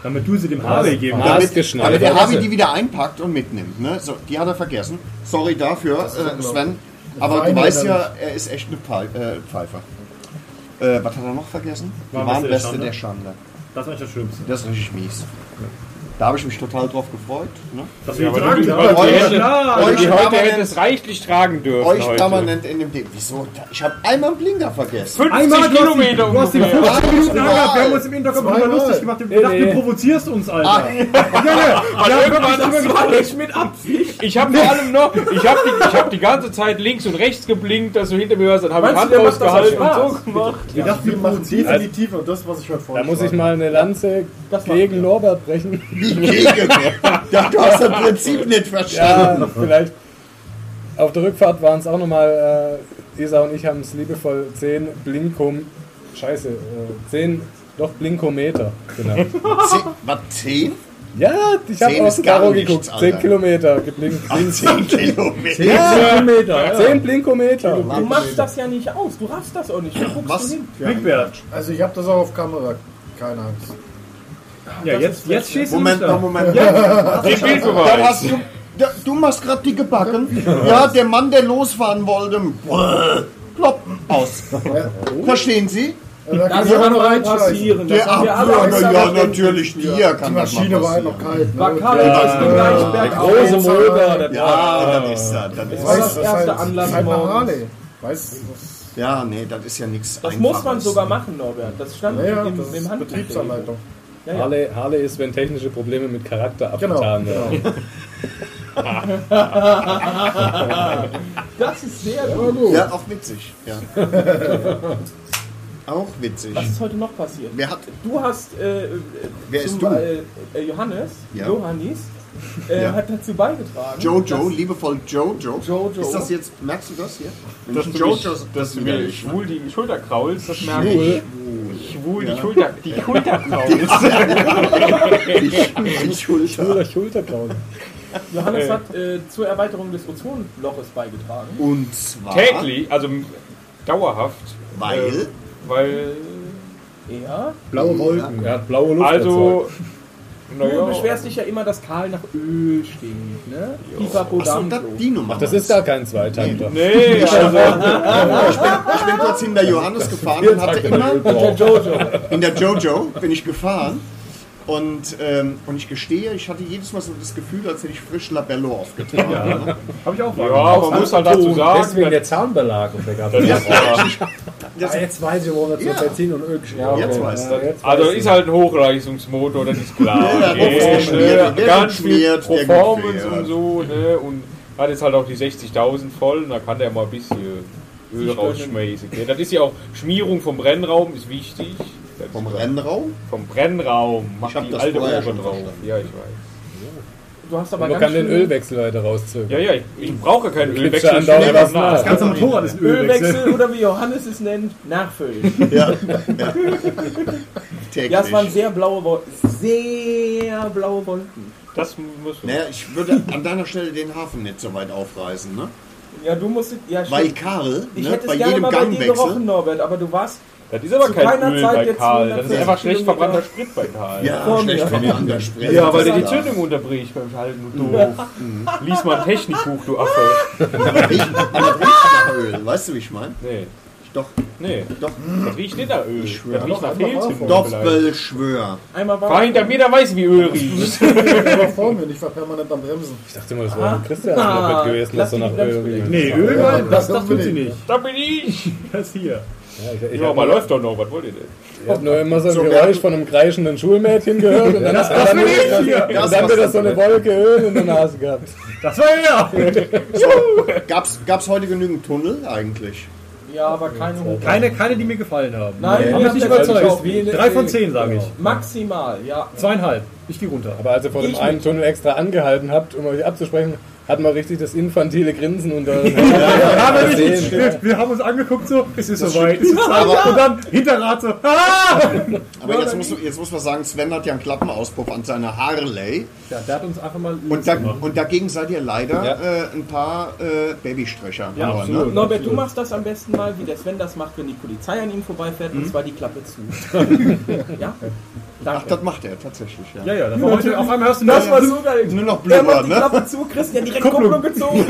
Speaker 5: Damit du sie dem Harvey geben
Speaker 1: Ah,
Speaker 5: kannst.
Speaker 1: ist geschnallt.
Speaker 3: damit der
Speaker 1: Ja,
Speaker 3: HB
Speaker 1: das-
Speaker 3: die wieder einpackt und mitnimmt. Ne? So, die hat er vergessen. Sorry dafür, äh, Sven. Aber du
Speaker 7: Weine
Speaker 3: weißt
Speaker 7: dann.
Speaker 3: ja, er ist echt eine Pfei- äh, Pfeifer. Äh, was hat er noch vergessen? Die
Speaker 5: Warnweste der
Speaker 3: Warnweste
Speaker 5: Schande.
Speaker 3: der Schande.
Speaker 5: Das ist eigentlich das Schlimmste.
Speaker 3: Das ist richtig mies. Da habe ich mich total drauf gefreut. Ne?
Speaker 5: Dass wir die
Speaker 4: aber
Speaker 5: tragen
Speaker 4: du-
Speaker 5: dürfen.
Speaker 4: aber
Speaker 3: Euch-
Speaker 4: hätte-
Speaker 5: Ja,
Speaker 3: euch
Speaker 4: Die heute
Speaker 3: permanent-
Speaker 4: hätte es reichlich tragen dürfen.
Speaker 3: euch
Speaker 4: heute.
Speaker 3: permanent in dem Ding. Wieso? Da- Ich habe einmal einen Blinker vergessen.
Speaker 4: 50 Kilometer
Speaker 5: Du hast den
Speaker 4: ungefähr.
Speaker 5: 15 Minuten angehabt, wir haben uns im Hinterkopf
Speaker 7: Zweimal.
Speaker 5: immer lustig gemacht. Wir dachten, du provozierst uns,
Speaker 1: Ah,
Speaker 5: Alter. Junge, wir haben wirklich drüber
Speaker 4: Irgendwann-
Speaker 5: gesprochen.
Speaker 4: Ich habe vor allem noch, ich habe die, ich hab die ganze Zeit links und rechts geblinkt, dass du hinter mir warst, dann habe ich
Speaker 2: Meinst du,
Speaker 4: Hand
Speaker 2: der macht das
Speaker 4: ausgehalten
Speaker 2: aus
Speaker 4: und so
Speaker 2: Spaß?
Speaker 4: gemacht.
Speaker 5: Wir dachten, wir
Speaker 7: Wir machen
Speaker 5: provozieren.
Speaker 7: definitiv noch das, was ich heute
Speaker 1: Da muss
Speaker 7: vorgeschlagen
Speaker 1: ich mal eine Lanze gegen Norbert brechen.
Speaker 3: Die Kegel. <laughs> Ja, du hast das Prinzip nicht verstanden.
Speaker 1: Ja, vielleicht. Auf der Rückfahrt waren es auch nochmal, äh, Isa und ich haben es liebevoll 10 Blinkom. Scheiße, äh, 10 doch Blinkometer genannt.
Speaker 3: Zehn, was? Zehn?
Speaker 1: ja, ich habe
Speaker 3: 10
Speaker 1: auch
Speaker 3: ist gar
Speaker 1: Karo
Speaker 3: nichts,
Speaker 1: geguckt.
Speaker 3: Alter.
Speaker 1: 10 Kilometer geblinkt.
Speaker 3: Zehn Kilometer.
Speaker 1: Kilometer. 10 Blinkometer.
Speaker 2: Du machst das ja nicht aus. Du raffst das auch nicht. Wo guckst
Speaker 3: Was?
Speaker 2: du hin?
Speaker 5: Rückwärts.
Speaker 7: Also ich habe das auch auf Kamera. Keine Angst.
Speaker 5: Ja, jetzt, jetzt schießt du
Speaker 3: Moment
Speaker 5: mich
Speaker 3: mal,
Speaker 5: an.
Speaker 3: Moment.
Speaker 4: Den
Speaker 3: Dann
Speaker 4: Bildbeweis.
Speaker 3: hast du, da, du machst gerade dicke Backen. Ja, der Mann, der losfahren wollte, ploppen aus. Verstehen Sie?
Speaker 2: Das
Speaker 7: Da kann ich
Speaker 2: kann
Speaker 7: auch noch
Speaker 2: doch nicht
Speaker 7: reinscheißen.
Speaker 2: passieren. Das
Speaker 3: Der
Speaker 2: haben wir alle
Speaker 3: Abwürger,
Speaker 2: Angst,
Speaker 3: ja,
Speaker 2: aber wenn-
Speaker 3: natürlich, dir kann
Speaker 7: Die
Speaker 3: das mal
Speaker 7: Maschine war halt noch
Speaker 3: passieren.
Speaker 7: kalt.
Speaker 2: War
Speaker 7: ne?
Speaker 2: kalt, das ging gleich bergauf.
Speaker 1: Große Motor. das-
Speaker 3: Ja, dann ist er. Dann ist
Speaker 2: war
Speaker 3: er.
Speaker 2: das erste Anlass
Speaker 7: Halt mal
Speaker 2: morgens.
Speaker 7: Harley. Weißt du,
Speaker 3: Ja, nee, das ist ja nichts
Speaker 2: Das muss man
Speaker 3: Einfaches.
Speaker 2: sogar machen, Norbert. Das stand
Speaker 7: ja, ja,
Speaker 2: im,
Speaker 7: das
Speaker 2: im
Speaker 7: ist
Speaker 2: Handbuch.
Speaker 7: Betriebsanleitung.
Speaker 1: Harley, Harley ist, wenn technische Probleme mit Charakter
Speaker 7: Genau.
Speaker 1: abgetan werden.
Speaker 7: genau.
Speaker 2: Das ist sehr gut.
Speaker 3: Ja, auch witzig. Ja. auch witzig.
Speaker 2: Was ist heute noch passiert?
Speaker 3: Wer hat.
Speaker 2: Du hast äh, äh,
Speaker 3: Wer
Speaker 2: zu,
Speaker 3: ist du?
Speaker 2: Äh, äh, Johannes,
Speaker 3: Ja.
Speaker 2: Johannes, äh,
Speaker 3: Ja.
Speaker 2: hat dazu beigetragen.
Speaker 3: Jojo, liebevoll Jojo.
Speaker 2: Jojo.
Speaker 3: Ist das jetzt. Merkst du das hier? Wenn
Speaker 4: Dass
Speaker 3: ich
Speaker 4: du, mich,
Speaker 3: Jojo-
Speaker 4: dass du
Speaker 3: wieder
Speaker 4: mir
Speaker 3: nicht,
Speaker 4: <laughs>
Speaker 3: ne?
Speaker 4: schwul die Schulter kraulst, das merke
Speaker 3: Nee.
Speaker 4: ich. Schwul die Schulter, die
Speaker 2: <laughs>
Speaker 4: Schulter kraulst.
Speaker 3: Die Schulter.
Speaker 1: Oder Schulterklauen.
Speaker 2: Johannes hat äh, zur Erweiterung des Ozonloches beigetragen.
Speaker 3: Und zwar.
Speaker 4: Täglich, also dauerhaft,
Speaker 3: Weil.
Speaker 4: weil.
Speaker 2: Ja.
Speaker 1: Blaue Wolken. Er hat blaue Luft.
Speaker 4: Also.
Speaker 2: Du
Speaker 4: Naja.
Speaker 2: beschwerst dich ja immer, dass Karl nach Öl stinkt, ne?
Speaker 3: Achso, das
Speaker 2: Pipapodamplo.
Speaker 3: die Nummer.
Speaker 1: Das ist gar kein Zweitakter.
Speaker 4: Nee, also.
Speaker 3: Ich bin kurz hinter Johannes gefahren und hatte immer.
Speaker 2: Der Jojo.
Speaker 3: in der Jojo bin ich gefahren und, ähm, und ich gestehe, ich hatte jedes Mal so das Gefühl, als hätte ich frisch Labello ne? aufgetragen.
Speaker 5: Hab ich auch
Speaker 4: Ja, man muss halt dazu sagen,
Speaker 1: Deswegen der Zahnbelag auf der ganzen
Speaker 4: das ist ja,
Speaker 1: Ah, jetzt weiß ich, warum das
Speaker 3: Ja.
Speaker 1: mit Benzin und Öl geschrieben
Speaker 3: Ja,
Speaker 1: wird.
Speaker 3: jetzt weiß
Speaker 1: Ja,
Speaker 3: ich.
Speaker 1: jetzt
Speaker 4: Also
Speaker 1: weiß ich.
Speaker 4: ist halt ein Hochleistungsmotor, das ist klar.
Speaker 3: Ja, der wird geschmiert, der
Speaker 4: ganz
Speaker 3: wird
Speaker 4: viel
Speaker 3: geschmiert, der geht
Speaker 4: Performance
Speaker 3: fair.
Speaker 4: und so, ne? Und hat jetzt halt auch die 60.000 voll, und da kann der mal ein bisschen Öl rausschmeißen. Ne? Das ist ja auch Schmierung vom Brennraum, ist wichtig. Das
Speaker 3: Vom
Speaker 4: ist-
Speaker 3: Brennraum?
Speaker 4: Vom Brennraum, macht
Speaker 3: hab
Speaker 4: die
Speaker 3: das
Speaker 4: alte
Speaker 3: vorher
Speaker 4: Ohren
Speaker 3: schon
Speaker 4: drauf.
Speaker 3: verstanden.
Speaker 4: Ja, ich weiß.
Speaker 2: Du hast aber
Speaker 5: Man
Speaker 2: ganz
Speaker 5: kann den
Speaker 2: schön-
Speaker 5: Ölwechsel weiter rauszögern.
Speaker 4: Ja, ja, ich, ich brauche ja keinen
Speaker 5: Klebst du
Speaker 4: Ölwechsel.
Speaker 5: andauernd
Speaker 4: schnell
Speaker 5: was
Speaker 4: nach.
Speaker 5: nach.
Speaker 1: Das ganze Motorrad ist ein Ölwechsel.
Speaker 2: Ölwechsel oder wie Johannes es nennt, nachfüllen.
Speaker 3: Täglich.
Speaker 2: Ja, es waren sehr blaue Wolken. Sehr blaue Wolken.
Speaker 4: Das muss
Speaker 3: naja, ich würde an deiner Stelle den Hafen nicht so weit aufreißen, ne?
Speaker 2: Ja, du musstest. Ja, stimmt.
Speaker 3: Weil Karl,
Speaker 2: ich
Speaker 3: ne,
Speaker 2: hätte
Speaker 3: bei
Speaker 2: es gerne
Speaker 3: jedem
Speaker 2: mal bei dir gerochen,
Speaker 3: Gangwechsel.
Speaker 2: Norbert, aber du warst
Speaker 4: Das ist aber
Speaker 2: Zu
Speaker 4: kein
Speaker 2: keiner
Speaker 4: Öl
Speaker 2: Zeit
Speaker 4: bei
Speaker 2: jetzt
Speaker 4: Karl. Das ist
Speaker 2: 140
Speaker 4: einfach schlecht
Speaker 2: Kilometer.
Speaker 4: verbrannter Sprit bei Karl.
Speaker 3: Ja,
Speaker 2: Vor
Speaker 3: schlecht
Speaker 2: mir.
Speaker 3: von dir angesprochen.
Speaker 4: Ja, weil der die
Speaker 3: Ja.
Speaker 4: Zündung unterbricht beim Schalten, du doof. Hm. Lies mal ein Technikbuch, du Affe.
Speaker 3: Riecht- aber das riecht nach Öl, weißt du, wie ich meine?
Speaker 4: Nee,
Speaker 3: Doch,
Speaker 4: nee.
Speaker 3: doch,
Speaker 4: Das riecht nicht nach Öl.
Speaker 3: schwöre.
Speaker 4: Das riecht nach Fehlzündung vielleicht.
Speaker 3: Doppelschwör.
Speaker 2: einmal
Speaker 4: Vor allem der Meter weiß, wie Öl riecht.
Speaker 7: Der war vor mir, und ich war permanent am Bremsen.
Speaker 5: Ich dachte immer, das war ein Christian-Moped gewesen, das so nach Öl riecht.
Speaker 1: Nee, Öl,
Speaker 7: Ja,
Speaker 1: das, das
Speaker 7: das
Speaker 1: tut sie
Speaker 7: unbedingt.
Speaker 1: nicht.
Speaker 4: Da bin ich.
Speaker 1: Das hier.
Speaker 5: Ja, ich, ich
Speaker 4: Ja,
Speaker 5: hab
Speaker 4: aber läuft doch noch. Was wollt ihr denn?
Speaker 5: Ich habe nur immer so ein Geräusch von einem kreischenden Schulmädchen gehört und dann, das, dann, dann,
Speaker 3: Das
Speaker 5: dann, dann wird
Speaker 3: war's
Speaker 5: das so eine Wolke Öl in der Nase gehabt.
Speaker 1: Das war er!
Speaker 3: Gab's, gab's heute genügend Tunnel eigentlich?
Speaker 2: Ja, aber keine Hochwasser.
Speaker 1: Keine, keine, die mir gefallen haben.
Speaker 2: Nein,
Speaker 5: Nee.
Speaker 2: wir
Speaker 1: Haben mich
Speaker 2: haben
Speaker 1: nicht
Speaker 2: das
Speaker 1: überzeugt.
Speaker 2: gekauft, wie in-
Speaker 1: Drei von zehn, sage ich.
Speaker 2: Maximal, ja.
Speaker 1: Zweieinhalb. Ich gehe runter.
Speaker 5: Aber als ihr vor dem
Speaker 2: Ich
Speaker 5: einen Tunnel extra angehalten habt, um euch abzusprechen, hat man richtig das infantile Grinsen unter ja,
Speaker 1: Aber wir,
Speaker 5: sehen.
Speaker 1: wir, wir haben uns angeguckt so, es ist soweit, es ist
Speaker 3: Aber-
Speaker 1: soweit. Und dann hinterrad so, ah!
Speaker 3: Aber jetzt muss, jetzt muss man sagen, Sven hat ja einen Klappenauspuff an seiner Harley.
Speaker 1: Ja, der hat uns einfach mal...
Speaker 3: Und, da, und dagegen seid ihr leider äh, ein paar äh, Babystrecher. Ja, Ne?
Speaker 2: Norbert, du machst das am besten mal, wie der Sven das macht, wenn die Polizei an ihm vorbeifährt,
Speaker 1: Hm?
Speaker 2: und zwar die Klappe
Speaker 1: <laughs>
Speaker 2: zu. ja?
Speaker 3: Ach,
Speaker 2: Danke.
Speaker 3: das macht er tatsächlich. Ja.
Speaker 1: Ja, ja, das war heute, auf einmal hörst du
Speaker 2: Das war so geil.
Speaker 3: Nur noch
Speaker 2: Der
Speaker 3: Blubber,
Speaker 2: macht die
Speaker 3: ne?
Speaker 2: Klappe zu, Christian direkt Kupplung
Speaker 1: <laughs>
Speaker 2: gezogen.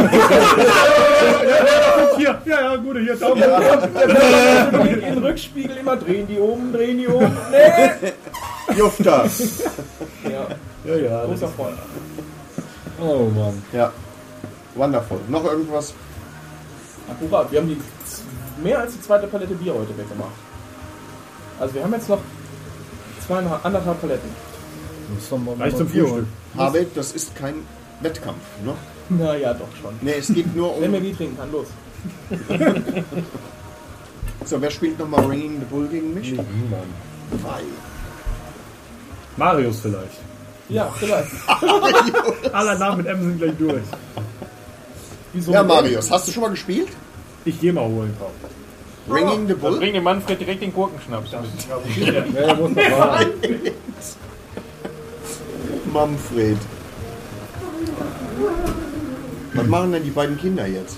Speaker 1: hier, ja, ja, gute, hier, Daumen.
Speaker 2: In den Rückspiegel immer drehen die oben, drehen
Speaker 1: <laughs>
Speaker 2: die oben. Nee!
Speaker 3: Jufter.
Speaker 2: Ja,
Speaker 1: Ja, ja.
Speaker 2: großer Freund.
Speaker 1: Oh Mann.
Speaker 3: Ja. Wonderful. Noch irgendwas?
Speaker 2: Akkurat, wir haben die mehr als die zweite Palette Bier heute weggemacht. Also wir haben jetzt noch zweieinhalb, anderthalb Paletten.
Speaker 1: Reicht zum Frühstück.
Speaker 3: David, das ist kein Wettkampf. Ne?
Speaker 2: Naja, doch schon.
Speaker 3: Nee, es geht nur
Speaker 2: Wenn wir
Speaker 3: um.
Speaker 2: Bier trinken kann, los.
Speaker 3: So, wer spielt nochmal Ringing the Bull gegen mich? Niemand. Weil.
Speaker 1: Marius vielleicht.
Speaker 2: Ja, vielleicht.
Speaker 1: <laughs> Alle Namen mit M sind gleich durch.
Speaker 2: Wieso?
Speaker 3: Ja, Marius, hast du schon mal gespielt?
Speaker 1: Ich gehe mal holen.
Speaker 3: Ringing the
Speaker 4: Dann
Speaker 3: Bull?
Speaker 4: bring dem Manfred direkt den Gurkenschnaps mit.
Speaker 3: Manfred. Was machen denn die beiden Kinder jetzt?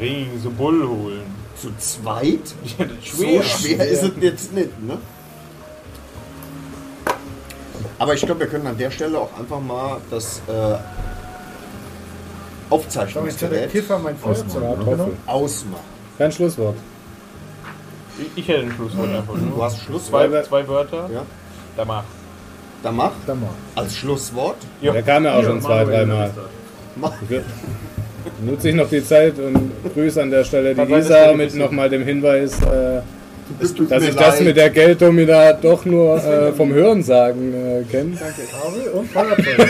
Speaker 4: Ring, so Bull holen.
Speaker 3: Zu zweit?
Speaker 4: Ja, das ist
Speaker 3: So
Speaker 4: schwer.
Speaker 3: schwer ist es jetzt nicht, ne? Aber ich glaube, wir können an der Stelle auch einfach mal das äh,
Speaker 7: Aber jetzt hat der
Speaker 3: Aufzeichnungsgerät
Speaker 7: Kiffer mein Feuerzeug
Speaker 5: Kartoffel.
Speaker 7: abgenommen.
Speaker 3: ausmachen.
Speaker 5: Kein Schlusswort.
Speaker 4: Ich, ich hätte den Schlusswort einfach
Speaker 3: Du
Speaker 4: nur.
Speaker 3: hast Schlusswort.
Speaker 4: Zwei, zwei Wörter.
Speaker 3: Ja.
Speaker 4: Da mach.
Speaker 3: Da mach.
Speaker 7: Da mal.
Speaker 3: Als Schlusswort.
Speaker 5: Der kam ja auch schon zwei, dreimal.
Speaker 3: Mach.
Speaker 5: Nutze ich noch die Zeit und grüße an der Stelle die
Speaker 4: Dabei ist
Speaker 5: Isa
Speaker 4: er
Speaker 5: mit
Speaker 4: gewesen.
Speaker 5: nochmal dem Hinweis, äh,
Speaker 3: Es tut
Speaker 5: dass
Speaker 3: mir
Speaker 5: ich das
Speaker 3: leid.
Speaker 5: mit der Gelddomina doch nur
Speaker 3: <laughs>
Speaker 5: äh, vom Hörensagen äh, kenne.
Speaker 7: Kabel und Feuerzeug.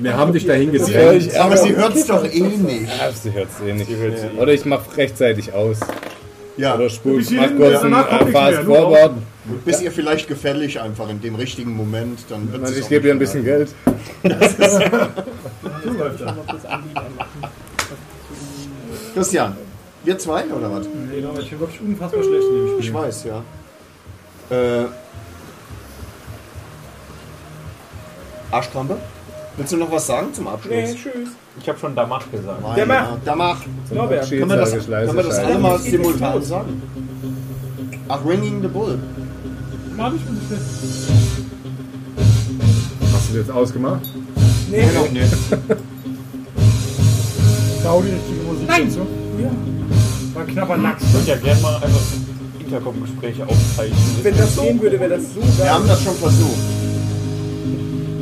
Speaker 19: Wir haben dich dahin
Speaker 5: Ja,
Speaker 19: gedrängt.
Speaker 5: Äh, ich
Speaker 3: Aber sie hört es doch eh nicht.
Speaker 5: Ja, sie hört eh nicht. Oder ich mache rechtzeitig aus.
Speaker 3: Ja,
Speaker 5: Oder spul,
Speaker 1: Ich
Speaker 5: mach kurz ein
Speaker 1: danach komm
Speaker 5: äh,
Speaker 1: ich
Speaker 5: Fast
Speaker 1: wieder, du
Speaker 5: Forward.
Speaker 3: bis ihr vielleicht gefällig einfach in dem richtigen Moment, dann wird
Speaker 5: Also
Speaker 3: es.
Speaker 5: ich gebe dir ein bisschen Geld.
Speaker 3: <laughs> Christian, wir zwei oder was?
Speaker 1: Nee, aber ich bin wirklich unfassbar schlecht in dem
Speaker 3: Ich
Speaker 1: Spiel.
Speaker 3: weiß, ja. Äh, Arschkrampe? Willst du noch was sagen zum Abschluss?
Speaker 2: Nee, tschüss.
Speaker 4: Ich habe schon da mach gesagt.
Speaker 3: Nein, der
Speaker 2: macht.
Speaker 3: Der macht.
Speaker 2: Norbert.
Speaker 3: Können wir das,
Speaker 5: Schicksal
Speaker 3: können wir das alle
Speaker 5: halt scheiße.
Speaker 3: mal simultan sagen? Ach, Ringing the Bull.
Speaker 19: Hast du das jetzt ausgemacht?
Speaker 2: Nee,
Speaker 7: Bau die richtige Musik dazu.
Speaker 1: War knapper Lachs.
Speaker 4: Ich würde ja gerne mal einfach Intercom-Gespräche aufzeichnen.
Speaker 2: wenn das gehen würde, wäre das so
Speaker 3: Wir
Speaker 2: geil.
Speaker 3: haben das schon versucht.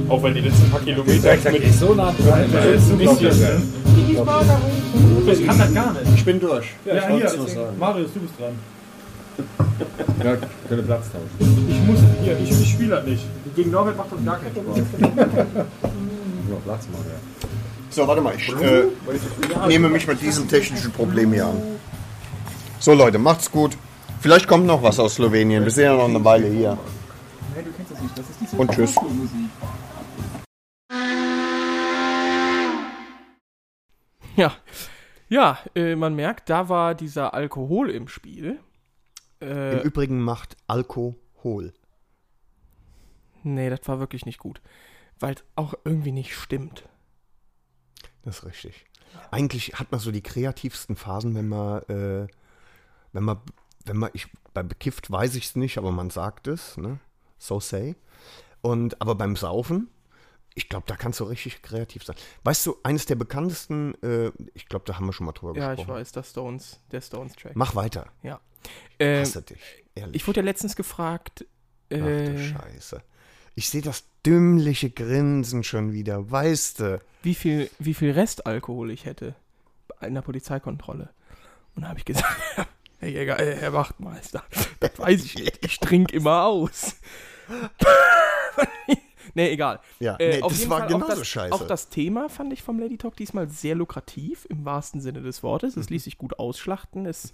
Speaker 4: Auch wenn die letzten paar Kilometer mit
Speaker 5: so nah dran.
Speaker 4: ein bisschen
Speaker 9: Ich kann das gar nicht.
Speaker 3: Ich bin durch.
Speaker 9: Ja,
Speaker 7: ich wollt's
Speaker 9: hier,
Speaker 7: nur sagen.
Speaker 9: Marius, du bist dran.
Speaker 8: Ja, könnte Platz tauschen.
Speaker 9: Ich muss hier, ich, ich spiele das nicht. Gegen Norbert macht das gar keinen Spaß.
Speaker 8: Nur noch Platz machen, ja.
Speaker 3: So, warte mal, ich äh, nehme mich mit diesem technischen Problem hier an. So, Leute, macht's gut. Vielleicht kommt noch was aus Slowenien. Wir sind ja noch eine Weile hier. Und tschüss.
Speaker 2: Ja, ja äh, man merkt, da war dieser Alkohol im Spiel.
Speaker 20: Im
Speaker 2: Äh,
Speaker 20: Übrigen macht Alkohol.
Speaker 2: nee, das war wirklich nicht gut. Weil es auch irgendwie nicht stimmt.
Speaker 20: Das ist richtig. Eigentlich hat man so die kreativsten Phasen, wenn man, äh, wenn man, wenn man, ich, beim Bekifft weiß ich es nicht, aber man sagt es, ne? So say. Und, aber beim Saufen, ich glaube, da kannst du richtig kreativ sein. Weißt du, eines der bekanntesten, äh, ich glaube, da haben wir schon mal drüber
Speaker 2: Ja, ich
Speaker 20: gesprochen.
Speaker 2: weiß, der Stones, der Stones-Track.
Speaker 20: Mach weiter.
Speaker 2: Ja.
Speaker 20: Ich
Speaker 2: Ähm,
Speaker 20: hasse dich. Ehrlich.
Speaker 2: ich wurde ja letztens gefragt,
Speaker 20: Ach du
Speaker 2: äh,
Speaker 20: Scheiße. Ich sehe das dümmliche Grinsen schon wieder, weißt du?
Speaker 2: wie, viel, wie viel Restalkohol ich hätte bei einer Polizeikontrolle. Und da habe ich gesagt, <laughs> Herr Jäger, äh, Herr Wachtmeister, <laughs> das weiß ich nicht, ich trinke immer aus. <laughs> nee, egal.
Speaker 20: Ja,
Speaker 2: Äh,
Speaker 20: nee,
Speaker 2: auf
Speaker 20: das
Speaker 2: jeden
Speaker 20: war
Speaker 2: Fall auch
Speaker 20: genauso
Speaker 2: das,
Speaker 20: scheiße.
Speaker 2: Auch das Thema fand ich vom Lady Talk diesmal sehr lukrativ, im wahrsten Sinne des Wortes.
Speaker 20: Mhm.
Speaker 2: Es ließ sich gut ausschlachten. Es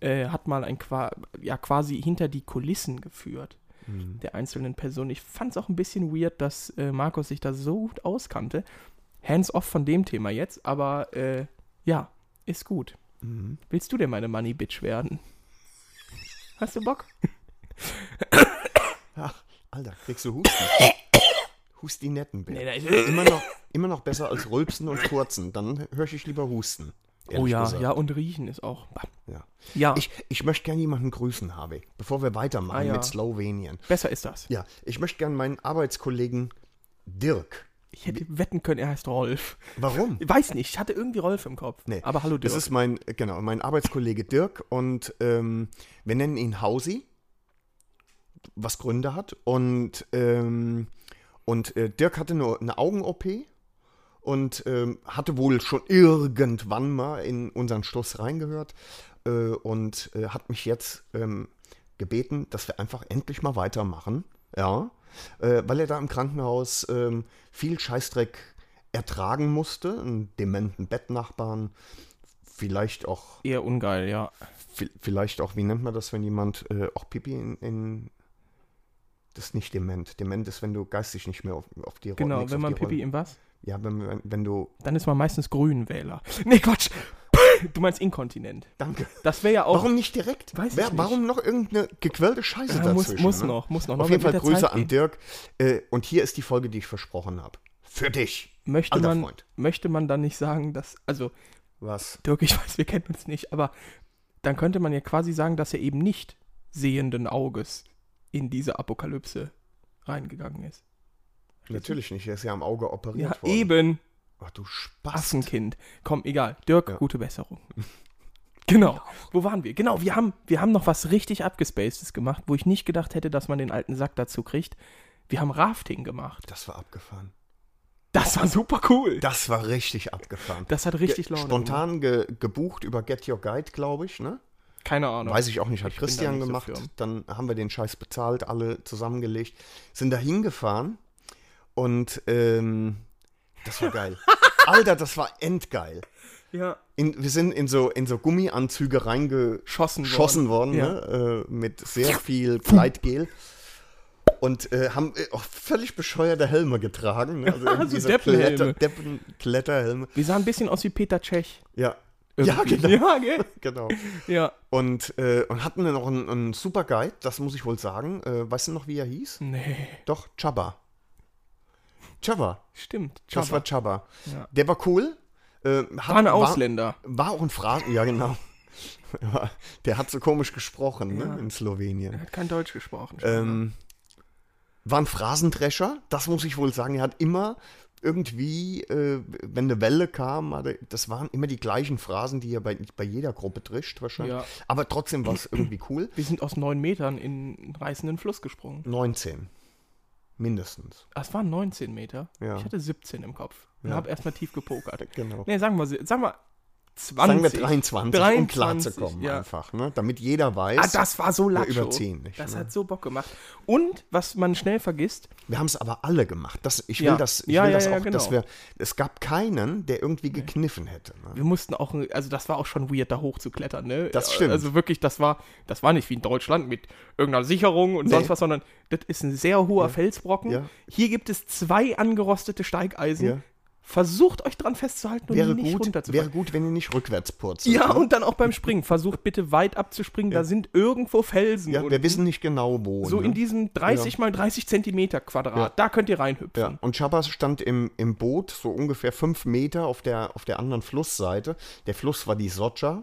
Speaker 2: äh, hat mal ein Qua ja, quasi hinter die Kulissen geführt
Speaker 20: Mhm.
Speaker 2: der einzelnen Personen. Ich fand es auch ein bisschen weird, dass äh, Markus sich da so gut auskannte. Hands off von dem Thema jetzt, aber äh, ja, ist gut.
Speaker 20: Mhm.
Speaker 2: Willst du denn meine Money Bitch werden? Hast du Bock?
Speaker 20: Ach, Alter, kriegst du Husten? Hustinettenbär.
Speaker 2: Nee, da ist-
Speaker 20: immer, noch, immer noch besser als Rülpsen und Kurzen. Dann höre ich lieber Husten.
Speaker 2: Oh
Speaker 20: ehrlich
Speaker 2: ja,
Speaker 20: gesagt.
Speaker 2: ja, und riechen ist auch.
Speaker 20: ja.
Speaker 2: Ja,
Speaker 20: Ich, ich möchte gerne jemanden grüßen, Harvey, bevor wir weitermachen
Speaker 2: Ah, ja.
Speaker 20: mit Slowenien.
Speaker 2: besser ist das.
Speaker 20: Ja, ich möchte gerne meinen Arbeitskollegen Dirk.
Speaker 2: Ich hätte wetten können, er heißt Rolf.
Speaker 20: Warum?
Speaker 2: Ich weiß nicht, ich hatte irgendwie Rolf im Kopf.
Speaker 20: Nee.
Speaker 2: Aber hallo Dirk.
Speaker 20: Das ist mein, genau, mein Arbeitskollege Dirk und ähm, wir nennen ihn Hausi, was Gründe hat. Und, ähm, und äh, Dirk hatte eine, eine Augen-OP und ähm, hatte wohl schon irgendwann mal in unseren Schluss reingehört äh, und äh, hat mich jetzt ähm, gebeten, dass wir einfach endlich mal weitermachen. Ja. Äh, weil er da im Krankenhaus ähm, viel Scheißdreck ertragen musste, einen dementen Bettnachbarn, vielleicht auch,
Speaker 2: eher ungeil, ja.
Speaker 20: vi- vielleicht auch, wie nennt man das, wenn jemand äh, auch Pipi in, in das ist nicht dement. Dement ist, wenn du geistig nicht mehr auf, auf die Rolle
Speaker 2: Genau, wenn man Pipi
Speaker 20: Rolle.
Speaker 2: im was?
Speaker 20: Ja, wenn, wenn, wenn du.
Speaker 2: Dann ist man meistens Grünwähler. <laughs> Nee, Quatsch. Du meinst inkontinent.
Speaker 20: Danke.
Speaker 2: Das wäre ja auch.
Speaker 20: Warum nicht direkt?
Speaker 2: Weiß ich
Speaker 20: Wer,
Speaker 2: nicht.
Speaker 20: Warum noch irgendeine gequälte Scheiße
Speaker 2: Ja,
Speaker 20: dazwischen?
Speaker 2: Ah, muss, muss
Speaker 20: ne?
Speaker 2: noch, muss noch.
Speaker 20: Auf
Speaker 2: Norbert
Speaker 20: jeden Fall
Speaker 2: wird der
Speaker 20: Grüße
Speaker 2: Zeit
Speaker 20: an
Speaker 2: gehen.
Speaker 20: Dirk. Äh, und hier ist die Folge, die ich versprochen habe. Für dich.
Speaker 2: Möchte
Speaker 20: Alter
Speaker 2: man,
Speaker 20: Freund.
Speaker 2: möchte man dann nicht sagen, dass. Also,
Speaker 20: Was?
Speaker 2: Dirk, ich weiß, wir kennen uns nicht, aber dann könnte man ja quasi sagen, dass er eben nicht sehenden Auges in diese Apokalypse reingegangen ist.
Speaker 20: Natürlich nicht. Er ist ja am Auge operiert
Speaker 2: Ja,
Speaker 20: worden.
Speaker 2: eben.
Speaker 20: Ach du Spaß.
Speaker 2: Assenkind. Komm, egal. Dirk,
Speaker 20: Ja.
Speaker 2: gute Besserung. <laughs> Genau. Wo waren wir? Genau, wir haben, wir haben noch was richtig abgespacedes gemacht, wo ich nicht gedacht hätte, dass man den alten Sack dazu kriegt. Wir haben Rafting gemacht.
Speaker 20: Das war abgefahren.
Speaker 2: Das war super cool.
Speaker 20: Das war richtig abgefahren.
Speaker 2: Das hat richtig Laune gemacht.
Speaker 20: Spontan ge gebucht über Get Your Guide, glaube ich, ne?
Speaker 2: Keine Ahnung.
Speaker 20: Weiß ich auch nicht, hat
Speaker 2: Ich bin da
Speaker 20: Christian
Speaker 2: nicht so
Speaker 20: gemacht.
Speaker 2: firm.
Speaker 20: Dann haben wir den Scheiß bezahlt, alle zusammengelegt, sind da hingefahren und ähm, das
Speaker 2: <laughs>
Speaker 20: war geil. Alter, das war endgeil.
Speaker 2: Ja.
Speaker 20: In, wir sind in so, in so Gummianzüge
Speaker 2: Schossen worden.
Speaker 20: reingeschossen worden,
Speaker 2: Ja.
Speaker 20: ne? äh, mit sehr viel Gleitgel. Und äh, haben äh, auch völlig bescheuerte Helme
Speaker 2: <laughs>
Speaker 20: getragen. Ne? Also irgendwie so
Speaker 2: Deppenhelme.
Speaker 20: Kletter, Deppen, Kletterhelme.
Speaker 2: Wir sahen ein bisschen aus wie Peter Tschech.
Speaker 20: Ja. Ja,
Speaker 2: Irgendwie.
Speaker 20: genau.
Speaker 2: Also <laughs> Ja, gell?
Speaker 20: genau.
Speaker 2: Ja.
Speaker 20: Und, äh, und hatten wir noch einen, einen super Guide, das muss ich wohl sagen. Äh, weißt du noch, wie er hieß?
Speaker 2: Nee,
Speaker 20: Doch, Chaba. Chaba.
Speaker 2: stimmt.
Speaker 20: Das
Speaker 2: Chaba.
Speaker 20: war Chaba.
Speaker 2: Ja.
Speaker 20: Der war cool. Äh, hat,
Speaker 2: War ein Ausländer.
Speaker 20: War, auch ein Phrasen. Ja, genau. <laughs> Ja, Der hat so komisch gesprochen ne, in
Speaker 2: Er
Speaker 20: Slowenien.
Speaker 2: hat kein Deutsch gesprochen.
Speaker 20: Ähm, war ein Phrasendrescher, das muss ich wohl sagen. Er hat immer irgendwie, äh, wenn eine Welle kam, hat er, das waren immer die gleichen Phrasen, die er bei, bei jeder Gruppe drischt wahrscheinlich.
Speaker 2: Ja.
Speaker 20: Aber trotzdem war es irgendwie cool.
Speaker 2: wir sind aus neun Metern in einen reißenden Fluss gesprungen.
Speaker 20: 19. Mindestens.
Speaker 2: Ah, Es waren 19 Meter.
Speaker 20: Ja.
Speaker 2: Ich hatte 17 im Kopf. Und
Speaker 20: Ja.
Speaker 2: habe erstmal tief gepokert.
Speaker 20: <laughs> Genau.
Speaker 2: Nee, sagen wir, sie- sagen wir 20.
Speaker 20: Sagen wir 23, um klar zu
Speaker 2: 23,
Speaker 20: kommen
Speaker 2: ja.
Speaker 20: einfach. Ne? Damit jeder weiß,
Speaker 2: Ah, das war so
Speaker 20: wir
Speaker 2: lasch.
Speaker 20: überziehen nicht.
Speaker 2: Das
Speaker 20: ne?
Speaker 2: hat so Bock gemacht. Und, was man schnell vergisst,
Speaker 20: Wir haben es aber alle gemacht. Das, ich will
Speaker 2: Ja.
Speaker 20: das, ich
Speaker 2: Ja,
Speaker 20: will
Speaker 2: ja,
Speaker 20: das
Speaker 2: ja,
Speaker 20: auch, dass
Speaker 2: genau.
Speaker 20: wir. Es gab keinen, der irgendwie gekniffen hätte. Ne?
Speaker 2: wir mussten auch, also das war auch schon weird, da hochzuklettern, ne?
Speaker 20: Das stimmt.
Speaker 2: Also wirklich, das war, das war nicht wie in Deutschland mit irgendeiner Sicherung und sonst
Speaker 20: Nee.
Speaker 2: was, sondern das ist ein sehr hoher Felsbrocken.
Speaker 20: Ja.
Speaker 2: Hier gibt es zwei angerostete Steigeisen.
Speaker 20: Ja.
Speaker 2: Versucht euch dran festzuhalten und
Speaker 20: Wäre
Speaker 2: nicht
Speaker 20: gut,
Speaker 2: runterzufallen.
Speaker 20: wäre gut, wenn ihr nicht rückwärts purzt. ne?
Speaker 2: Ja, und dann auch beim Springen. Versucht bitte weit abzuspringen, da sind irgendwo Felsen.
Speaker 20: ja,
Speaker 2: und
Speaker 20: wir wissen nicht genau wo.
Speaker 2: so
Speaker 20: ne?
Speaker 2: in diesem 30 mal 30 Zentimeter Quadrat,
Speaker 20: Ja.
Speaker 2: da könnt ihr reinhüpfen.
Speaker 20: Ja, und Chabas stand im, im Boot, so ungefähr fünf Meter auf der, auf der anderen Flussseite. Der Fluss war die Soja.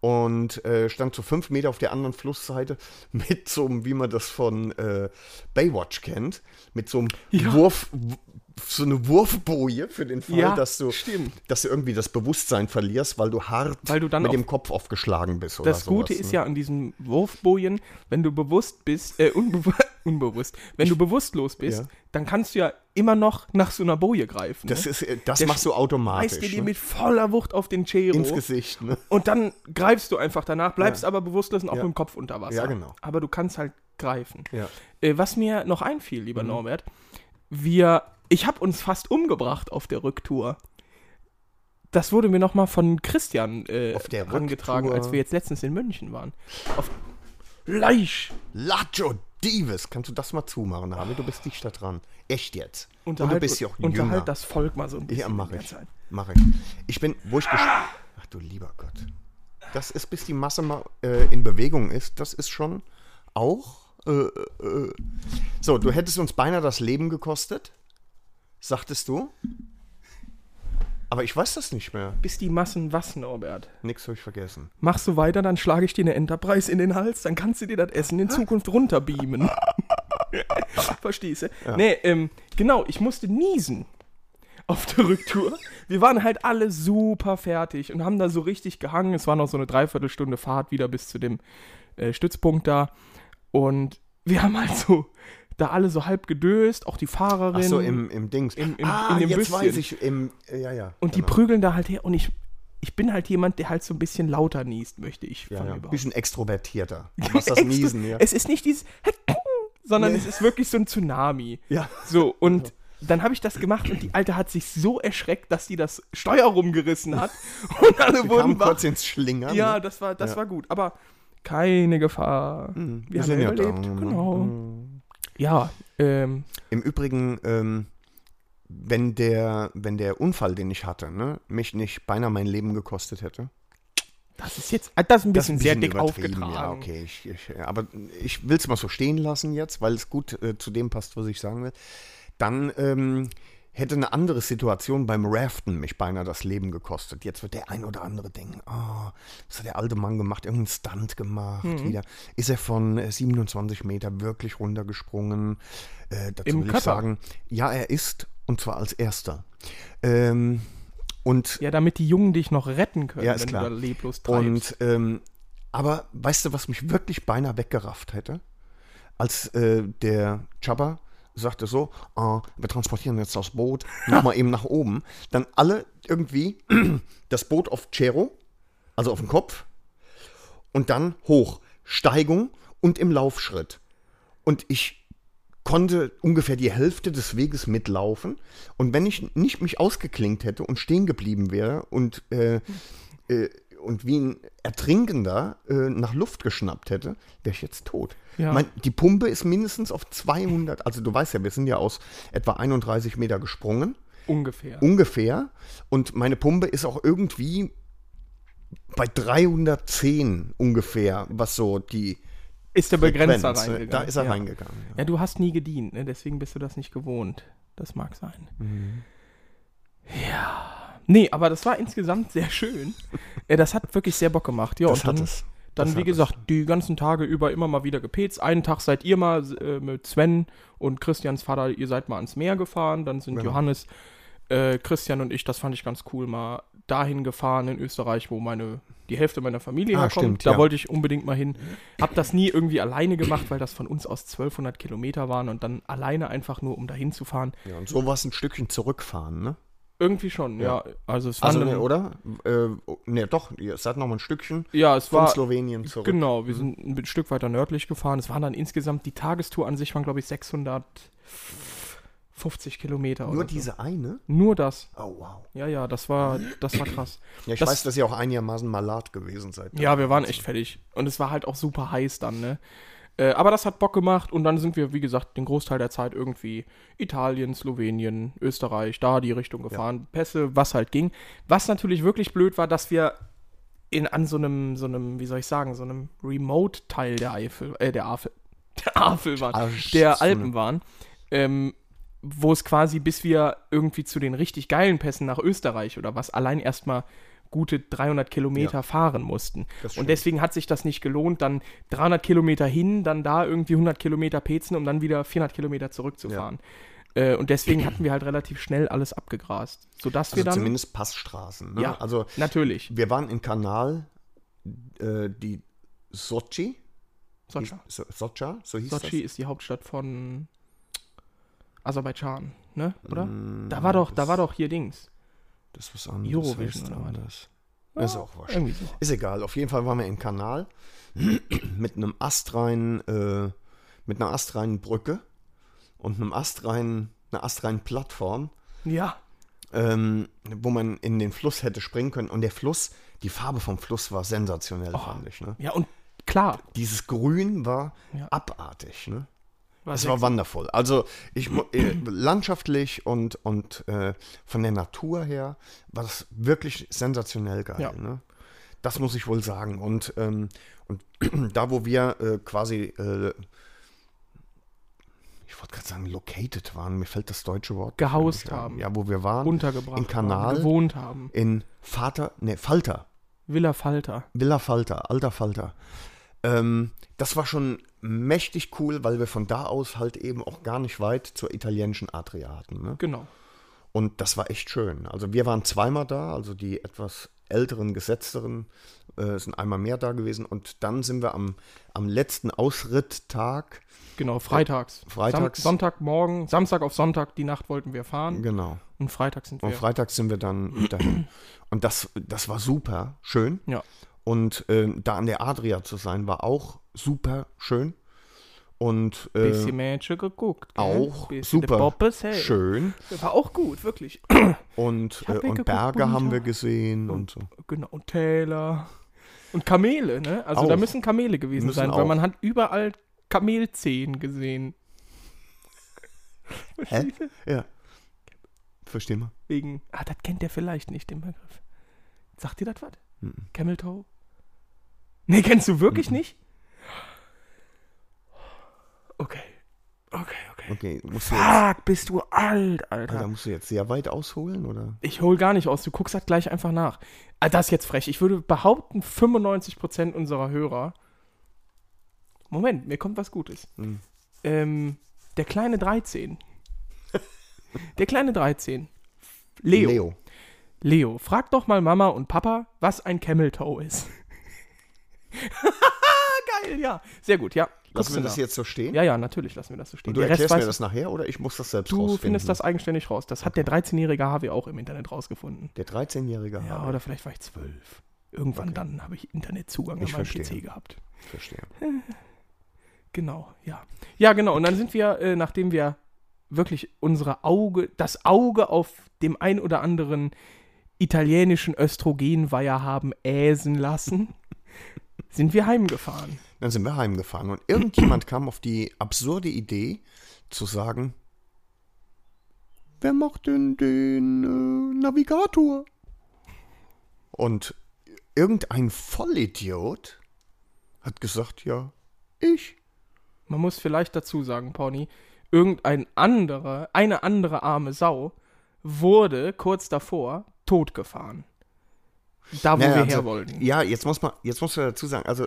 Speaker 20: Und äh, stand so fünf Meter auf der anderen Flussseite <laughs> mit so einem, wie man das von äh, Baywatch kennt, mit so einem Wurf, w- so eine Wurfboje für den Fall,
Speaker 2: Ja,
Speaker 20: dass, du,
Speaker 2: stimmt.
Speaker 20: dass du irgendwie das Bewusstsein verlierst, weil du hart
Speaker 2: Weil du dann
Speaker 20: mit
Speaker 2: auf-
Speaker 20: dem Kopf aufgeschlagen bist. oder
Speaker 2: Das Gute
Speaker 20: sowas,
Speaker 2: ist
Speaker 20: ne?
Speaker 2: ja an diesen Wurfbojen, wenn du bewusst bist, äh, unbewu <laughs> unbewusst, wenn du bewusstlos bist,
Speaker 20: Ja.
Speaker 2: dann kannst du ja immer noch nach so einer Boje greifen.
Speaker 20: Das, ist, äh, das
Speaker 2: ne? Der
Speaker 20: machst du automatisch.
Speaker 2: Reißt dir die
Speaker 20: ne?
Speaker 2: mit voller Wucht auf den Chero
Speaker 20: Ins Gesicht. Ne?
Speaker 2: und dann greifst du einfach danach, bleibst aber bewusstlos und auch
Speaker 20: Ja.
Speaker 2: mit dem Kopf unter Wasser.
Speaker 20: Ja, genau.
Speaker 2: Aber du kannst halt greifen.
Speaker 20: Ja. Mhm.
Speaker 2: Äh, was mir noch einfiel, lieber Norbert, wir, ich habe uns fast umgebracht auf der Rücktour. Das wurde mir nochmal von Christian äh,
Speaker 20: Auf der
Speaker 2: angetragen,
Speaker 20: Rücktour-
Speaker 2: als wir jetzt letztens in München waren. Auf Leisch!
Speaker 20: Lacho Dives, kannst du das mal zumachen, Habe? Du bist dichter dran. Echt jetzt. Und du bist ja auch
Speaker 2: unterhalt
Speaker 20: jünger.
Speaker 2: das Volk mal so ein bisschen.
Speaker 20: ja, mache
Speaker 2: die
Speaker 20: ich.
Speaker 2: ganze Zeit.
Speaker 20: Mache ich. Ich bin, wo ich ges- Ach du lieber Gott. Das ist, bis die Masse mal äh, in Bewegung ist, das ist schon auch. Äh, äh. So, du hättest uns beinahe das Leben gekostet, sagtest du. Aber ich weiß das nicht mehr.
Speaker 2: Bis die Massen was, Norbert?
Speaker 20: Nix habe ich vergessen.
Speaker 2: Machst du weiter, dann schlage ich dir eine Enterprise in den Hals, dann kannst du dir das Essen in Zukunft runterbeamen. <laughs> Verstehst du? Nee, ähm, genau, ich musste niesen auf der Rücktour. Wir waren halt alle super fertig und haben da so richtig gehangen. Es war noch so eine Dreiviertelstunde Fahrt wieder bis zu dem äh, Stützpunkt da. Und wir haben halt so da alle so halb gedöst, auch die Fahrerin.
Speaker 20: Ach so, im, im Dings.
Speaker 2: Im- im-
Speaker 20: ah,
Speaker 2: in dem
Speaker 20: jetzt
Speaker 2: Büsschen.
Speaker 20: weiß ich. Im, äh, ja, ja.
Speaker 2: und die prügeln da halt her und ich, ich bin halt jemand, der halt so ein bisschen lauter niest, möchte ich von
Speaker 20: ja, ja.
Speaker 2: mir behaupten. <laughs>
Speaker 20: bisschen extrovertierter. Was das Niesen, ja.
Speaker 2: Es ist nicht dieses sondern es ist wirklich so ein Tsunami.
Speaker 20: Ja.
Speaker 2: So, und dann habe ich das gemacht und die Alte hat sich so erschreckt, dass sie das Steuer rumgerissen hat. <laughs> Und alle
Speaker 20: Wir
Speaker 2: <laughs>
Speaker 20: kamen
Speaker 2: wurden wach.
Speaker 20: kurz ins Schlingern.
Speaker 2: Ja,
Speaker 20: ne?
Speaker 2: das war, das
Speaker 20: Ja. Hm,
Speaker 2: war gut. Aber keine Gefahr. Wir,
Speaker 20: wir
Speaker 2: haben
Speaker 20: sind
Speaker 2: ja
Speaker 20: ja da,
Speaker 2: überlebt.
Speaker 20: Mhm. ne?
Speaker 2: genau.
Speaker 20: Hm.
Speaker 2: Ja, ähm,
Speaker 20: Im Übrigen, ähm, wenn, der, wenn der Unfall, den ich hatte, ne, mich nicht beinahe mein Leben gekostet hätte.
Speaker 2: das ist jetzt, ah, das ist ein
Speaker 20: das
Speaker 2: bisschen, sehr dick
Speaker 20: übertrieben,
Speaker 2: aufgetragen.
Speaker 20: Ja, okay. Ich, ich, aber ich will es mal so stehen lassen jetzt, weil es gut äh, zu dem passt, was ich sagen will. Dann ähm, hätte eine andere Situation beim Raften mich beinahe das Leben gekostet. Jetzt wird der ein oder andere denken, oh, was hat der alte Mann gemacht? Irgendeinen Stunt gemacht
Speaker 2: Mhm.
Speaker 20: wieder. Ist er von äh, 27 Meter wirklich runtergesprungen? Äh, dazu
Speaker 2: Im
Speaker 20: will
Speaker 2: Körper.
Speaker 20: ich sagen, ja, er ist, und zwar als erster. Ähm, und
Speaker 2: Ja, damit die Jungen dich noch retten können,
Speaker 20: Ja, ist
Speaker 2: wenn
Speaker 20: klar.
Speaker 2: du da leblos treibst.
Speaker 20: und ähm, aber weißt du, was mich wirklich beinahe weggerafft hätte? Als äh, der Chaba sagte so, ah, wir transportieren jetzt das Boot nochmal eben nach oben. Dann alle irgendwie <clears throat> das Boot auf Chero, also auf den Kopf, und dann hoch. Steigung und im Laufschritt. Und ich konnte ungefähr die Hälfte des Weges mitlaufen. Und wenn ich nicht mich ausgeklinkt hätte und stehen geblieben wäre und äh, und wie ein Ertrinkender äh, nach Luft geschnappt hätte, wäre ich jetzt tot.
Speaker 2: Ja.
Speaker 20: Mein, die Pumpe ist mindestens auf 200, also du weißt ja, wir sind ja aus etwa 31 Meter gesprungen,
Speaker 2: Ungefähr.
Speaker 20: ungefähr. Und meine Pumpe ist auch irgendwie bei 310 ungefähr, was so die
Speaker 2: ist der Begrenzer
Speaker 20: Frequenz, ne?
Speaker 2: reingegangen.
Speaker 20: Da ist er
Speaker 2: ja.
Speaker 20: reingegangen. Ja.
Speaker 2: Ja, du hast nie gedient, ne? deswegen bist du das nicht gewohnt. Das mag sein.
Speaker 20: Mhm.
Speaker 2: Ja. Nee, aber das war insgesamt sehr schön. Äh, das hat wirklich sehr Bock gemacht. Ja,
Speaker 20: Das
Speaker 2: und dann,
Speaker 20: hat es.
Speaker 2: dann
Speaker 20: Das
Speaker 2: wie
Speaker 20: hat
Speaker 2: gesagt, die ganzen Tage über immer mal wieder gepetzt. Einen Tag seid ihr
Speaker 20: Genau.
Speaker 2: mal äh, mit Sven und Christians Vater, ihr seid mal ans Meer gefahren. Dann sind Johannes äh, Christian und ich, das fand ich ganz cool, mal dahin gefahren in Österreich, wo meine die Hälfte meiner Familie
Speaker 20: Ah,
Speaker 2: herkommt.
Speaker 20: stimmt,
Speaker 2: da
Speaker 20: ja.
Speaker 2: wollte ich unbedingt mal hin. Hab das nie irgendwie alleine gemacht, weil das von uns aus 1200 Kilometer waren und dann alleine einfach nur, um dahin zu fahren.
Speaker 20: Ja, und so war es ein Stückchen zurückfahren, ne?
Speaker 2: Irgendwie schon, ja. Also es waren
Speaker 20: Also,
Speaker 2: dann-
Speaker 20: ne, oder? Äh, ne, doch, es hat noch mal ein Stückchen
Speaker 2: Ja, es
Speaker 20: von
Speaker 2: war
Speaker 20: Slowenien zurück. Mhm.
Speaker 2: Genau, wir sind ein Stück weiter nördlich gefahren. Es waren dann insgesamt die Tagestour an sich waren glaube ich 650 Kilometer.
Speaker 20: Nur
Speaker 2: oder so.
Speaker 20: diese eine?
Speaker 2: Nur das.
Speaker 20: Oh, wow.
Speaker 2: Ja, ja, das war das war krass.
Speaker 20: Ja, ich
Speaker 2: das,
Speaker 20: weiß, dass ihr auch einigermaßen malat gewesen seid. ne?
Speaker 2: Ja, wir waren echt fertig. Und es war halt auch super heiß dann, ne? Äh, aber das hat Bock gemacht und dann sind wir, wie gesagt, den Großteil der Zeit irgendwie Italien, Slowenien, Österreich, da die Richtung gefahren. Pässe, was halt ging. Was natürlich wirklich blöd war, dass wir in, an so einem, so einem, wie soll ich sagen, so einem Remote-Teil der Eifel, äh, der Afel, <laughs> der Afel waren,
Speaker 20: Arsch,
Speaker 2: der
Speaker 20: so eine-
Speaker 2: Alpen waren, ähm, wo es quasi, bis wir irgendwie zu den richtig geilen Pässen nach Österreich oder was, allein erstmal gute 300 Kilometer fahren mussten.
Speaker 20: Das stimmt.
Speaker 2: Und deswegen hat sich das nicht gelohnt, dann 300 Kilometer hin, dann da irgendwie 100 Kilometer pezen, um dann wieder 400 Kilometer zurückzufahren. Äh, und deswegen hatten wir halt relativ schnell alles abgegrast, sodass wir
Speaker 20: Also
Speaker 2: dann...
Speaker 20: zumindest Passstraßen. Ne?
Speaker 2: Ja,
Speaker 20: also
Speaker 2: natürlich.
Speaker 20: Wir waren in Kanal, äh, die Sochi.
Speaker 2: Socha.
Speaker 20: Die- So- Socha, so hieß
Speaker 2: Sochi ist die Hauptstadt von Aserbaidschan, ne? Oder?
Speaker 20: Mm,
Speaker 2: da war doch, da war doch hier Dings.
Speaker 20: das. Das ist was anderes.
Speaker 2: Eurovision
Speaker 20: heißt
Speaker 2: oder was?
Speaker 20: anders. Ist auch
Speaker 2: irgendwie
Speaker 20: wahrscheinlich.
Speaker 2: so.
Speaker 20: Ist egal. Auf jeden Fall waren wir im Kanal <clears throat> mit einem astreinen, äh, mit einer astreinen Brücke und einem astreinen, einer astreinen Plattform.
Speaker 2: Ja.
Speaker 20: ähm, wo man in den Fluss hätte springen können. Und der Fluss, die Farbe vom Fluss war
Speaker 2: Oh.
Speaker 20: sensationell, fand ich. Ne?
Speaker 2: Ja, und klar.
Speaker 20: Dieses Grün war
Speaker 2: Ja.
Speaker 20: abartig. Ne?
Speaker 2: War
Speaker 20: es
Speaker 2: sehr
Speaker 20: war wundervoll. Also ich, mu- äh, landschaftlich und, und äh, von der Natur her war das wirklich sensationell geil.
Speaker 2: Ja.
Speaker 20: Ne? Das muss ich wohl sagen. Und, ähm, und <clears throat> da, wo wir äh, quasi, äh, ich wollte gerade sagen, located waren, mir fällt das deutsche Wort. nicht
Speaker 2: Gehaust
Speaker 20: ein.
Speaker 2: haben.
Speaker 20: Ja, wo wir waren.
Speaker 2: Untergebracht
Speaker 20: Im Kanal.
Speaker 2: haben, gewohnt haben.
Speaker 20: In Vater, ne, Falter.
Speaker 2: Villa Falter.
Speaker 20: Villa Falter, alter Falter. Ähm, das war schon mächtig cool, weil wir von da aus halt eben auch gar nicht weit zur italienischen Adria hatten. Ne?
Speaker 2: Genau.
Speaker 20: Und das war echt schön. Also wir waren zweimal da, also die etwas älteren, gesetzteren äh, sind einmal mehr da gewesen. Und dann sind wir am, am letzten Ausritttag,
Speaker 2: Genau, freitags.
Speaker 20: Freitags.
Speaker 2: Sam Sonntagmorgen, Samstag auf Sonntag, die Nacht wollten wir fahren.
Speaker 20: genau,
Speaker 2: Und Freitag sind
Speaker 20: und
Speaker 2: wir.
Speaker 20: freitags sind wir dann <clears throat> dahin. Und das, das war super schön.
Speaker 2: ja.
Speaker 20: Und ähm, da an der Adria zu sein, war auch super schön. Und
Speaker 2: Bisschen
Speaker 20: äh,
Speaker 2: Mädchen geguckt. gell?
Speaker 20: auch
Speaker 2: Bisschen der
Speaker 20: super
Speaker 2: Poppes, hey.
Speaker 20: schön.
Speaker 2: War auch gut, wirklich. <clears throat>
Speaker 20: Und,
Speaker 2: hab
Speaker 20: äh, und
Speaker 2: weggeguckt,
Speaker 20: Berge
Speaker 2: bunter.
Speaker 20: haben wir gesehen und so.
Speaker 2: Genau, und Täler. Und Kamele, ne? Also
Speaker 20: Auch.
Speaker 2: da müssen Kamele gewesen
Speaker 20: Müssen
Speaker 2: sein,
Speaker 20: auch.
Speaker 2: weil man hat überall Kamelzehen gesehen. <laughs>
Speaker 20: Hä? Ja. Versteh mal.
Speaker 2: Wegen, ah, das kennt der vielleicht nicht, den Begriff. Sagt dir das was? Camel Toe? Nee, kennst du wirklich nicht? Okay. Okay, okay.
Speaker 20: Okay, musst du jetzt,
Speaker 2: Fuck, bist du alt, Alter.
Speaker 20: Alter, musst du jetzt sehr weit ausholen, oder?
Speaker 2: Ich hol gar nicht aus, du guckst das gleich einfach nach. Ah, das ist jetzt frech. Ich würde behaupten, 95% unserer Hörer. Moment, mir kommt was Gutes. Ähm, der kleine 13. der kleine 13. Leo. Leo. Leo, frag doch mal Mama und Papa, was ein Camel Toe ist. <laughs> Geil, ja. Sehr gut, ja.
Speaker 20: Lassen
Speaker 2: Guckst
Speaker 20: wir
Speaker 2: du
Speaker 20: das
Speaker 2: nach.
Speaker 20: jetzt so stehen?
Speaker 2: Ja, ja, natürlich lassen wir das so stehen.
Speaker 20: Und du
Speaker 2: Der Rest
Speaker 20: erklärst mir
Speaker 2: weiß-
Speaker 20: das nachher, oder ich muss das selbst
Speaker 2: Du
Speaker 20: rausfinden?
Speaker 2: findest das eigenständig raus. Das hat der 13-jährige HW auch im Internet rausgefunden.
Speaker 20: Der 13-Jährige.
Speaker 2: Ja,
Speaker 20: habe-
Speaker 2: oder vielleicht war ich zwölf. Irgendwann dann habe ich Internetzugang
Speaker 20: Ich
Speaker 2: an meinem
Speaker 20: verstehe.
Speaker 2: PC gehabt.
Speaker 20: Verstehe.
Speaker 2: Genau, ja. Ja, genau. Und dann sind wir, äh, nachdem wir wirklich unsere Auge, das Auge auf dem ein oder anderen italienischen Östrogenweiher haben äsen lassen, <laughs> sind wir heimgefahren.
Speaker 20: Dann sind wir heimgefahren und irgendjemand kam auf die absurde Idee zu sagen, wer macht denn den äh, Navigator? Und irgendein Vollidiot hat gesagt, ja, ich.
Speaker 2: Man muss vielleicht dazu sagen, Pony, irgendein anderer, eine andere arme Sau wurde kurz davor totgefahren. Da, wo
Speaker 20: Naja,
Speaker 2: wir
Speaker 20: also,
Speaker 2: her wollten.
Speaker 20: Ja, jetzt muss man, jetzt muss man dazu sagen, also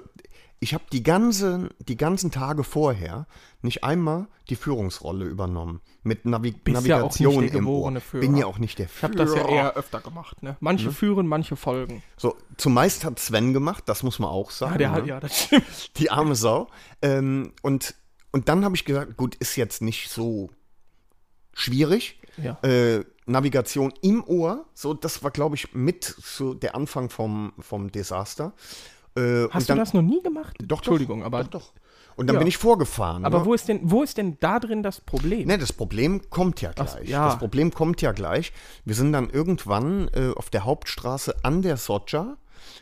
Speaker 20: Ich habe die ganzen, die ganzen Tage vorher nicht einmal die Führungsrolle übernommen. Mit Navi
Speaker 2: Bist ja auch nicht
Speaker 20: Navigation
Speaker 2: der
Speaker 20: im Ohr.
Speaker 2: geborene Führer.
Speaker 20: Bin ja auch nicht der
Speaker 2: Ich
Speaker 20: Führer. Mhm.
Speaker 2: habe das ja eher öfter gemacht. Ne? Manche führen, manche folgen.
Speaker 20: So, zumeist hat Sven gemacht, das muss man auch sagen.
Speaker 2: Ja, der hat,
Speaker 20: ne?
Speaker 2: ja, das stimmt.
Speaker 20: Die arme Sau. Ähm, und, und dann habe ich gesagt, gut, ist jetzt nicht so schwierig.
Speaker 2: Ja.
Speaker 20: Äh, Navigation im Ohr, so, das war, glaube ich, mit so der Anfang vom, vom Desaster. Äh,
Speaker 2: Hast du das noch nie gemacht?
Speaker 20: Doch,
Speaker 2: Entschuldigung,
Speaker 20: doch,
Speaker 2: aber-
Speaker 20: Doch, doch. Und dann
Speaker 2: Ja.
Speaker 20: bin ich vorgefahren.
Speaker 2: Aber
Speaker 20: ne?
Speaker 2: wo ist denn, wo ist denn da drin das Problem?
Speaker 20: Ne, das Problem kommt ja gleich.
Speaker 2: ja.
Speaker 20: Das Problem kommt ja gleich. Wir sind dann irgendwann äh, auf der Hauptstraße an der Soja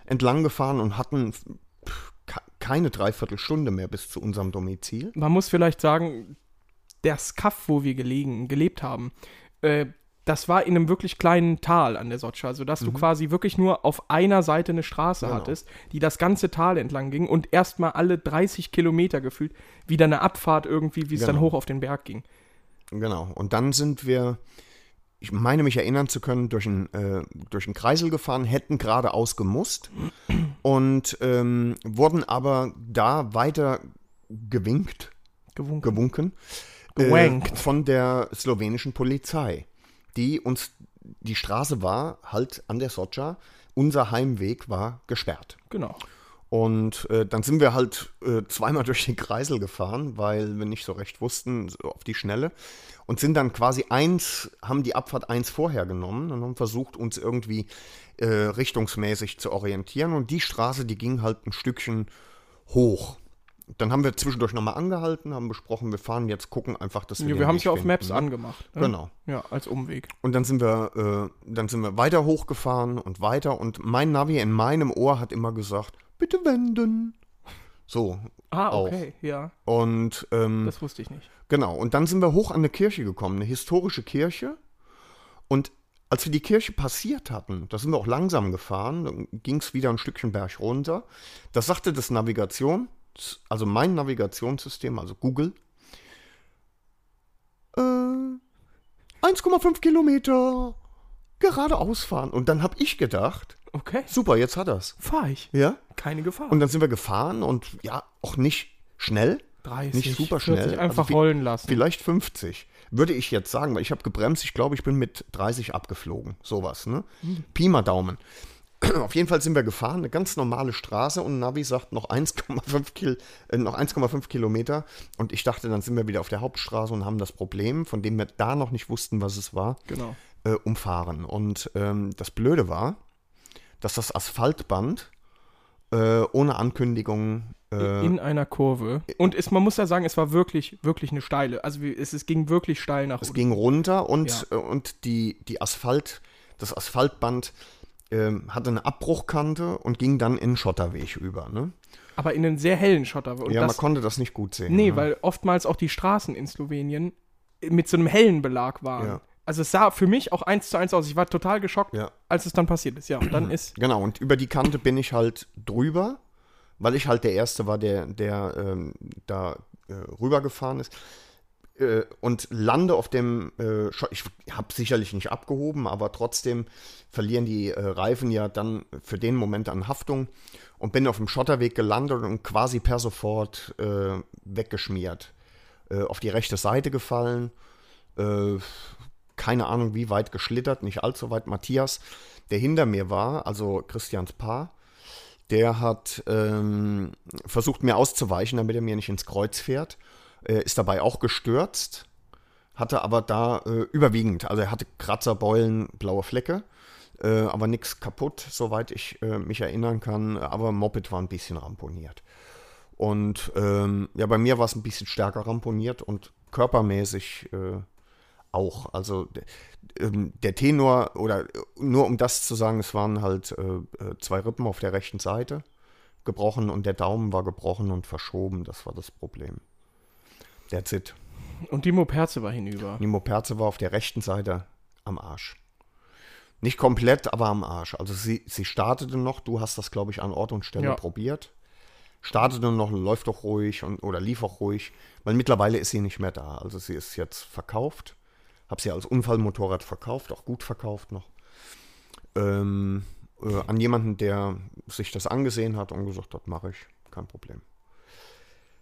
Speaker 20: entlang gefahren und hatten pff, ke- keine Dreiviertelstunde mehr bis zu unserem Domizil.
Speaker 2: Man muss vielleicht sagen, das Kaff, wo wir gelegen, gelebt haben, äh, das war in einem wirklich kleinen Tal an der Sotscha, sodass
Speaker 20: Mhm.
Speaker 2: du quasi wirklich nur auf einer Seite eine Straße
Speaker 20: Genau.
Speaker 2: hattest, die das ganze Tal entlang ging und erstmal alle 30 Kilometer gefühlt wieder eine Abfahrt irgendwie, wie es dann
Speaker 20: Genau.
Speaker 2: hoch auf den Berg ging.
Speaker 20: Genau. Und dann sind wir, ich meine mich erinnern zu können, durch einen, äh, durch einen Kreisel gefahren, hätten geradeaus gemusst und ähm, wurden aber da weiter gewinkt.
Speaker 2: Gewunken.
Speaker 20: gewunken.
Speaker 2: Gewankt.
Speaker 20: Äh, von der slowenischen Polizei, die uns, die Straße war halt an der Soja, unser Heimweg war gesperrt.
Speaker 2: Genau.
Speaker 20: Und äh, dann sind wir halt äh, zweimal <laughs> durch den Kreisel gefahren, weil wir nicht so recht wussten, so auf die Schnelle. Und sind dann quasi eins, haben die Abfahrt eins vorher genommen und haben versucht, uns irgendwie äh, richtungsmäßig zu orientieren. Und die Straße, die ging halt ein Stückchen hoch. Dann haben wir zwischendurch nochmal angehalten, haben besprochen, wir fahren jetzt, gucken einfach, dass wir.
Speaker 2: Ja,
Speaker 20: den
Speaker 2: wir haben
Speaker 20: Weg
Speaker 2: es ja auf
Speaker 20: finden,
Speaker 2: Maps
Speaker 20: ne?
Speaker 2: angemacht. ne?
Speaker 20: Genau.
Speaker 2: Ja, als Umweg.
Speaker 20: Und dann sind wir, äh, dann sind wir weiter hochgefahren und weiter und mein Navi in meinem Ohr hat immer gesagt, bitte wenden. So.
Speaker 2: Ah,
Speaker 20: auch.
Speaker 2: okay, ja.
Speaker 20: Und ähm,
Speaker 2: Das wusste ich nicht.
Speaker 20: genau. Und dann sind wir hoch an eine Kirche gekommen, eine historische Kirche. Und als wir die Kirche passiert hatten, da sind wir auch langsam gefahren, dann ging es wieder ein Stückchen Berg runter. Da sagte das Navigation, also mein Navigationssystem, also Google, äh, 1,5 Kilometer geradeaus fahren. Und dann habe ich gedacht,
Speaker 2: Okay,
Speaker 20: super, jetzt hat er's.
Speaker 2: fahr ich.
Speaker 20: Ja?
Speaker 2: Keine Gefahr.
Speaker 20: Und dann sind wir gefahren und ja, auch nicht schnell.
Speaker 2: 30,
Speaker 20: nicht super
Speaker 2: 40,
Speaker 20: schnell. Also
Speaker 2: einfach
Speaker 20: vi-
Speaker 2: rollen lassen.
Speaker 20: Vielleicht 50. Würde ich jetzt sagen, weil ich habe gebremst. Ich glaube, ich bin mit 30 abgeflogen. Sowas, ne? Pi mal Daumen. <clears throat> Auf jeden Fall sind wir gefahren, eine ganz normale Straße und Navi sagt noch 1,5 Kil äh, noch 1,5 Kilometer. Und ich dachte, dann sind wir wieder auf der Hauptstraße und haben das Problem, von dem wir da noch nicht wussten, was es war,
Speaker 2: Genau.
Speaker 20: äh, umfahren. Und ähm, das Blöde war, dass das Asphaltband äh, ohne Ankündigung äh,
Speaker 2: in einer Kurve. Und es, man muss ja sagen, es war wirklich, wirklich eine steile. Also wie- es, es ging wirklich steil nach
Speaker 20: es
Speaker 2: unten.
Speaker 20: ging runter und, äh, und die, die Asphalt, das Asphaltband ähm, hatte eine Abbruchkante und ging dann in den Schotterweg über. Ne?
Speaker 2: Aber in einen sehr hellen Schotter. Und
Speaker 20: ja, man
Speaker 2: das,
Speaker 20: konnte das nicht gut sehen.
Speaker 2: nee,
Speaker 20: ne?
Speaker 2: weil oftmals auch die Straßen in Slowenien äh, mit so einem hellen Belag waren.
Speaker 20: Ja.
Speaker 2: Also es sah für mich auch eins zu eins aus. Ich war total geschockt,
Speaker 20: Ja.
Speaker 2: als es dann passiert ist. Ja, und dann ist
Speaker 20: Genau, und über die Kante bin ich halt drüber, weil ich halt der Erste war, der, der ähm, da äh, rübergefahren ist. Äh, und lande auf dem, äh, Scho- ich habe sicherlich nicht abgehoben, aber trotzdem verlieren die äh, Reifen ja dann für den Moment an Haftung und bin auf dem Schotterweg gelandet und quasi per sofort äh, weggeschmiert. Äh, auf die rechte Seite gefallen. Äh, keine Ahnung, wie weit geschlittert, nicht allzu weit. Matthias, der hinter mir war, also Christians Paar, der hat ähm, versucht, mir auszuweichen, damit er mir nicht ins Kreuz fährt. Äh, ist dabei auch gestürzt, hatte aber da äh, überwiegend, also er hatte Kratzer, Beulen, blaue Flecke, äh, aber nichts kaputt, soweit ich äh, mich erinnern kann. Aber Moped war ein bisschen ramponiert. Und ähm, ja, bei mir war es ein bisschen stärker ramponiert und körpermäßig äh, auch. Also d- ähm, der Tenor, oder äh, nur um das zu sagen, es waren halt äh, äh, zwei Rippen auf der rechten Seite gebrochen und der Daumen war gebrochen und verschoben. Das war das Problem. That's it.
Speaker 2: und die Moperze war hinüber.
Speaker 20: Nimo Perze war auf der rechten Seite am Arsch. Nicht komplett, aber am Arsch. Also sie, sie startete noch, du hast das, glaube ich, an Ort und Stelle
Speaker 2: Ja.
Speaker 20: probiert. Startete noch, läuft doch ruhig und, oder lief auch ruhig, weil mittlerweile ist sie nicht mehr da. Also sie ist jetzt verkauft. Hab sie als Unfallmotorrad verkauft, auch gut verkauft noch. Ähm, äh, an jemanden, der sich das angesehen hat und gesagt hat, mache ich, kein Problem.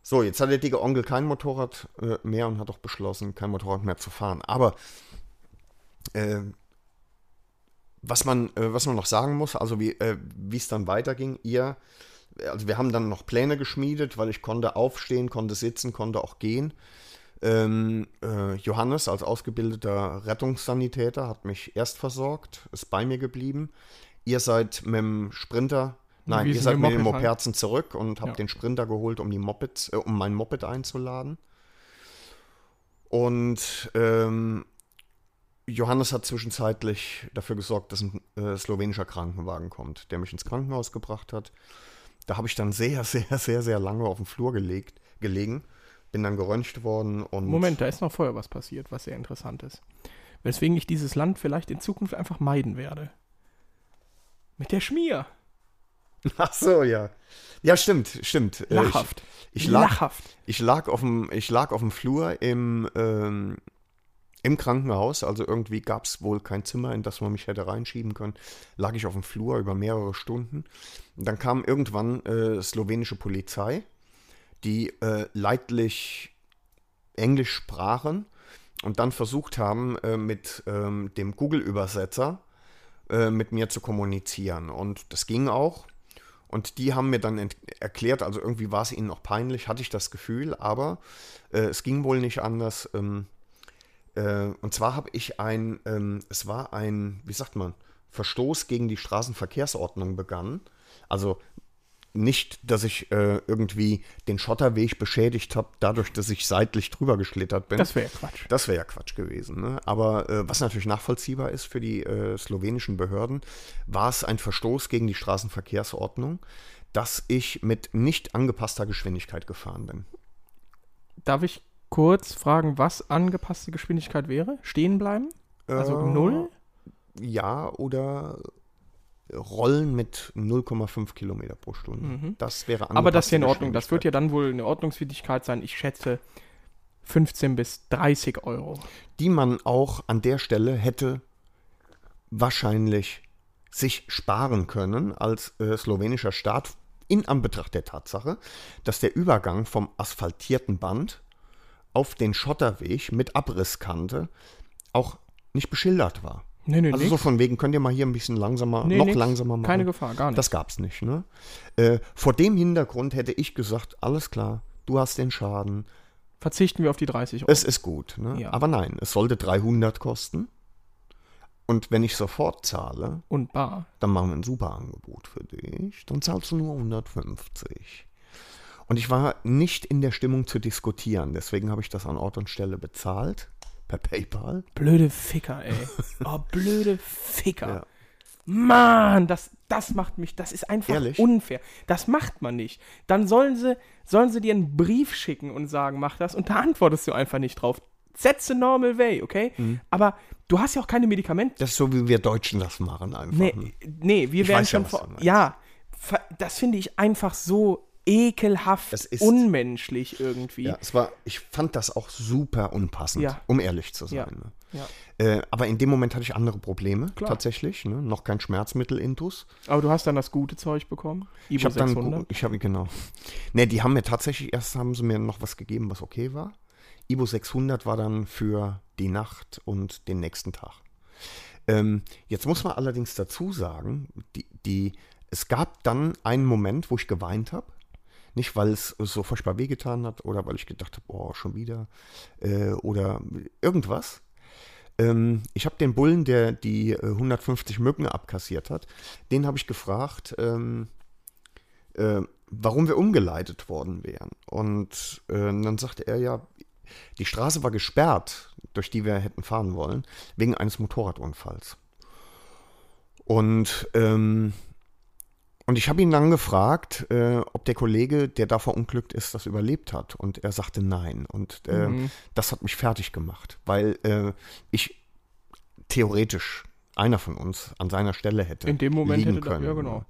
Speaker 20: So, jetzt hat der dicke Onkel kein Motorrad äh, mehr und hat auch beschlossen, kein Motorrad mehr zu fahren. Aber äh, was, man, äh, was man noch sagen muss, also wie äh, wie es dann weiterging, ihr, also wir haben dann noch Pläne geschmiedet, weil ich konnte aufstehen, konnte sitzen, konnte auch gehen. Ähm, äh, Johannes als ausgebildeter Rettungssanitäter hat mich erst versorgt, ist bei mir geblieben. Ihr seid mit dem Sprinter, nein,
Speaker 2: Wie
Speaker 20: ihr
Speaker 2: sind
Speaker 20: seid
Speaker 2: wir
Speaker 20: mit dem
Speaker 2: Moped
Speaker 20: Mopedzen zurück und habt
Speaker 2: Ja.
Speaker 20: den Sprinter geholt, um die Mopeds, äh, um mein Moped einzuladen. Und ähm, Johannes hat zwischenzeitlich dafür gesorgt, dass ein äh, slowenischer Krankenwagen kommt, der mich ins Krankenhaus gebracht hat. Da habe ich dann sehr, <laughs> sehr, sehr, sehr lange auf dem Flur gelegt, gelegen, bin dann geröntgt worden und
Speaker 2: Moment, da ist noch vorher was passiert, was sehr interessant ist. Weswegen ich dieses Land vielleicht in Zukunft einfach meiden werde. Mit der Schmier.
Speaker 20: <laughs> Ach so, ja. Ja, stimmt, stimmt. Äh,
Speaker 2: Lachhaft.
Speaker 20: Ich, ich lag,
Speaker 2: Lachhaft.
Speaker 20: Ich lag auf dem, ich lag auf dem Flur im, ähm, im Krankenhaus, also irgendwie gab es wohl kein Zimmer, in das man mich hätte reinschieben können. Lag ich auf dem Flur über mehrere Stunden. Und dann kam irgendwann äh, slowenische Polizei, die äh, leidlich Englisch sprachen und dann versucht haben, äh, mit ähm, dem Google-Übersetzer äh, mit mir zu kommunizieren. Und das ging auch. Und die haben mir dann ent- erklärt, also irgendwie war es ihnen noch peinlich, hatte ich das Gefühl, aber äh, es ging wohl nicht anders. Ähm, äh, und zwar habe ich ein, ähm, es war ein, wie sagt man, Verstoß gegen die Straßenverkehrsordnung begangen. Also nicht, dass ich äh, irgendwie den Schotterweg beschädigt habe, dadurch, dass ich seitlich drüber geschlittert bin.
Speaker 2: Das wäre ja Quatsch.
Speaker 20: Das wäre ja Quatsch gewesen. Ne? Aber äh, was natürlich nachvollziehbar ist für die äh, slowenischen Behörden, war es ein Verstoß gegen die Straßenverkehrsordnung, dass ich mit nicht angepasster Geschwindigkeit gefahren bin.
Speaker 2: Darf ich kurz fragen, was angepasste Geschwindigkeit wäre? Stehen bleiben? Also
Speaker 20: Äh,
Speaker 2: null?
Speaker 20: Ja, oder Rollen mit 0,5 Kilometer pro Stunde.
Speaker 2: Mhm.
Speaker 20: Das wäre
Speaker 2: Aber das ist ja in
Speaker 20: angepasste
Speaker 2: Ordnung. Das wird ja dann wohl eine Ordnungswidrigkeit sein. Ich schätze 15 bis 30 Euro.
Speaker 20: die man auch an der Stelle hätte wahrscheinlich sich sparen können als äh, slowenischer Staat in Anbetracht der Tatsache, dass der Übergang vom asphaltierten Band auf den Schotterweg mit Abrisskante auch nicht beschildert war.
Speaker 2: Nee, nee,
Speaker 20: also
Speaker 2: nix.
Speaker 20: so von wegen, könnt ihr mal hier ein bisschen langsamer,
Speaker 2: Nee,
Speaker 20: noch
Speaker 2: nix.
Speaker 20: langsamer machen.
Speaker 2: Keine Gefahr, gar nicht.
Speaker 20: Das gab's nicht, ne? Äh, vor dem Hintergrund hätte ich gesagt, alles klar, du hast den Schaden,
Speaker 2: Verzichten wir auf die 30 Euro.
Speaker 20: es ist gut, ne?
Speaker 2: Ja.
Speaker 20: Aber nein, es sollte 300 kosten. Und wenn ich sofort zahle,
Speaker 2: Und bar.
Speaker 20: dann machen wir ein super Angebot für dich. Dann zahlst du nur 150. Und ich war nicht in der Stimmung zu diskutieren, deswegen habe ich das an Ort und Stelle bezahlt. Per PayPal.
Speaker 2: Blöde Ficker,
Speaker 20: <laughs>
Speaker 2: ey. Oh, blöde Ficker.
Speaker 20: Ja.
Speaker 2: Mann, das, das macht mich, das ist einfach
Speaker 20: Ehrlich?
Speaker 2: unfair. Das macht man nicht. Dann sollen sie, sollen sie dir einen Brief schicken und sagen, mach das und da antwortest du einfach nicht drauf. That's the normal way, okay?
Speaker 20: Mhm.
Speaker 2: Aber du hast ja auch keine Medikamente.
Speaker 20: Das ist so, wie wir Deutschen das machen einfach.
Speaker 2: Nee,
Speaker 20: ne?
Speaker 2: nee wir
Speaker 20: Ich
Speaker 2: wären
Speaker 20: weiß ja,
Speaker 2: schon
Speaker 20: was du
Speaker 2: vor.
Speaker 20: meinst.
Speaker 2: Ja, ver- das finde ich einfach so ekelhaft
Speaker 20: Das ist-
Speaker 2: unmenschlich irgendwie.
Speaker 20: Ja, es war, ich fand das auch super unpassend,
Speaker 2: Ja.
Speaker 20: um ehrlich zu sein.
Speaker 2: Ja.
Speaker 20: Ne?
Speaker 2: Ja.
Speaker 20: Äh, aber in dem Moment hatte ich andere Probleme,
Speaker 2: Klar.
Speaker 20: tatsächlich. Ne? Noch kein Schmerzmittel-Intus.
Speaker 2: Aber du hast dann das gute Zeug bekommen. Ibo
Speaker 20: Ich habe dann, gu-
Speaker 2: 600.
Speaker 20: ich habe genau. Ne, die haben mir tatsächlich erst haben sie mir noch was gegeben, was okay war. Ibo 600 war dann für die Nacht und den nächsten Tag. Ähm, jetzt muss man allerdings dazu sagen, die, die, es gab dann einen Moment, wo ich geweint habe. Nicht, weil es so furchtbar wehgetan hat oder weil ich gedacht habe, oh, schon wieder äh, oder irgendwas. Ähm, ich habe den Bullen, der die äh, 150 Mücken abkassiert hat, den habe ich gefragt, ähm, äh, warum wir umgeleitet worden wären. Und äh, dann sagte er ja, die Straße war gesperrt, durch die wir hätten fahren wollen, wegen eines Motorradunfalls. Und, ähm, und ich habe ihn dann gefragt, äh, ob der Kollege, der da verunglückt ist, das überlebt hat. Und er sagte nein. Und äh,
Speaker 2: Mhm.
Speaker 20: das hat mich fertig gemacht, weil äh, ich theoretisch einer von uns an seiner Stelle hätte
Speaker 2: In dem Moment
Speaker 20: liegen
Speaker 2: hätte da-
Speaker 20: können.
Speaker 2: ja, genau.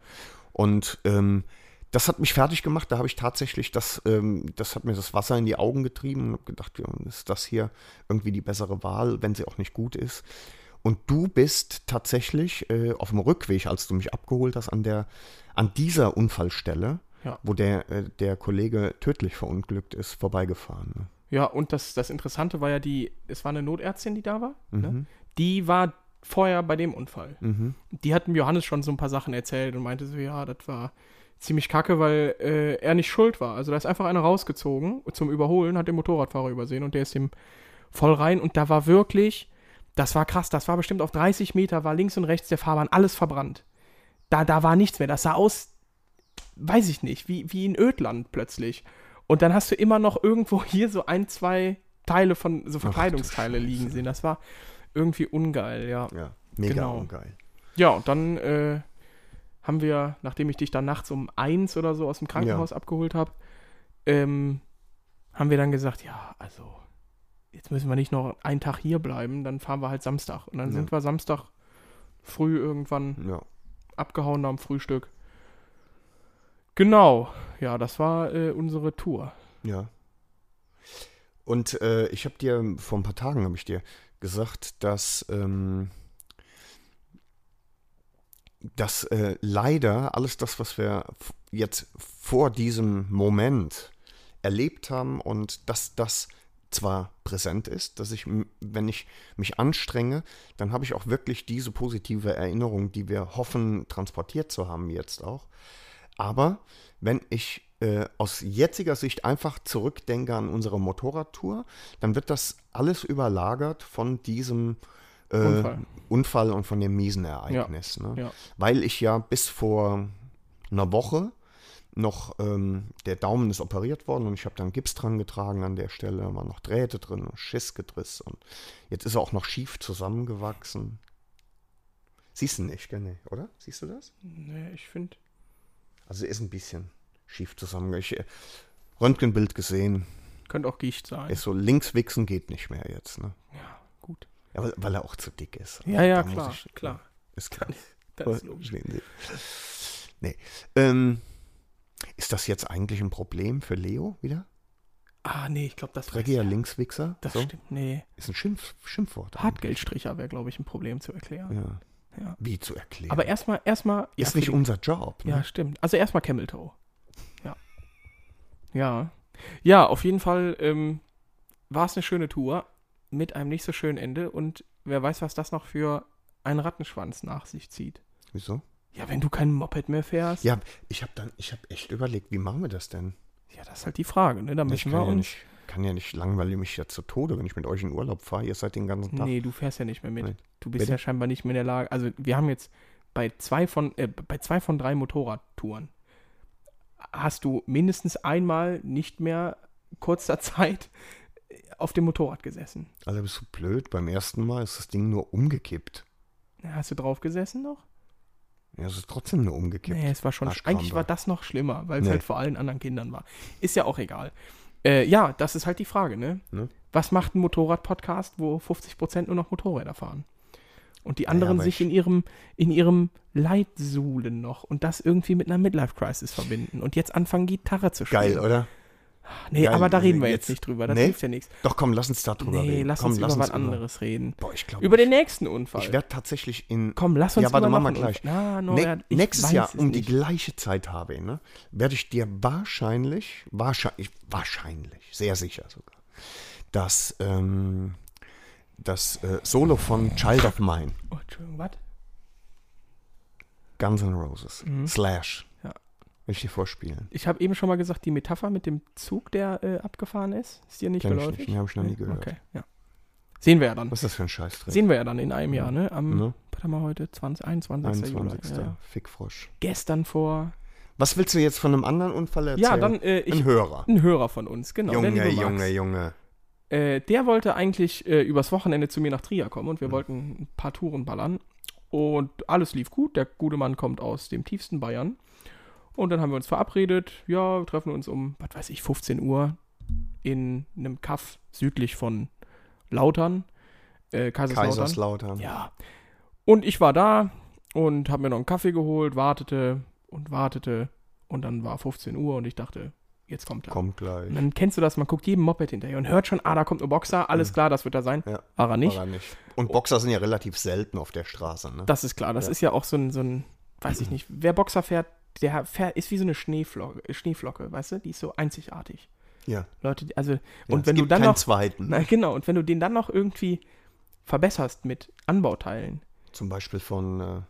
Speaker 20: Und ähm, das hat mich fertig gemacht. Da habe ich tatsächlich das, ähm, das hat mir das Wasser in die Augen getrieben und habe gedacht, ja, ist das hier irgendwie die bessere Wahl, wenn sie auch nicht gut ist. Und du bist tatsächlich äh, auf dem Rückweg, als du mich abgeholt hast, an der, an dieser Unfallstelle,
Speaker 2: Ja.
Speaker 20: wo der, äh, der Kollege tödlich verunglückt ist, vorbeigefahren. Ne?
Speaker 2: Ja, und das, das Interessante war ja die, es war eine Notärztin, die da war. Ne? Die war vorher bei dem Unfall. Die hat dem Johannes schon so ein paar Sachen erzählt und meinte so, ja, das war ziemlich kacke, weil äh, er nicht schuld war. Also da ist einfach einer rausgezogen zum Überholen, hat den Motorradfahrer übersehen und der ist ihm voll rein und da war wirklich, das war krass, das war bestimmt auf 30 Meter, war links und rechts der Fahrbahn alles verbrannt. Da, da war nichts mehr. Das sah aus, weiß ich nicht, wie, wie in Ödland plötzlich. Und dann hast du immer noch irgendwo <laughs> hier so ein, zwei Teile von, so Verkleidungsteile liegen sehen. Das war irgendwie ungeil, ja.
Speaker 20: Ja, mega
Speaker 2: Genau.
Speaker 20: ungeil.
Speaker 2: Ja, und dann äh, haben wir, nachdem ich dich dann nachts um eins oder so aus dem Krankenhaus abgeholt habe, ähm, haben wir dann gesagt, ja, also jetzt müssen wir nicht noch einen Tag hier bleiben, dann fahren wir halt Samstag. Und dann sind wir Samstag früh irgendwann
Speaker 20: Ja.
Speaker 2: abgehauen am Frühstück. Genau, ja, das war äh, unsere Tour.
Speaker 20: Ja. Und äh, ich habe dir, vor ein paar Tagen habe ich dir gesagt, dass, ähm, dass äh, leider alles das, was wir f- jetzt vor diesem Moment erlebt haben und dass das zwar präsent ist, dass ich, m- wenn ich mich anstrenge, dann habe ich auch wirklich diese positive Erinnerung, die wir hoffen, transportiert zu haben jetzt auch. Aber wenn ich äh, aus jetziger Sicht einfach zurückdenke an unsere Motorradtour, dann wird das alles überlagert von diesem äh,
Speaker 2: Unfall.
Speaker 20: Unfall. und von dem miesen Ereignis. Ne?
Speaker 2: ja.
Speaker 20: Weil ich ja bis vor einer Woche noch, ähm, der Daumen ist operiert worden und ich habe dann Gips dran getragen an der Stelle, da waren noch Drähte drin und Schissgedriss und jetzt ist er auch noch schief zusammengewachsen. Siehst du nicht, gell, nee, oder? Siehst du das?
Speaker 2: Nee, ich finde,
Speaker 20: Also er ist ein bisschen schief zusammen. Ich, äh, Röntgenbild gesehen.
Speaker 2: könnte auch Gicht sein.
Speaker 20: Ist so links wichsen geht nicht mehr jetzt. Ne?
Speaker 2: ja, gut.
Speaker 20: Ja, weil, weil er auch zu dick ist.
Speaker 2: Ja, ja,
Speaker 20: Da muss
Speaker 2: klar,
Speaker 20: ich-
Speaker 2: klar.
Speaker 20: Ist klar.
Speaker 2: Das ist logisch.
Speaker 20: Nee, nee. Nee. Ähm, ist das jetzt eigentlich ein Problem für Leo wieder?
Speaker 2: Ah, nee, ich glaube, das war.
Speaker 20: Dreckiger Linkswichser?
Speaker 2: Das
Speaker 20: so?
Speaker 2: stimmt, nee.
Speaker 20: Ist ein Schimpf, Schimpfwort.
Speaker 2: Hartgeldstricher wäre, glaube ich, ein Problem zu erklären.
Speaker 20: Ja.
Speaker 2: Ja.
Speaker 20: Wie zu erklären?
Speaker 2: Aber erstmal, erstmal. ja,
Speaker 20: ist
Speaker 2: für
Speaker 20: nicht
Speaker 2: die-
Speaker 20: unser Job. Ne?
Speaker 2: Ja, stimmt. Also erstmal Camel Toe. Ja. Ja. Ja, auf jeden Fall ähm, war es eine schöne Tour mit einem nicht so schönen Ende und wer weiß, was das noch für einen Rattenschwanz nach sich zieht.
Speaker 20: Wieso?
Speaker 2: Ja, wenn du kein Moped mehr fährst.
Speaker 20: Ja, ich habe dann, ich habe echt überlegt, wie machen wir das denn?
Speaker 2: Ja, das ist halt die Frage, ne? Da
Speaker 20: Ich
Speaker 2: müssen
Speaker 20: kann
Speaker 2: wir
Speaker 20: ja
Speaker 2: uns.
Speaker 20: nicht, kann ja nicht langweilig mich ja zu Tode, wenn ich mit euch in Urlaub fahre. Ihr seid den ganzen Tag.
Speaker 2: Nee, du fährst ja nicht mehr mit.
Speaker 20: Nein.
Speaker 2: Du bist
Speaker 20: Bitte?
Speaker 2: ja scheinbar nicht mehr in der Lage. Also wir haben jetzt bei zwei von äh, bei zwei von drei Motorradtouren hast du mindestens einmal nicht mehr kurzer <laughs> Zeit auf dem Motorrad gesessen.
Speaker 20: Also bist du blöd. Beim ersten Mal ist das Ding nur umgekippt.
Speaker 2: Hast du drauf gesessen noch?
Speaker 20: Ja, es ist trotzdem nur umgekippt.
Speaker 2: Nee, es war schon.
Speaker 20: Arschkrampe.
Speaker 2: Eigentlich war das noch schlimmer, weil es
Speaker 20: Ah, Nee.
Speaker 2: halt vor allen anderen Kindern war. Ist ja auch egal. Äh, ja, das ist halt die Frage, ne?
Speaker 20: Ne?
Speaker 2: Was macht ein Motorrad-Podcast, wo 50% nur noch Motorräder fahren? Und die anderen
Speaker 20: aber
Speaker 2: sich
Speaker 20: ich-
Speaker 2: in ihrem, in ihrem Leid suhlen noch und das irgendwie mit einer Midlife-Crisis verbinden und jetzt anfangen, Gitarre zu spielen.
Speaker 20: Geil, oder?
Speaker 2: Nee,
Speaker 20: Geil.
Speaker 2: aber da reden wir jetzt,
Speaker 20: Jetzt-
Speaker 2: nicht drüber. Das
Speaker 20: Nee?
Speaker 2: hilft ja nichts.
Speaker 20: Doch komm, lass uns da drüber
Speaker 2: Nee,
Speaker 20: reden.
Speaker 2: lass
Speaker 20: komm,
Speaker 2: uns über was anderes reden.
Speaker 20: Boah, ich glaube.
Speaker 2: Über den nächsten Unfall.
Speaker 20: Ich werde tatsächlich in.
Speaker 2: Komm, lass uns
Speaker 20: Ja, warte,
Speaker 2: über
Speaker 20: mach
Speaker 2: noch
Speaker 20: mal
Speaker 2: einen
Speaker 20: gleich.
Speaker 2: Unfall- Na,
Speaker 20: Ne-
Speaker 2: Norbert, ich
Speaker 20: nächstes
Speaker 2: weiß
Speaker 20: Jahr
Speaker 2: es
Speaker 20: um
Speaker 2: nicht.
Speaker 20: die gleiche Zeit habe, ich, ne, werde ich dir wahrscheinlich, wahrscheinlich, wahrscheinlich, sehr sicher sogar, das, ähm, das äh, Solo von Child of Mine,
Speaker 2: oh, Entschuldigung, was?
Speaker 20: Guns N' Roses, Slash,
Speaker 2: Mhm. Ja.
Speaker 20: will ich dir vorspielen.
Speaker 2: Ich habe eben schon mal gesagt, die Metapher mit dem Zug, der äh, abgefahren ist, ist dir nicht
Speaker 20: Kenn ich
Speaker 2: geläufig?
Speaker 20: nicht, nee, hab ich noch nie gehört.
Speaker 2: Okay, ja. Sehen wir ja dann.
Speaker 20: Was ist das für ein Scheißdreck?
Speaker 2: Sehen wir ja dann in einem Jahr, ne? Am,
Speaker 20: Ne?
Speaker 2: warte mal, heute, 20, 21.
Speaker 20: 21.
Speaker 2: Juli. Ja, ja.
Speaker 20: Fickfrosch.
Speaker 2: Gestern vor,
Speaker 20: Was willst du jetzt von einem anderen Unfall erzählen?
Speaker 2: ja, dann äh, ich,
Speaker 20: ein Hörer.
Speaker 2: ein Hörer von uns, genau. der
Speaker 20: Junge,
Speaker 2: liebe Max.
Speaker 20: Junge, Junge.
Speaker 2: Äh, der wollte eigentlich äh, übers Wochenende zu mir nach Trier kommen und wir wollten ein paar Touren ballern. Und alles lief gut. Der gute Mann kommt aus dem tiefsten Bayern. Und dann haben wir uns verabredet. Ja, wir treffen uns um, was weiß ich, 15 Uhr in einem Kaff südlich von Lautern. Äh, Kaiserslautern.
Speaker 20: Kaiserslautern.
Speaker 2: Ja. Und ich war da und habe mir noch einen Kaffee geholt, wartete und wartete. Und dann war 15 Uhr und ich dachte, jetzt kommt er.
Speaker 20: Kommt gleich.
Speaker 2: Und dann kennst du das, man guckt jedem Moped hinterher und hört schon, ah, da kommt ein Boxer, alles klar, das wird er sein.
Speaker 20: Mhm. Ja.
Speaker 2: War er nicht.
Speaker 20: War er nicht. Und Boxer sind ja relativ selten auf der Straße, ne?
Speaker 2: Das ist klar, das ist ja auch so ein, so ein, weiß ich nicht, wer Boxer fährt, der Fer- ist wie so eine Schneeflocke, Schneeflocke, weißt du? Die ist so einzigartig.
Speaker 20: Ja.
Speaker 2: Leute, die- also, und
Speaker 20: es
Speaker 2: wenn du
Speaker 20: gibt
Speaker 2: dann
Speaker 20: keinen
Speaker 2: noch.
Speaker 20: zweiten.
Speaker 2: Na, genau, und wenn du den dann noch irgendwie verbesserst mit Anbauteilen.
Speaker 20: Zum Beispiel von. Äh,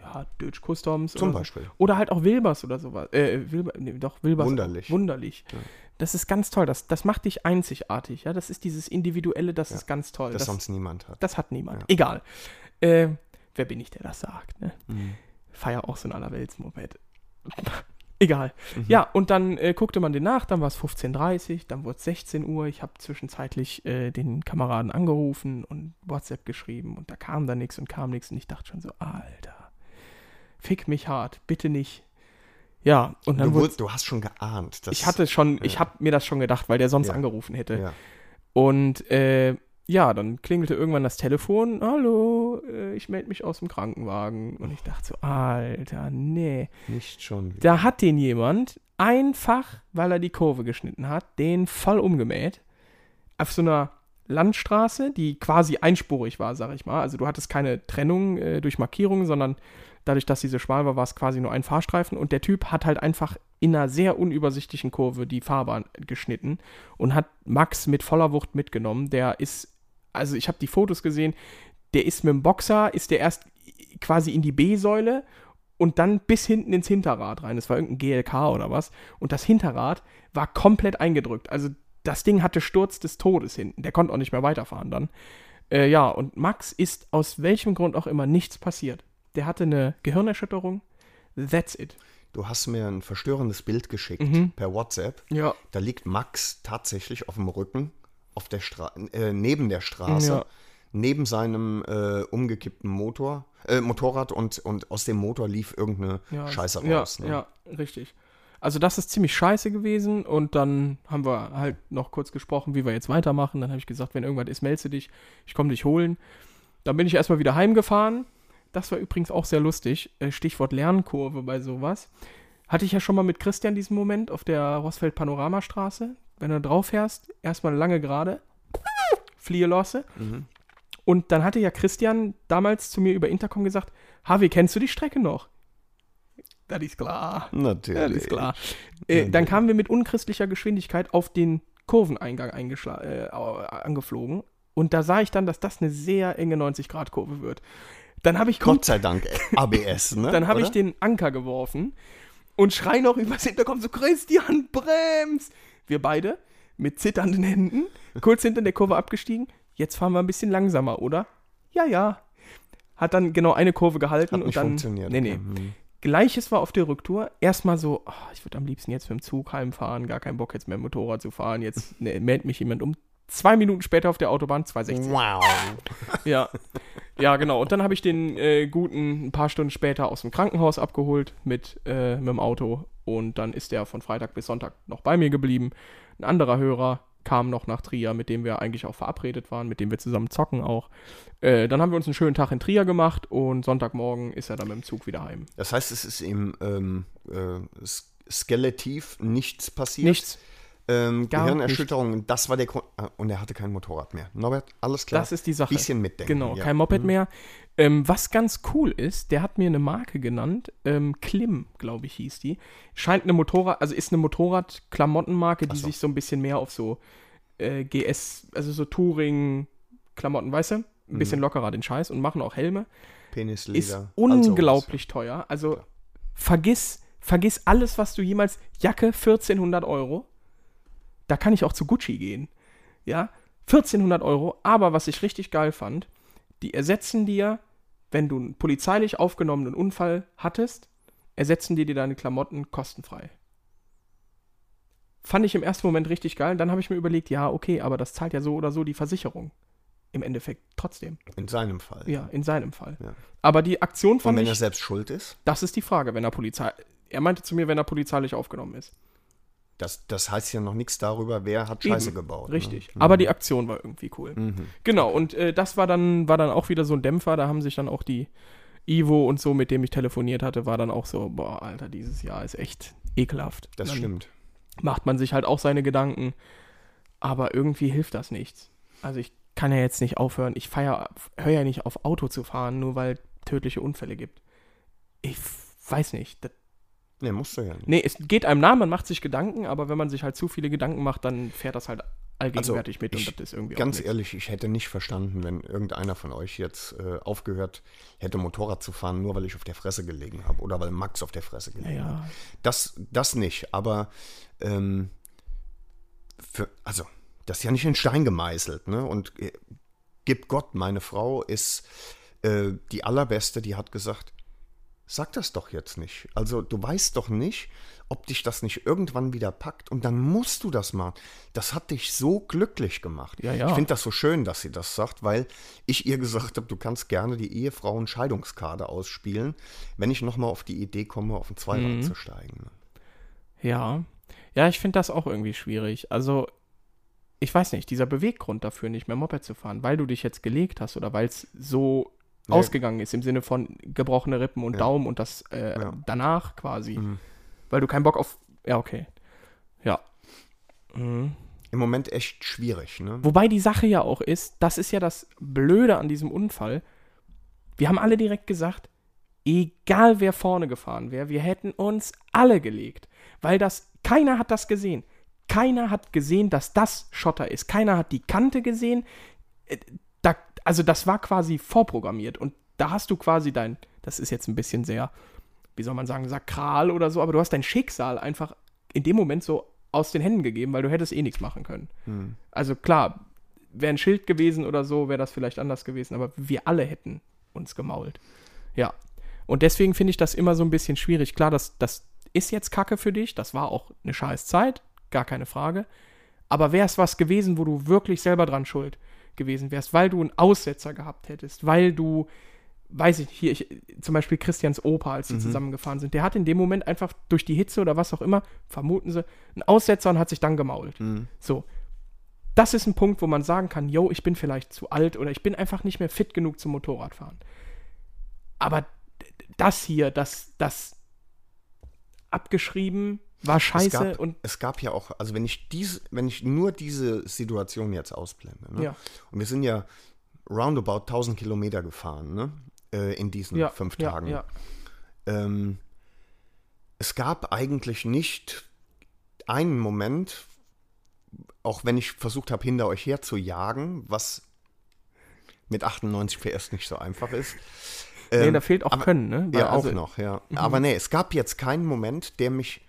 Speaker 2: Ja, Deutsch Customs.
Speaker 20: Zum
Speaker 2: oder so.
Speaker 20: Beispiel.
Speaker 2: Oder halt auch Wilbers oder sowas. Äh, Wilber, nee, doch, Wilbers.
Speaker 20: Wunderlich.
Speaker 2: Wunderlich. Das ist ganz toll. Das, das macht dich einzigartig. Ja, das ist dieses Individuelle, das ist ganz toll.
Speaker 20: das sonst niemand hat.
Speaker 2: Das hat niemand. Egal. Äh, wer bin ich, der das sagt? Ne? Feier auch so ein Allerwelts-Moped. <laughs> Egal. Ja, und dann äh, guckte man den nach, dann war es 15.30 dann wurde es 16 Uhr. Ich habe zwischenzeitlich äh, den Kameraden angerufen und WhatsApp geschrieben und da kam dann nichts und kam nichts und ich dachte schon so, Alter, fick mich hart, bitte nicht. Ja, und dann
Speaker 20: du,
Speaker 2: wurde
Speaker 20: wurdest- du hast schon geahnt. dass-
Speaker 2: ich hatte schon, ich habe mir das schon gedacht, weil der sonst
Speaker 20: Ja.
Speaker 2: angerufen hätte.
Speaker 20: Ja.
Speaker 2: Und äh, ja, dann klingelte irgendwann das Telefon. Hallo, äh, ich melde mich aus dem Krankenwagen. Und ich dachte so, Alter, nee.
Speaker 20: Nicht schon. wieder.
Speaker 2: Da hat den jemand einfach, weil er die Kurve geschnitten hat, den voll umgemäht. Auf so einer Landstraße, die quasi einspurig war, sag ich mal. Also du hattest keine Trennung äh, durch Markierungen, sondern dadurch, dass diese schmal war, war es quasi nur ein Fahrstreifen. Und der Typ hat halt einfach in einer sehr unübersichtlichen Kurve die Fahrbahn geschnitten und hat Max mit voller Wucht mitgenommen. Der ist, also ich habe die Fotos gesehen, der ist mit dem Boxer, ist der erst quasi in die B-Säule und dann bis hinten ins Hinterrad rein. Das war irgendein GLK oder was. Und das Hinterrad war komplett eingedrückt. Also das Ding hatte Sturz des Todes hinten. Der konnte auch nicht mehr weiterfahren dann. Äh, ja, und Max ist aus welchem Grund auch immer nichts passiert. Der hatte eine Gehirnerschütterung. That's it.
Speaker 20: Du hast mir ein verstörendes Bild geschickt per WhatsApp.
Speaker 2: Mhm. Ja.
Speaker 20: Da liegt Max tatsächlich auf dem Rücken, auf der Stra äh, neben der Straße,
Speaker 2: Ja.
Speaker 20: neben seinem äh, umgekippten Motor, äh, Motorrad und, und aus dem Motor lief irgendeine
Speaker 2: ja,
Speaker 20: Scheiße
Speaker 2: ja,
Speaker 20: raus. ne?
Speaker 2: Ja, richtig. Also das ist ziemlich scheiße gewesen und dann haben wir halt noch kurz gesprochen, wie wir jetzt weitermachen. Dann habe ich gesagt, wenn irgendwas ist, melde dich, ich komme dich holen. Dann bin ich erstmal wieder heimgefahren. Das war übrigens auch sehr lustig. Äh, Stichwort Lernkurve bei sowas. Hatte ich ja schon mal mit Christian diesen Moment auf der Rosfeld Panoramastraße. Wenn du drauf fährst, erstmal eine lange Gerade, fliehe losse.
Speaker 20: Mhm.
Speaker 2: Und dann hatte ja Christian damals zu mir über Intercom gesagt, Harvey, kennst du die Strecke noch? Das ist klar.
Speaker 20: Natürlich. Mhm.
Speaker 2: Ja, das ist klar. Äh, dann kamen wir mit unchristlicher Geschwindigkeit auf den Kurveneingang eingeschla- äh, au- angeflogen. Und da sah ich dann, dass das eine sehr enge 90-Grad-Kurve wird. Dann habe ich,
Speaker 20: Gott sei
Speaker 2: <laughs>
Speaker 20: Dank, äh, ABS, ne?
Speaker 2: dann hab ich
Speaker 20: Oder?
Speaker 2: den Anker geworfen und schrei noch übers Hinterkopf so, Christian, brems! Wir beide mit zitternden Händen, kurz hinter der Kurve abgestiegen. Jetzt fahren wir ein bisschen langsamer, oder? Ja, ja. Hat dann genau eine Kurve gehalten
Speaker 20: Hat
Speaker 2: und
Speaker 20: nicht
Speaker 2: dann.
Speaker 20: funktioniert.
Speaker 2: Nee, nee.
Speaker 20: Mhm.
Speaker 2: Gleiches war auf der Rücktour. Erstmal so, ah, ich würde am liebsten jetzt mit dem Zug heimfahren, gar keinen Bock jetzt mehr Motorrad zu fahren. Jetzt ne, meldet mich jemand um. Zwei Minuten später auf der Autobahn, 260.
Speaker 20: Wow.
Speaker 2: Ja. Ja, genau. Und dann habe ich den äh, Guten ein paar Stunden später aus dem Krankenhaus abgeholt mit, äh, mit dem Auto. Und dann ist der von Freitag bis Sonntag noch bei mir geblieben. Ein anderer Hörer kam noch nach Trier, mit dem wir eigentlich auch verabredet waren, mit dem wir zusammen zocken auch. Äh, dann haben wir uns einen schönen Tag in Trier gemacht und Sonntagmorgen ist er dann mit dem Zug wieder heim.
Speaker 20: Das heißt, es ist im ähm, äh, S- Skeletiv nichts passiert.
Speaker 2: Nichts.
Speaker 20: Ähm,
Speaker 2: Gar
Speaker 20: Gehirnerschütterung, das war der Grund. Ah, Und er hatte kein Motorrad mehr. Norbert, alles klar.
Speaker 2: Das ist die Sache.
Speaker 20: Bisschen mitdenken.
Speaker 2: Genau,
Speaker 20: ja. Mhm.
Speaker 2: kein Moped mehr. Ähm, was ganz cool ist, der hat mir eine Marke genannt, ähm, Klim, glaube ich, hieß die. Scheint eine Motorrad, also ist eine Motorrad-Klamottenmarke, die sich so ein bisschen mehr auf so äh, GS, also so Touring-Klamotten, weißt du? Ein
Speaker 20: Mhm.
Speaker 2: bisschen lockerer den Scheiß und machen auch Helme.
Speaker 20: Penisleder.
Speaker 2: Ist
Speaker 20: all sowas.
Speaker 2: unglaublich teuer. Also vergiss, vergiss alles, was du jemals. Jacke 1400 Euro. Da kann ich auch zu Gucci gehen. Ja, 1400 Euro. Aber was ich richtig geil fand, die ersetzen dir, wenn du einen polizeilich aufgenommenen Unfall hattest, ersetzen die dir deine Klamotten kostenfrei. Fand ich im ersten Moment richtig geil. Dann habe ich mir überlegt, ja, okay, aber das zahlt ja so oder so die Versicherung. Im Endeffekt trotzdem.
Speaker 20: In seinem Fall.
Speaker 2: Ja, in seinem Fall.
Speaker 20: Ja.
Speaker 2: Aber die Aktion
Speaker 20: Und
Speaker 2: fand
Speaker 20: wenn
Speaker 2: ich.
Speaker 20: er selbst schuld ist,
Speaker 2: Das ist die Frage, wenn er Polizei. Er meinte zu mir, wenn er polizeilich aufgenommen ist.
Speaker 20: das, das heißt ja noch nichts darüber, wer hat Scheiße
Speaker 2: Eben.
Speaker 20: gebaut.
Speaker 2: Richtig.
Speaker 20: Ne? Mhm.
Speaker 2: Aber die Aktion war irgendwie cool. Genau, und äh, das war dann, war dann auch wieder so ein Dämpfer. Da haben sich dann auch die Ivo und so, mit dem ich telefoniert hatte, war dann auch so, boah, Alter, dieses Jahr ist echt ekelhaft.
Speaker 20: Das
Speaker 2: dann
Speaker 20: stimmt.
Speaker 2: Macht man sich halt auch seine Gedanken. Aber irgendwie hilft das nichts. Also ich kann ja jetzt nicht aufhören. Ich feier, höre ja nicht auf Auto zu fahren, nur weil tödliche Unfälle gibt. Ich f- weiß nicht. Das
Speaker 20: Nee, musst du ja nicht.
Speaker 2: Nee, es geht einem nah, man macht sich Gedanken, aber wenn man sich halt zu viele Gedanken macht, dann fährt das halt allgegenwärtig mit
Speaker 20: ich-
Speaker 2: und das ist irgendwie
Speaker 20: Ganz
Speaker 2: auch nix.
Speaker 20: ehrlich, ich hätte nicht verstanden, wenn irgendeiner von euch jetzt äh, aufgehört hätte, Motorrad zu fahren, nur weil ich auf der Fresse gelegen habe oder weil Max auf der Fresse gelegen
Speaker 2: Ja.
Speaker 20: hat. Das, das nicht, aber ähm, für, also, das ist ja nicht in Stein gemeißelt, ne? Und äh, gib Gott, meine Frau ist äh, die allerbeste, die hat gesagt, sag das doch jetzt nicht. Also du weißt doch nicht, ob dich das nicht irgendwann wieder packt und dann musst du das machen. Das hat dich so glücklich gemacht.
Speaker 2: Ja, ja.
Speaker 20: Ich finde das so schön, dass sie das sagt, weil ich ihr gesagt habe, du kannst gerne die Ehefrauen-Scheidungskarte ausspielen, wenn ich nochmal auf die Idee komme, auf ein Zweirad
Speaker 2: Mhm.
Speaker 20: zu steigen.
Speaker 2: Ja. Ja, ich finde das auch irgendwie schwierig. Also, ich weiß nicht, dieser Beweggrund dafür, nicht mehr Moped zu fahren, weil du dich jetzt gelegt hast oder weil es so
Speaker 20: Nee.
Speaker 2: ausgegangen ist, im Sinne von gebrochene Rippen und
Speaker 20: Ja.
Speaker 2: Daumen und das äh,
Speaker 20: Ja.
Speaker 2: danach quasi.
Speaker 20: Mhm.
Speaker 2: Weil du keinen Bock auf. Ja, okay. Ja. Mhm.
Speaker 20: Im Moment echt schwierig, ne?
Speaker 2: Wobei die Sache ja auch ist, das ist ja das Blöde an diesem Unfall. Wir haben alle direkt gesagt, egal wer vorne gefahren wäre, wir hätten uns alle gelegt. Weil das, keiner hat das gesehen. Keiner hat gesehen, dass das Schotter ist. Keiner hat die Kante gesehen. Äh, Da, also das war quasi vorprogrammiert. Und da hast du quasi dein, das ist jetzt ein bisschen sehr, wie soll man sagen, sakral oder so, aber du hast dein Schicksal einfach in dem Moment so aus den Händen gegeben, weil du hättest eh nichts machen können. Also klar, wäre ein Schild gewesen oder so, wäre das vielleicht anders gewesen, aber wir alle hätten uns gemault. Ja. Und deswegen finde ich das immer so ein bisschen schwierig. Klar, das, das ist jetzt Kacke für dich, das war auch eine scheiß Zeit, gar keine Frage. Aber wäre es was gewesen, wo du wirklich selber dran schuld gewesen wärst, weil du einen Aussetzer gehabt hättest, weil du, weiß ich nicht, hier, ich, zum Beispiel Christians Opa, als die
Speaker 20: Mhm.
Speaker 2: zusammengefahren sind, der hat in dem Moment einfach durch die Hitze oder was auch immer, vermuten sie, einen Aussetzer und hat sich dann gemault.
Speaker 20: Mhm.
Speaker 2: So, das ist ein Punkt, wo man sagen kann, yo, ich bin vielleicht zu alt oder ich bin einfach nicht mehr fit genug zum Motorradfahren. Aber d- das hier, das, das abgeschrieben war scheiße
Speaker 20: es gab,
Speaker 2: und
Speaker 20: es gab ja auch, also wenn ich diese, wenn ich nur diese Situation jetzt ausblende, ne?
Speaker 2: Ja.
Speaker 20: und wir sind ja roundabout 1000 Kilometer gefahren, ne? Äh, in diesen
Speaker 2: ja,
Speaker 20: fünf
Speaker 2: ja,
Speaker 20: Tagen.
Speaker 2: Ja,
Speaker 20: Ähm, es gab eigentlich nicht einen Moment, auch wenn ich versucht habe, hinter euch her zu jagen, was mit 98 PS nicht so einfach ist.
Speaker 2: nee,
Speaker 20: Ähm,
Speaker 2: da fehlt auch Können, ne? Weil
Speaker 20: ja,
Speaker 2: also-
Speaker 20: auch noch, ja. Aber nee, es gab jetzt keinen Moment, der mich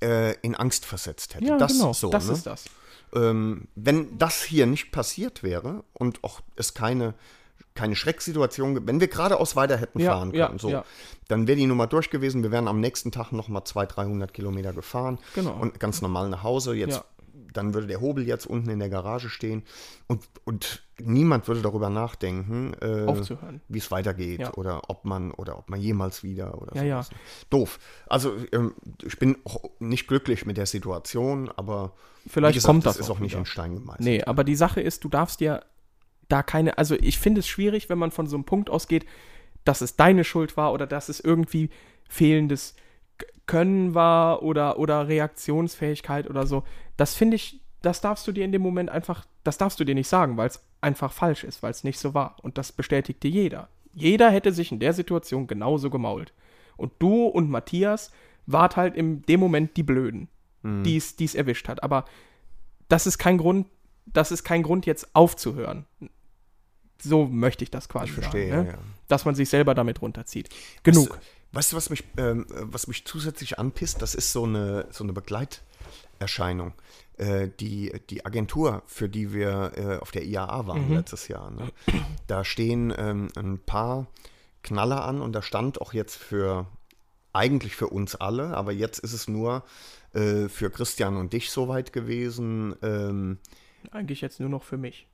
Speaker 20: äh, in Angst versetzt hätte.
Speaker 2: Ja,
Speaker 20: das
Speaker 2: genau,
Speaker 20: so,
Speaker 2: das
Speaker 20: ne?
Speaker 2: ist das.
Speaker 20: Ähm, wenn das hier nicht passiert wäre und auch es keine, keine Schrecksituation gibt, wenn wir geradeaus weiter hätten
Speaker 2: Ja,
Speaker 20: fahren
Speaker 2: ja,
Speaker 20: können, so,
Speaker 2: ja.
Speaker 20: dann wäre die Nummer durch gewesen. Wir wären am nächsten Tag nochmal 200, 300 Kilometer gefahren
Speaker 2: Genau.
Speaker 20: und ganz normal nach Hause. Jetzt,
Speaker 2: Ja.
Speaker 20: Dann würde der Hobel jetzt unten in der Garage stehen und, und niemand würde darüber nachdenken, äh,
Speaker 2: Aufzuhören.
Speaker 20: wie es weitergeht
Speaker 2: Ja.
Speaker 20: oder ob man oder ob man jemals wieder oder
Speaker 2: Ja, ja.
Speaker 20: sowas. Doof. Also ähm, ich bin auch nicht glücklich mit der Situation, aber
Speaker 2: Vielleicht kommt das
Speaker 20: ist
Speaker 2: auch
Speaker 20: auch nicht
Speaker 2: wieder.
Speaker 20: in Stein gemeißelt.
Speaker 2: Nee, aber die Sache ist, du darfst dir da keine, also ich finde es schwierig, wenn man von so einem Punkt ausgeht, dass es deine Schuld war oder dass es irgendwie fehlendes K- Können war oder, oder Reaktionsfähigkeit oder so. Das finde ich, das darfst du dir in dem Moment einfach, das darfst du dir nicht sagen, weil es einfach falsch ist, weil es nicht so war. Und das bestätigte jeder. Jeder hätte sich in der Situation genauso gemault. Und du und Matthias wart halt in dem Moment die Blöden,
Speaker 20: Mhm.
Speaker 2: die es erwischt hat. Aber das ist kein Grund, das ist kein Grund, jetzt aufzuhören. So möchte ich das quasi ich
Speaker 20: verstehe,
Speaker 2: sagen. Ne?
Speaker 20: ja, ja.
Speaker 2: Dass man sich selber damit runterzieht. Genug.
Speaker 20: Weißt, du- weißt du, was mich, ähm, äh, was mich zusätzlich anpisst? Das ist so eine, so eine Begleiterscheinung. Äh, die, die Agentur, für die wir äh, auf der IAA waren
Speaker 2: Mhm.
Speaker 20: letztes Jahr, ne? da stehen ähm, ein paar Knaller an und da stand auch jetzt für, eigentlich für uns alle, aber jetzt ist es nur äh, für Christian und dich soweit gewesen. Ähm,
Speaker 2: Eigentlich jetzt nur noch für mich.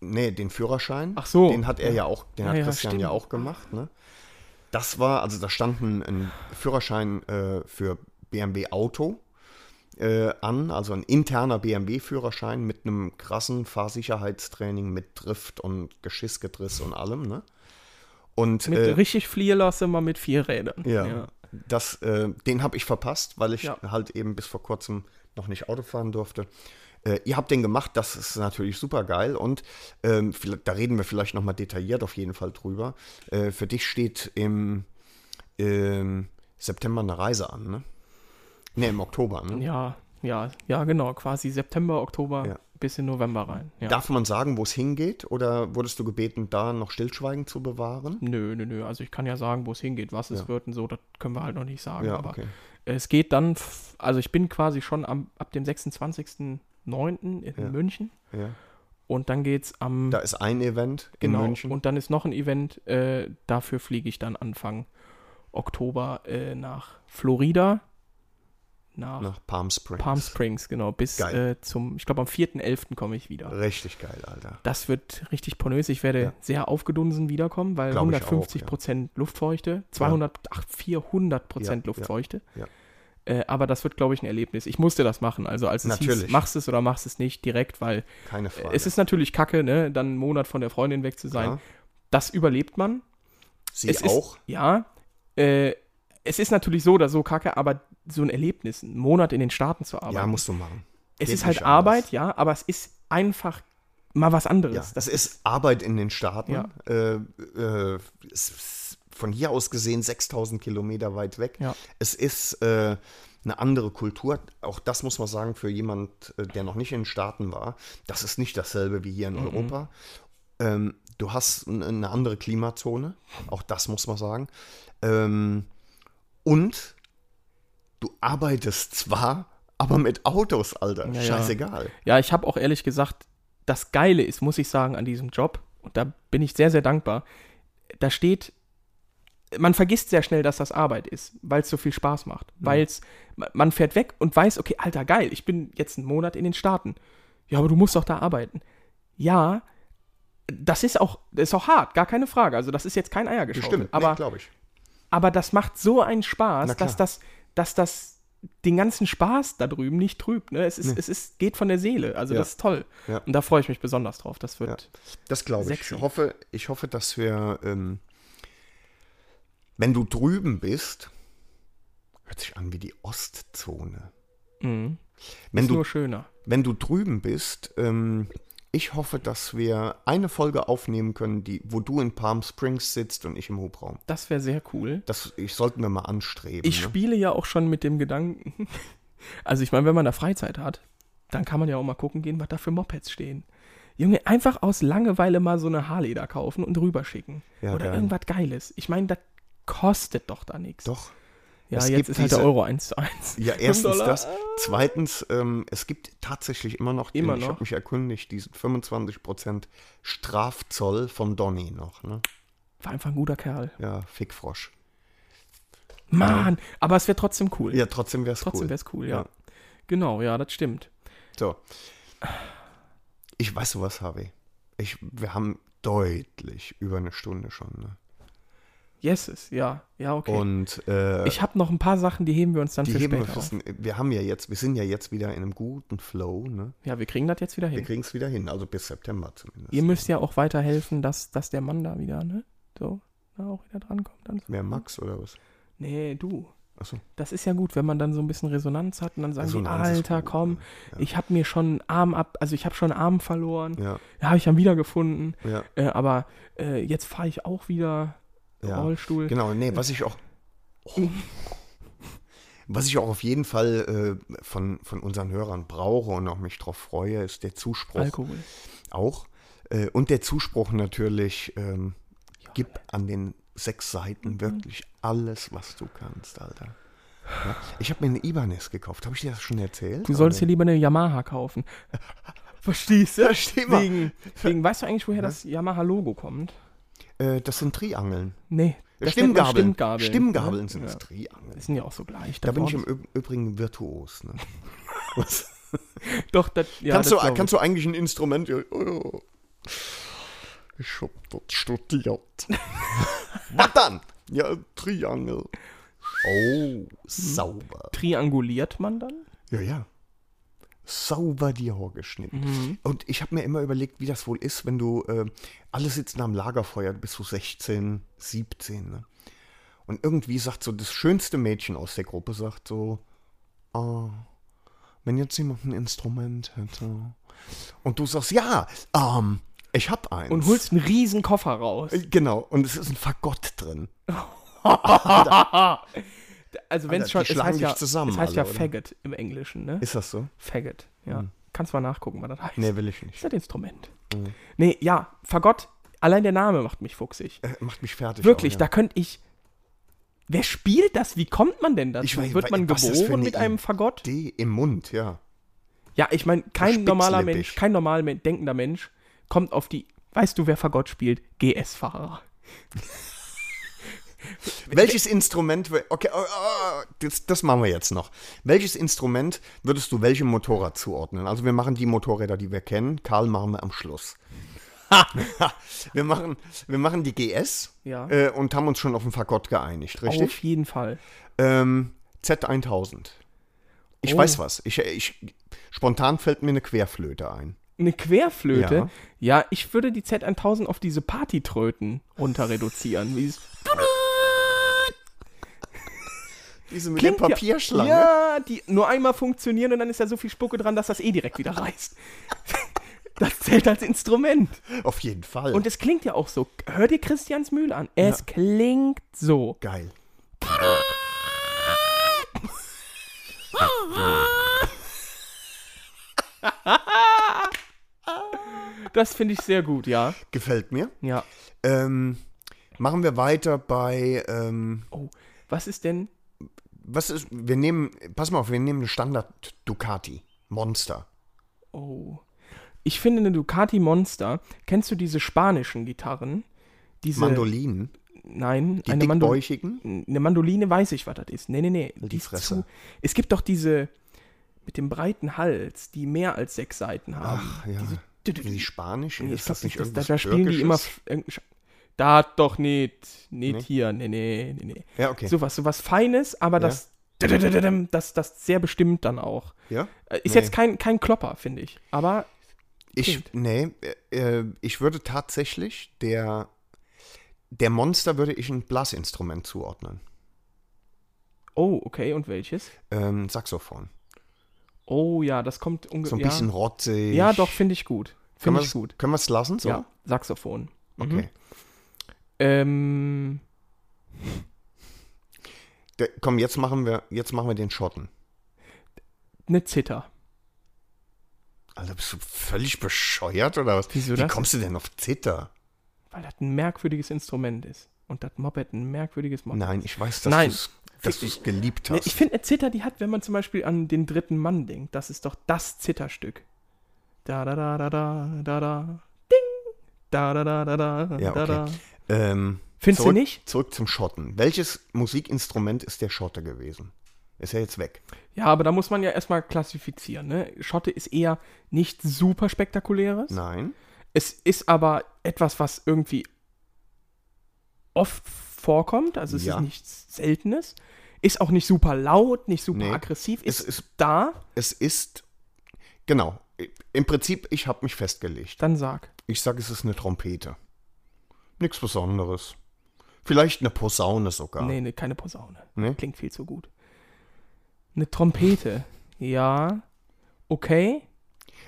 Speaker 20: Nee, den Führerschein.
Speaker 2: Ach so.
Speaker 20: Den hat er ja auch, den
Speaker 2: Ja,
Speaker 20: hat
Speaker 2: ja,
Speaker 20: Christian ja
Speaker 2: stimmt.
Speaker 20: auch gemacht, ne? Das war, also da stand ein, ein Führerschein äh, für BMW Auto äh, an, also ein interner BMW-Führerschein mit einem krassen Fahrsicherheitstraining mit Drift und Geschissgedriss und allem, ne? Und
Speaker 2: Mit
Speaker 20: äh,
Speaker 2: richtig fliehen lassen, mal mit vier Rädern.
Speaker 20: ja. Das, äh, den habe ich verpasst, weil ich
Speaker 2: Ja.
Speaker 20: halt eben bis vor kurzem noch nicht Auto fahren durfte. Äh, ihr habt den gemacht, das ist natürlich super geil und ähm, vielleicht- da reden wir vielleicht nochmal detailliert auf jeden Fall drüber. Äh, für dich steht im ähm, September eine Reise an, ne? Ne, im Oktober, ne?
Speaker 2: Ja, ja, ja, genau. Quasi September, Oktober
Speaker 20: Ja.
Speaker 2: bis in November rein. Ja.
Speaker 20: Darf man sagen, wo es hingeht? Oder wurdest du gebeten, da noch Stillschweigen zu bewahren?
Speaker 2: Nö, nö, nö. Also ich kann ja sagen, wo es hingeht, was es wird und so, das können wir halt noch nicht sagen.
Speaker 20: Ja,
Speaker 2: aber
Speaker 20: okay.
Speaker 2: es geht dann, f- also ich bin quasi schon am, ab dem 26.09. in
Speaker 20: Ja.
Speaker 2: München
Speaker 20: Ja.
Speaker 2: und dann geht's am
Speaker 20: Da ist ein Event
Speaker 2: genau,
Speaker 20: in München.
Speaker 2: Und dann ist noch ein Event, äh, dafür fliege ich dann Anfang Oktober äh, nach Florida, nach,
Speaker 20: nach Palm Springs.
Speaker 2: Palm Springs, genau, bis
Speaker 20: Geil.
Speaker 2: äh, zum, ich glaube am 4.11. komme ich wieder.
Speaker 20: Richtig geil, Alter.
Speaker 2: Das wird richtig pornös. Ich werde
Speaker 20: Ja.
Speaker 2: sehr aufgedunsen wiederkommen, weil
Speaker 20: Glaub ich
Speaker 2: 150
Speaker 20: auch, ja.
Speaker 2: Prozent Luftfeuchte, 200, ach, 400 Prozent
Speaker 20: Ja,
Speaker 2: Luftfeuchte.
Speaker 20: ja,
Speaker 2: Äh, aber das wird, glaube ich, ein Erlebnis. Ich musste das machen. Also als es
Speaker 20: Natürlich.
Speaker 2: hieß, machst es oder machst es nicht direkt, weil
Speaker 20: Keine
Speaker 2: äh,
Speaker 20: Frage.
Speaker 2: es ist natürlich Kacke, ne, dann einen Monat von der Freundin weg zu sein.
Speaker 20: Klar.
Speaker 2: Das überlebt man.
Speaker 20: Sie
Speaker 2: es
Speaker 20: auch?
Speaker 2: Ist, ja. Äh, es ist natürlich so oder so Kacke, aber so ein Erlebnis, einen Monat in den Staaten zu arbeiten.
Speaker 20: ja, musst du machen.
Speaker 2: es
Speaker 20: Geht
Speaker 2: ist halt
Speaker 20: nicht anders.
Speaker 2: Arbeit, ja, aber es ist einfach mal was anderes.
Speaker 20: Ja, das ist Arbeit in den Staaten.
Speaker 2: Ja.
Speaker 20: Äh, äh, es ist von hier aus gesehen 6000 Kilometer weit weg.
Speaker 2: Ja.
Speaker 20: Es ist äh, eine andere Kultur. Auch das muss man sagen für jemand, äh, der noch nicht in den Staaten war. Das ist nicht dasselbe wie hier in Europa. Ähm, du hast n- eine andere Klimazone. Auch das muss man sagen. Ähm, und du arbeitest zwar, aber mit Autos, Alter.
Speaker 2: Ja, ja.
Speaker 20: Scheißegal.
Speaker 2: Ja, ich habe auch ehrlich gesagt, das Geile ist, muss ich sagen, an diesem Job, und da bin ich sehr, sehr dankbar, da steht, man vergisst sehr schnell, dass das Arbeit ist, weil es so viel Spaß macht. Weil's, ma- man fährt weg und weiß, okay, Alter, geil, ich bin jetzt einen Monat in den Staaten. Ja, aber du musst doch da arbeiten. Ja, das ist auch, das ist auch hart, gar keine Frage. Also das ist jetzt kein Eiergeschäft.
Speaker 20: Bestimmt,
Speaker 2: aber
Speaker 20: glaube ich.
Speaker 2: aber das macht so einen Spaß,
Speaker 20: Na klar.
Speaker 2: dass das, dass das den ganzen Spaß da drüben nicht trübt. Ne? Es, ist, es ist, geht von der Seele. Also
Speaker 20: Ja.
Speaker 2: das ist toll.
Speaker 20: Ja.
Speaker 2: Und da freue ich mich besonders drauf. Das wird.
Speaker 20: Das glaube ich.
Speaker 2: Sexy.
Speaker 20: Ich hoffe, ich hoffe, dass wir, ähm, wenn du drüben bist, hört sich an wie die Ostzone.
Speaker 2: Mhm.
Speaker 20: Wenn
Speaker 2: ist
Speaker 20: du,
Speaker 2: nur schöner.
Speaker 20: wenn du drüben bist, ähm, ich hoffe, dass wir eine Folge aufnehmen können, die, wo du in Palm Springs sitzt und ich im Hubraum.
Speaker 2: Das wäre sehr cool.
Speaker 20: Das ich, sollten wir mal anstreben.
Speaker 2: Ich
Speaker 20: ne?
Speaker 2: spiele ja auch schon mit dem Gedanken. <laughs> Also ich meine, wenn man da Freizeit hat, dann kann man ja auch mal gucken gehen, was da für Mopeds stehen. Junge, einfach aus Langeweile mal so eine Harley da kaufen und rüberschicken.
Speaker 20: Ja,
Speaker 2: Oder
Speaker 20: geil.
Speaker 2: irgendwas Geiles. Ich meine, das kostet doch da nichts.
Speaker 20: Doch.
Speaker 2: Ja,
Speaker 20: Es
Speaker 2: jetzt
Speaker 20: gibt
Speaker 2: ist halt der
Speaker 20: diese-
Speaker 2: Euro 1 zu 1. <laughs>
Speaker 20: Ja,
Speaker 2: Fünf
Speaker 20: erstens
Speaker 2: Dollar.
Speaker 20: das. Zweitens, ähm, es gibt tatsächlich immer noch, den,
Speaker 2: Immer
Speaker 20: ich
Speaker 2: noch.
Speaker 20: habe mich erkundigt, diesen 25% Strafzoll von Donny noch. Ne?
Speaker 2: War einfach ein guter Kerl.
Speaker 20: Ja, Fickfrosch.
Speaker 2: Mann, aber es wäre trotzdem cool.
Speaker 20: Ja, trotzdem wäre es cool.
Speaker 2: trotzdem wäre es cool, ja. Genau, ja, das stimmt.
Speaker 20: So. Ich weiß sowas, Harvey. Ich, wir haben deutlich über eine Stunde schon. Ne?
Speaker 2: Yeses, ja. Ja, okay.
Speaker 20: Und äh,
Speaker 2: ich habe noch ein paar Sachen, die heben wir uns dann
Speaker 20: die
Speaker 2: für
Speaker 20: heben wir,
Speaker 2: später auf.
Speaker 20: fürs- wir haben ja jetzt, wir sind ja jetzt wieder in einem guten Flow. Ne?
Speaker 2: Ja, wir kriegen das jetzt wieder
Speaker 20: Wir
Speaker 2: hin.
Speaker 20: kriegen es wieder hin, also bis September zumindest.
Speaker 2: Ihr müsst ja auch weiterhelfen, dass, dass der Mann da wieder, ne? So, da auch wieder drankommt. Dann so.
Speaker 20: Wer Max oder was?
Speaker 2: Nee, du.
Speaker 20: Achso.
Speaker 2: Das ist ja gut, wenn man dann so ein bisschen Resonanz hat und dann sagen
Speaker 20: Resonanz
Speaker 2: die,
Speaker 20: ist
Speaker 2: Alter,
Speaker 20: gut,
Speaker 2: komm,
Speaker 20: ne? Ja.
Speaker 2: ich habe mir schon einen Arm ab, also ich habe schon einen Arm verloren.
Speaker 20: Ja,
Speaker 2: Ja, habe ich dann wiedergefunden.
Speaker 20: ja,
Speaker 2: Äh, aber äh, jetzt fahre ich auch wieder
Speaker 20: ja.
Speaker 2: Rollstuhl.
Speaker 20: Genau, nee,
Speaker 2: <laughs>
Speaker 20: was ich auch. Was ich auch auf jeden Fall äh, von, von unseren Hörern brauche und auch mich drauf freue, ist der Zuspruch.
Speaker 2: Alkohol.
Speaker 20: auch. Äh, und der Zuspruch natürlich, ähm, gib an den sechs Seiten wirklich alles, was du kannst, Alter. Ja, ich habe mir eine Ibanez gekauft. Habe ich dir das schon erzählt?
Speaker 2: Du solltest dir
Speaker 20: Oder?
Speaker 2: lieber eine Yamaha
Speaker 20: <laughs>
Speaker 2: kaufen. Verstehst du?
Speaker 20: Versteh mal.
Speaker 2: Wegen, wegen, weißt du eigentlich, woher das Yamaha-Logo kommt?
Speaker 20: Äh, das sind Triangeln.
Speaker 2: Nee. das nennt man
Speaker 20: Stimmgabeln.
Speaker 2: Stimmgabeln.
Speaker 20: Stimmgabeln
Speaker 2: ne?
Speaker 20: sind es,
Speaker 2: Ja.
Speaker 20: Triangeln.
Speaker 2: Das sind ja auch so gleich.
Speaker 20: Da bin ich
Speaker 2: braucht-
Speaker 20: im Üb- Übrigen virtuos. Ne?
Speaker 2: Doch, das, ja,
Speaker 20: kannst,
Speaker 2: das
Speaker 20: du,
Speaker 2: glaub ich.
Speaker 20: kannst du eigentlich ein Instrument... Ja, oh, ich hab
Speaker 2: <laughs>
Speaker 20: dort studiert. Was dann? Ja, Triangel. Oh, sauber.
Speaker 2: Trianguliert man dann?
Speaker 20: Ja, ja. Sauber die Haare geschnitten.
Speaker 2: Mhm.
Speaker 20: Und ich habe mir immer überlegt, wie das wohl ist, wenn du, äh, alle sitzen am Lagerfeuer, du bist so 16, 17, ne? Und irgendwie sagt so, das schönste Mädchen aus der Gruppe sagt so, ah, wenn jetzt jemand ein Instrument hätte. Und du sagst, ja, ähm, ich hab eins.
Speaker 2: Und holst einen riesen <laughs>
Speaker 20: <laughs>
Speaker 2: Koffer raus.
Speaker 20: Äh, Genau, und es ist ein Fagott drin.
Speaker 2: Also wenn es
Speaker 20: Alter,
Speaker 2: schon, es
Speaker 20: die schlagen
Speaker 2: heißt
Speaker 20: dich
Speaker 2: ja,
Speaker 20: zusammen
Speaker 2: es heißt ja
Speaker 20: alle, oder?
Speaker 2: Faggot im Englischen, ne?
Speaker 20: Ist das so?
Speaker 2: Faggot, ja.
Speaker 20: Hm.
Speaker 2: Kannst mal nachgucken, was das heißt.
Speaker 20: Nee, Hm. will ich nicht.
Speaker 2: Ist das Instrument? Nee, ja, Fagott, allein der Name macht mich fuchsig.
Speaker 20: Äh, Macht mich fertig.
Speaker 2: Wirklich,
Speaker 20: auch,
Speaker 2: da könnte ich. Wer spielt das? Wie kommt man denn dazu?
Speaker 20: Ich weiß-
Speaker 2: Wird man
Speaker 20: was das für
Speaker 2: geboren
Speaker 20: eine
Speaker 2: mit einem Fagott?
Speaker 20: D im Mund, ja.
Speaker 2: Ja, ich meine, kein
Speaker 20: Spitzlippig.
Speaker 2: normaler Mensch, kein normal men- denkender Mensch kommt auf die. Weißt du, wer Fagott spielt? GS-Fahrer.
Speaker 20: Welches Instrument, wär- okay, oh, oh, das, das machen wir jetzt noch. Welches Instrument würdest du welchem Motorrad zuordnen? Also wir machen die Motorräder, die wir kennen. Karl machen wir
Speaker 2: <laughs>
Speaker 20: am Schluss. wir, machen, wir machen die GS
Speaker 2: Ja.
Speaker 20: äh, und haben uns schon auf den Fagott geeinigt, richtig?
Speaker 2: Auf jeden Fall.
Speaker 20: Ähm, Z1000. Ich
Speaker 2: Oh.
Speaker 20: weiß was. Ich, ich, spontan fällt mir eine Querflöte ein.
Speaker 2: Eine Querflöte? Ja, ich würde die Z1000 auf diese Partytröten runter reduzieren. Wie es
Speaker 20: Diese mit
Speaker 2: Klingt
Speaker 20: der
Speaker 2: ja-
Speaker 20: Papierschlange.
Speaker 2: Ja, die nur einmal funktionieren und dann ist da so viel Spucke dran, dass das eh direkt wieder reißt. <laughs> Das zählt als Instrument.
Speaker 20: Auf jeden Fall.
Speaker 2: Und es klingt ja auch so. Hör dir Christians Mühl an. Es klingt so.
Speaker 20: Geil.
Speaker 2: <laughs> Das finde ich sehr gut, ja.
Speaker 20: Gefällt mir.
Speaker 2: Ja.
Speaker 20: Ähm, machen wir weiter bei, ähm,
Speaker 2: Oh, was ist denn?
Speaker 20: was ist, wir nehmen, pass mal auf, wir nehmen eine Standard Ducati. Monster.
Speaker 2: Oh. Ich finde eine Ducati Monster. Kennst du diese spanischen Gitarren? Diese
Speaker 20: Mandolinen.
Speaker 2: Nein,
Speaker 20: Die
Speaker 2: eine Mandolin.
Speaker 20: dickbäuchigen.
Speaker 2: Eine Mandoline weiß ich, was das ist. Nee, nee, nee. Die, ist
Speaker 20: Fresse.
Speaker 2: Zu. Es gibt doch diese mit dem breiten Hals, die mehr als sechs Seiten haben.
Speaker 20: Ach ja.
Speaker 2: Du, du, du.
Speaker 20: Die spanischen.
Speaker 2: Nee, ich
Speaker 20: ist das
Speaker 2: glaub
Speaker 20: nicht
Speaker 2: nicht, dass- da, da
Speaker 20: irgendwas
Speaker 2: spielen die immer
Speaker 20: Türkisches?
Speaker 2: irgendeinen Sch- Da doch nicht. Nicht hier. Nee, nee, nee, nee.
Speaker 20: Ja, okay.
Speaker 2: Sowas, sowas Feines, aber
Speaker 20: Ja.
Speaker 2: das, das, das sehr bestimmt dann auch.
Speaker 20: Ja?
Speaker 2: Äh, Ist
Speaker 20: Nee.
Speaker 2: jetzt kein, kein Klopper, finde ich. Aber
Speaker 20: Ich, nee, äh, äh, ich würde tatsächlich der, der Monster würde ich ein Blasinstrument zuordnen.
Speaker 2: Oh, okay, und welches?
Speaker 20: Ähm, Saxophon.
Speaker 2: Oh ja, das kommt
Speaker 20: So
Speaker 2: ungefähr.
Speaker 20: ein
Speaker 2: ja.
Speaker 20: bisschen rotzig.
Speaker 2: Ja, doch, finde ich gut.
Speaker 20: Können
Speaker 2: Finde
Speaker 20: wir's-
Speaker 2: ich gut.
Speaker 20: Können wir es lassen? So?
Speaker 2: Ja, Saxophon. Mhm.
Speaker 20: Okay.
Speaker 2: Ähm,
Speaker 20: Da- komm, jetzt machen, wir, jetzt machen wir den Schotten.
Speaker 2: eine ne Zither.
Speaker 20: Alter, bist du völlig bescheuert oder was?
Speaker 2: Wieso
Speaker 20: Wie
Speaker 2: das?
Speaker 20: kommst du denn auf Zither?
Speaker 2: Weil das ein merkwürdiges Instrument ist. Und das Moped ein merkwürdiges Moped
Speaker 20: Nein,
Speaker 2: ist.
Speaker 20: ich weiß, dass
Speaker 2: Nein.
Speaker 20: du es dass du's geliebt
Speaker 2: Nee,
Speaker 20: hast.
Speaker 2: ich finde, eine Zither, die hat, wenn man zum Beispiel an den dritten Mann denkt, das ist doch das Zitherstück. Da da da da da da da. Ding! Da da da da da
Speaker 20: Ja,
Speaker 2: da
Speaker 20: okay.
Speaker 2: da.
Speaker 20: ähm,
Speaker 2: Findest du
Speaker 20: zurück,
Speaker 2: nicht?
Speaker 20: Zurück zum Schotten. Welches Musikinstrument ist der Schotte gewesen? Ist er jetzt weg?
Speaker 2: Ja, aber da muss man ja erstmal klassifizieren, ne? Schotte ist eher nicht super spektakuläres.
Speaker 20: Nein.
Speaker 2: Es ist aber etwas, was irgendwie oft vorkommt, also es
Speaker 20: Ja.
Speaker 2: ist nichts Seltenes. Ist auch nicht super laut, nicht super
Speaker 20: Nee.
Speaker 2: aggressiv,
Speaker 20: Es
Speaker 2: ist,
Speaker 20: ist-
Speaker 2: da,
Speaker 20: Es ist. Genau. Im Prinzip, ich habe mich festgelegt.
Speaker 2: dann sag.
Speaker 20: Ich sage, es ist eine Trompete. Nichts Besonderes. Vielleicht eine Posaune sogar.
Speaker 2: Nee, nee, keine Posaune.
Speaker 20: Nee?
Speaker 2: Klingt viel zu gut. Eine Trompete. ja. Okay.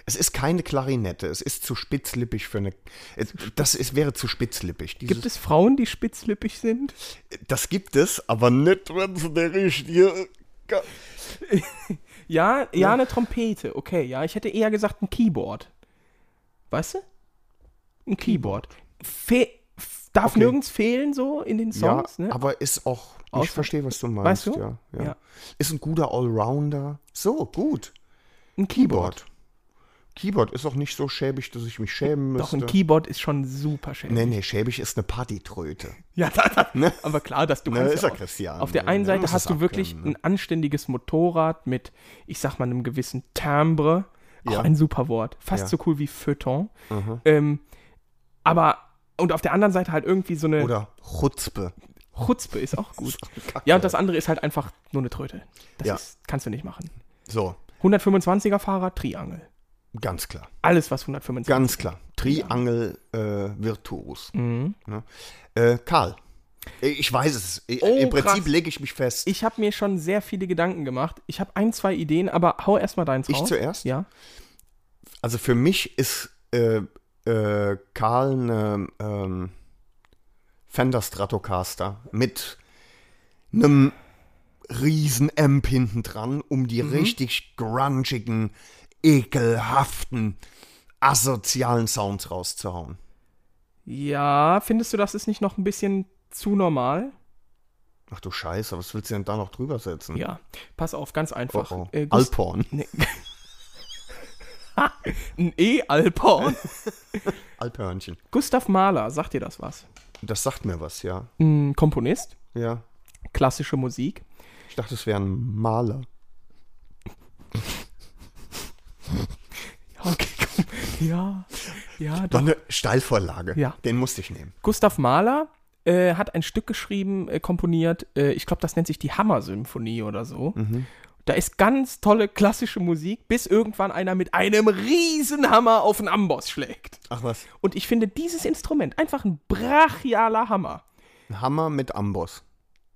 Speaker 20: Es ist keine Klarinette. Es ist zu spitzlippig für eine. Es- Das ist, wäre zu spitzlippig. Dieses,
Speaker 2: Gibt es Frauen, die spitzlippig sind?
Speaker 20: Das gibt es, aber nicht, wenn es der richtige. Ge-
Speaker 2: Ja, ja, eine Trompete. Okay, ja. Ich hätte eher gesagt ein Keyboard. Weißt du? Ein Keyboard. Fe f- darf
Speaker 20: Okay.
Speaker 2: nirgends fehlen so in den
Speaker 20: Ja,
Speaker 2: Songs, ne?
Speaker 20: aber ist auch.
Speaker 2: Außer-
Speaker 20: Ich verstehe, was du meinst.
Speaker 2: Weißt du?
Speaker 20: Ja, ja.
Speaker 2: Ja.
Speaker 20: Ist ein guter Allrounder. So, gut.
Speaker 2: Ein Keyboard.
Speaker 20: Keyboard. Keyboard ist auch nicht so schäbig, dass ich mich schämen
Speaker 2: Doch,
Speaker 20: müsste.
Speaker 2: ein Keyboard ist schon super schön.
Speaker 20: Nee, nee, schäbig ist eine Partytröte.
Speaker 2: Ja, <laughs> da, da, aber klar, dass du
Speaker 20: Ne,
Speaker 2: kannst
Speaker 20: ist
Speaker 2: ja
Speaker 20: ja Christian,
Speaker 2: Auf der
Speaker 20: ne,
Speaker 2: einen
Speaker 20: ne,
Speaker 2: Seite
Speaker 20: muss
Speaker 2: hast
Speaker 20: es
Speaker 2: du wirklich
Speaker 20: abkönnen, ne?
Speaker 2: ein anständiges Motorrad mit, ich sag mal, einem gewissen Timbre. Auch
Speaker 20: Ja.
Speaker 2: ein super Wort. Fast
Speaker 20: Ja. Mhm.
Speaker 2: so cool wie Feuilleton. Ähm, aber, und auf der anderen Seite halt irgendwie so eine
Speaker 20: Oder Chutzpe.
Speaker 2: Chutzpe ist
Speaker 20: <laughs>
Speaker 2: auch gut.
Speaker 20: Kacke.
Speaker 2: ja, und das andere ist halt einfach nur eine Tröte. Das
Speaker 20: Ja.
Speaker 2: ist, kannst du nicht machen.
Speaker 20: So,
Speaker 2: 125er Fahrer, Triangel.
Speaker 20: ganz klar.
Speaker 2: Alles, was 125
Speaker 20: Ganz klar. Triangel äh, Virtuos.
Speaker 2: Mhm.
Speaker 20: Ne? Äh, Karl. Ich weiß es. I-
Speaker 2: Oh,
Speaker 20: Im Prinzip
Speaker 2: krass.
Speaker 20: lege ich mich fest.
Speaker 2: Ich habe mir schon sehr viele Gedanken gemacht. Ich habe ein, zwei Ideen, aber hau erstmal deins
Speaker 20: Ich
Speaker 2: raus.
Speaker 20: zuerst?
Speaker 2: Ja.
Speaker 20: Also für mich ist äh, äh, Karl eine ähm, Fender Stratocaster mit einem Riesen-Amp hinten dran, um
Speaker 2: Mhm.
Speaker 20: die richtig grungigen, ekelhaften, asozialen Sounds rauszuhauen.
Speaker 2: Ja, findest du, das ist nicht noch ein bisschen zu normal?
Speaker 20: Ach du Scheiße, was willst du denn da noch drüber setzen?
Speaker 2: Ja, pass auf, ganz
Speaker 20: Oh,
Speaker 2: einfach.
Speaker 20: oh.
Speaker 2: Äh, Gust-
Speaker 20: Alporn.
Speaker 2: Nee. Ha, ein E-Alporn.
Speaker 20: Alphörnchen.
Speaker 2: E, <laughs> Gustav Mahler, sagt dir das was?
Speaker 20: Das sagt mir was, ja.
Speaker 2: Ein Komponist,
Speaker 20: Ja.
Speaker 2: klassische Musik. <laughs>
Speaker 20: Ich dachte, es wäre ein Maler.
Speaker 2: Okay, komm. Ja, ja,
Speaker 20: War
Speaker 2: doch.
Speaker 20: eine Steilvorlage.
Speaker 2: Ja.
Speaker 20: Den musste ich nehmen.
Speaker 2: Gustav Mahler äh, hat ein Stück geschrieben, äh, komponiert, äh, ich glaube, das nennt sich die Hammer-Symphonie oder so.
Speaker 20: Mhm.
Speaker 2: Da ist ganz tolle klassische Musik, bis irgendwann einer mit einem Riesenhammer auf den Amboss schlägt.
Speaker 20: Ach was.
Speaker 2: Und ich finde dieses Instrument einfach ein brachialer Hammer.
Speaker 20: Ein Hammer mit Amboss.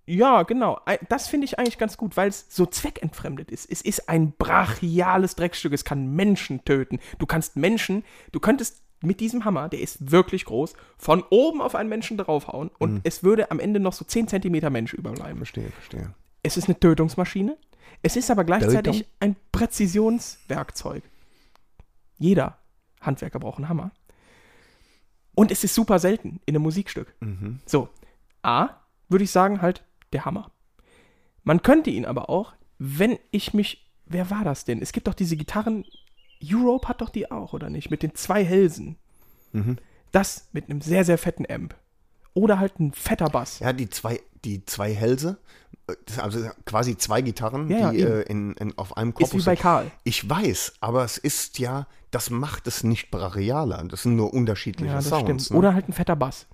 Speaker 2: Ja, genau. Ei- Das finde ich eigentlich ganz gut, weil es so zweckentfremdet ist. Es ist ein brachiales Dreckstück. Es kann Menschen töten. Du kannst Menschen, du könntest mit diesem Hammer, der ist wirklich groß, von oben auf einen Menschen draufhauen und es würde am Ende noch so 10 Zentimeter Mensch überbleiben.
Speaker 20: Verstehe, verstehe.
Speaker 2: Es ist eine Tötungsmaschine. Es ist aber gleichzeitig
Speaker 20: Tötung?
Speaker 2: ein Präzisionswerkzeug. Jeder Handwerker braucht einen Hammer. Und es ist super selten in einem Musikstück.
Speaker 20: Mhm.
Speaker 2: So, A, würde ich sagen, halt der Hammer. Man könnte ihn aber auch, wenn ich mich. Wer war das denn? Es gibt doch diese Gitarren. Europe hat doch die auch, oder nicht? Mit den zwei Hälsen.
Speaker 20: Mhm.
Speaker 2: Das mit einem sehr, sehr fetten Amp. Oder halt ein fetter Bass.
Speaker 20: Ja, die zwei, die zwei Hälse, äh, das- also quasi zwei Gitarren,
Speaker 2: Ja, ja,
Speaker 20: die
Speaker 2: eben.
Speaker 20: äh, in, in, auf einem
Speaker 2: Ist
Speaker 20: Korpus
Speaker 2: wie bei
Speaker 20: sind.
Speaker 2: Karl.
Speaker 20: Ich weiß, aber es ist ja, das macht es nicht brachialer. Das sind nur unterschiedliche
Speaker 2: Ja, das
Speaker 20: Sounds.
Speaker 2: stimmt.
Speaker 20: ne?
Speaker 2: Oder halt ein fetter Bass.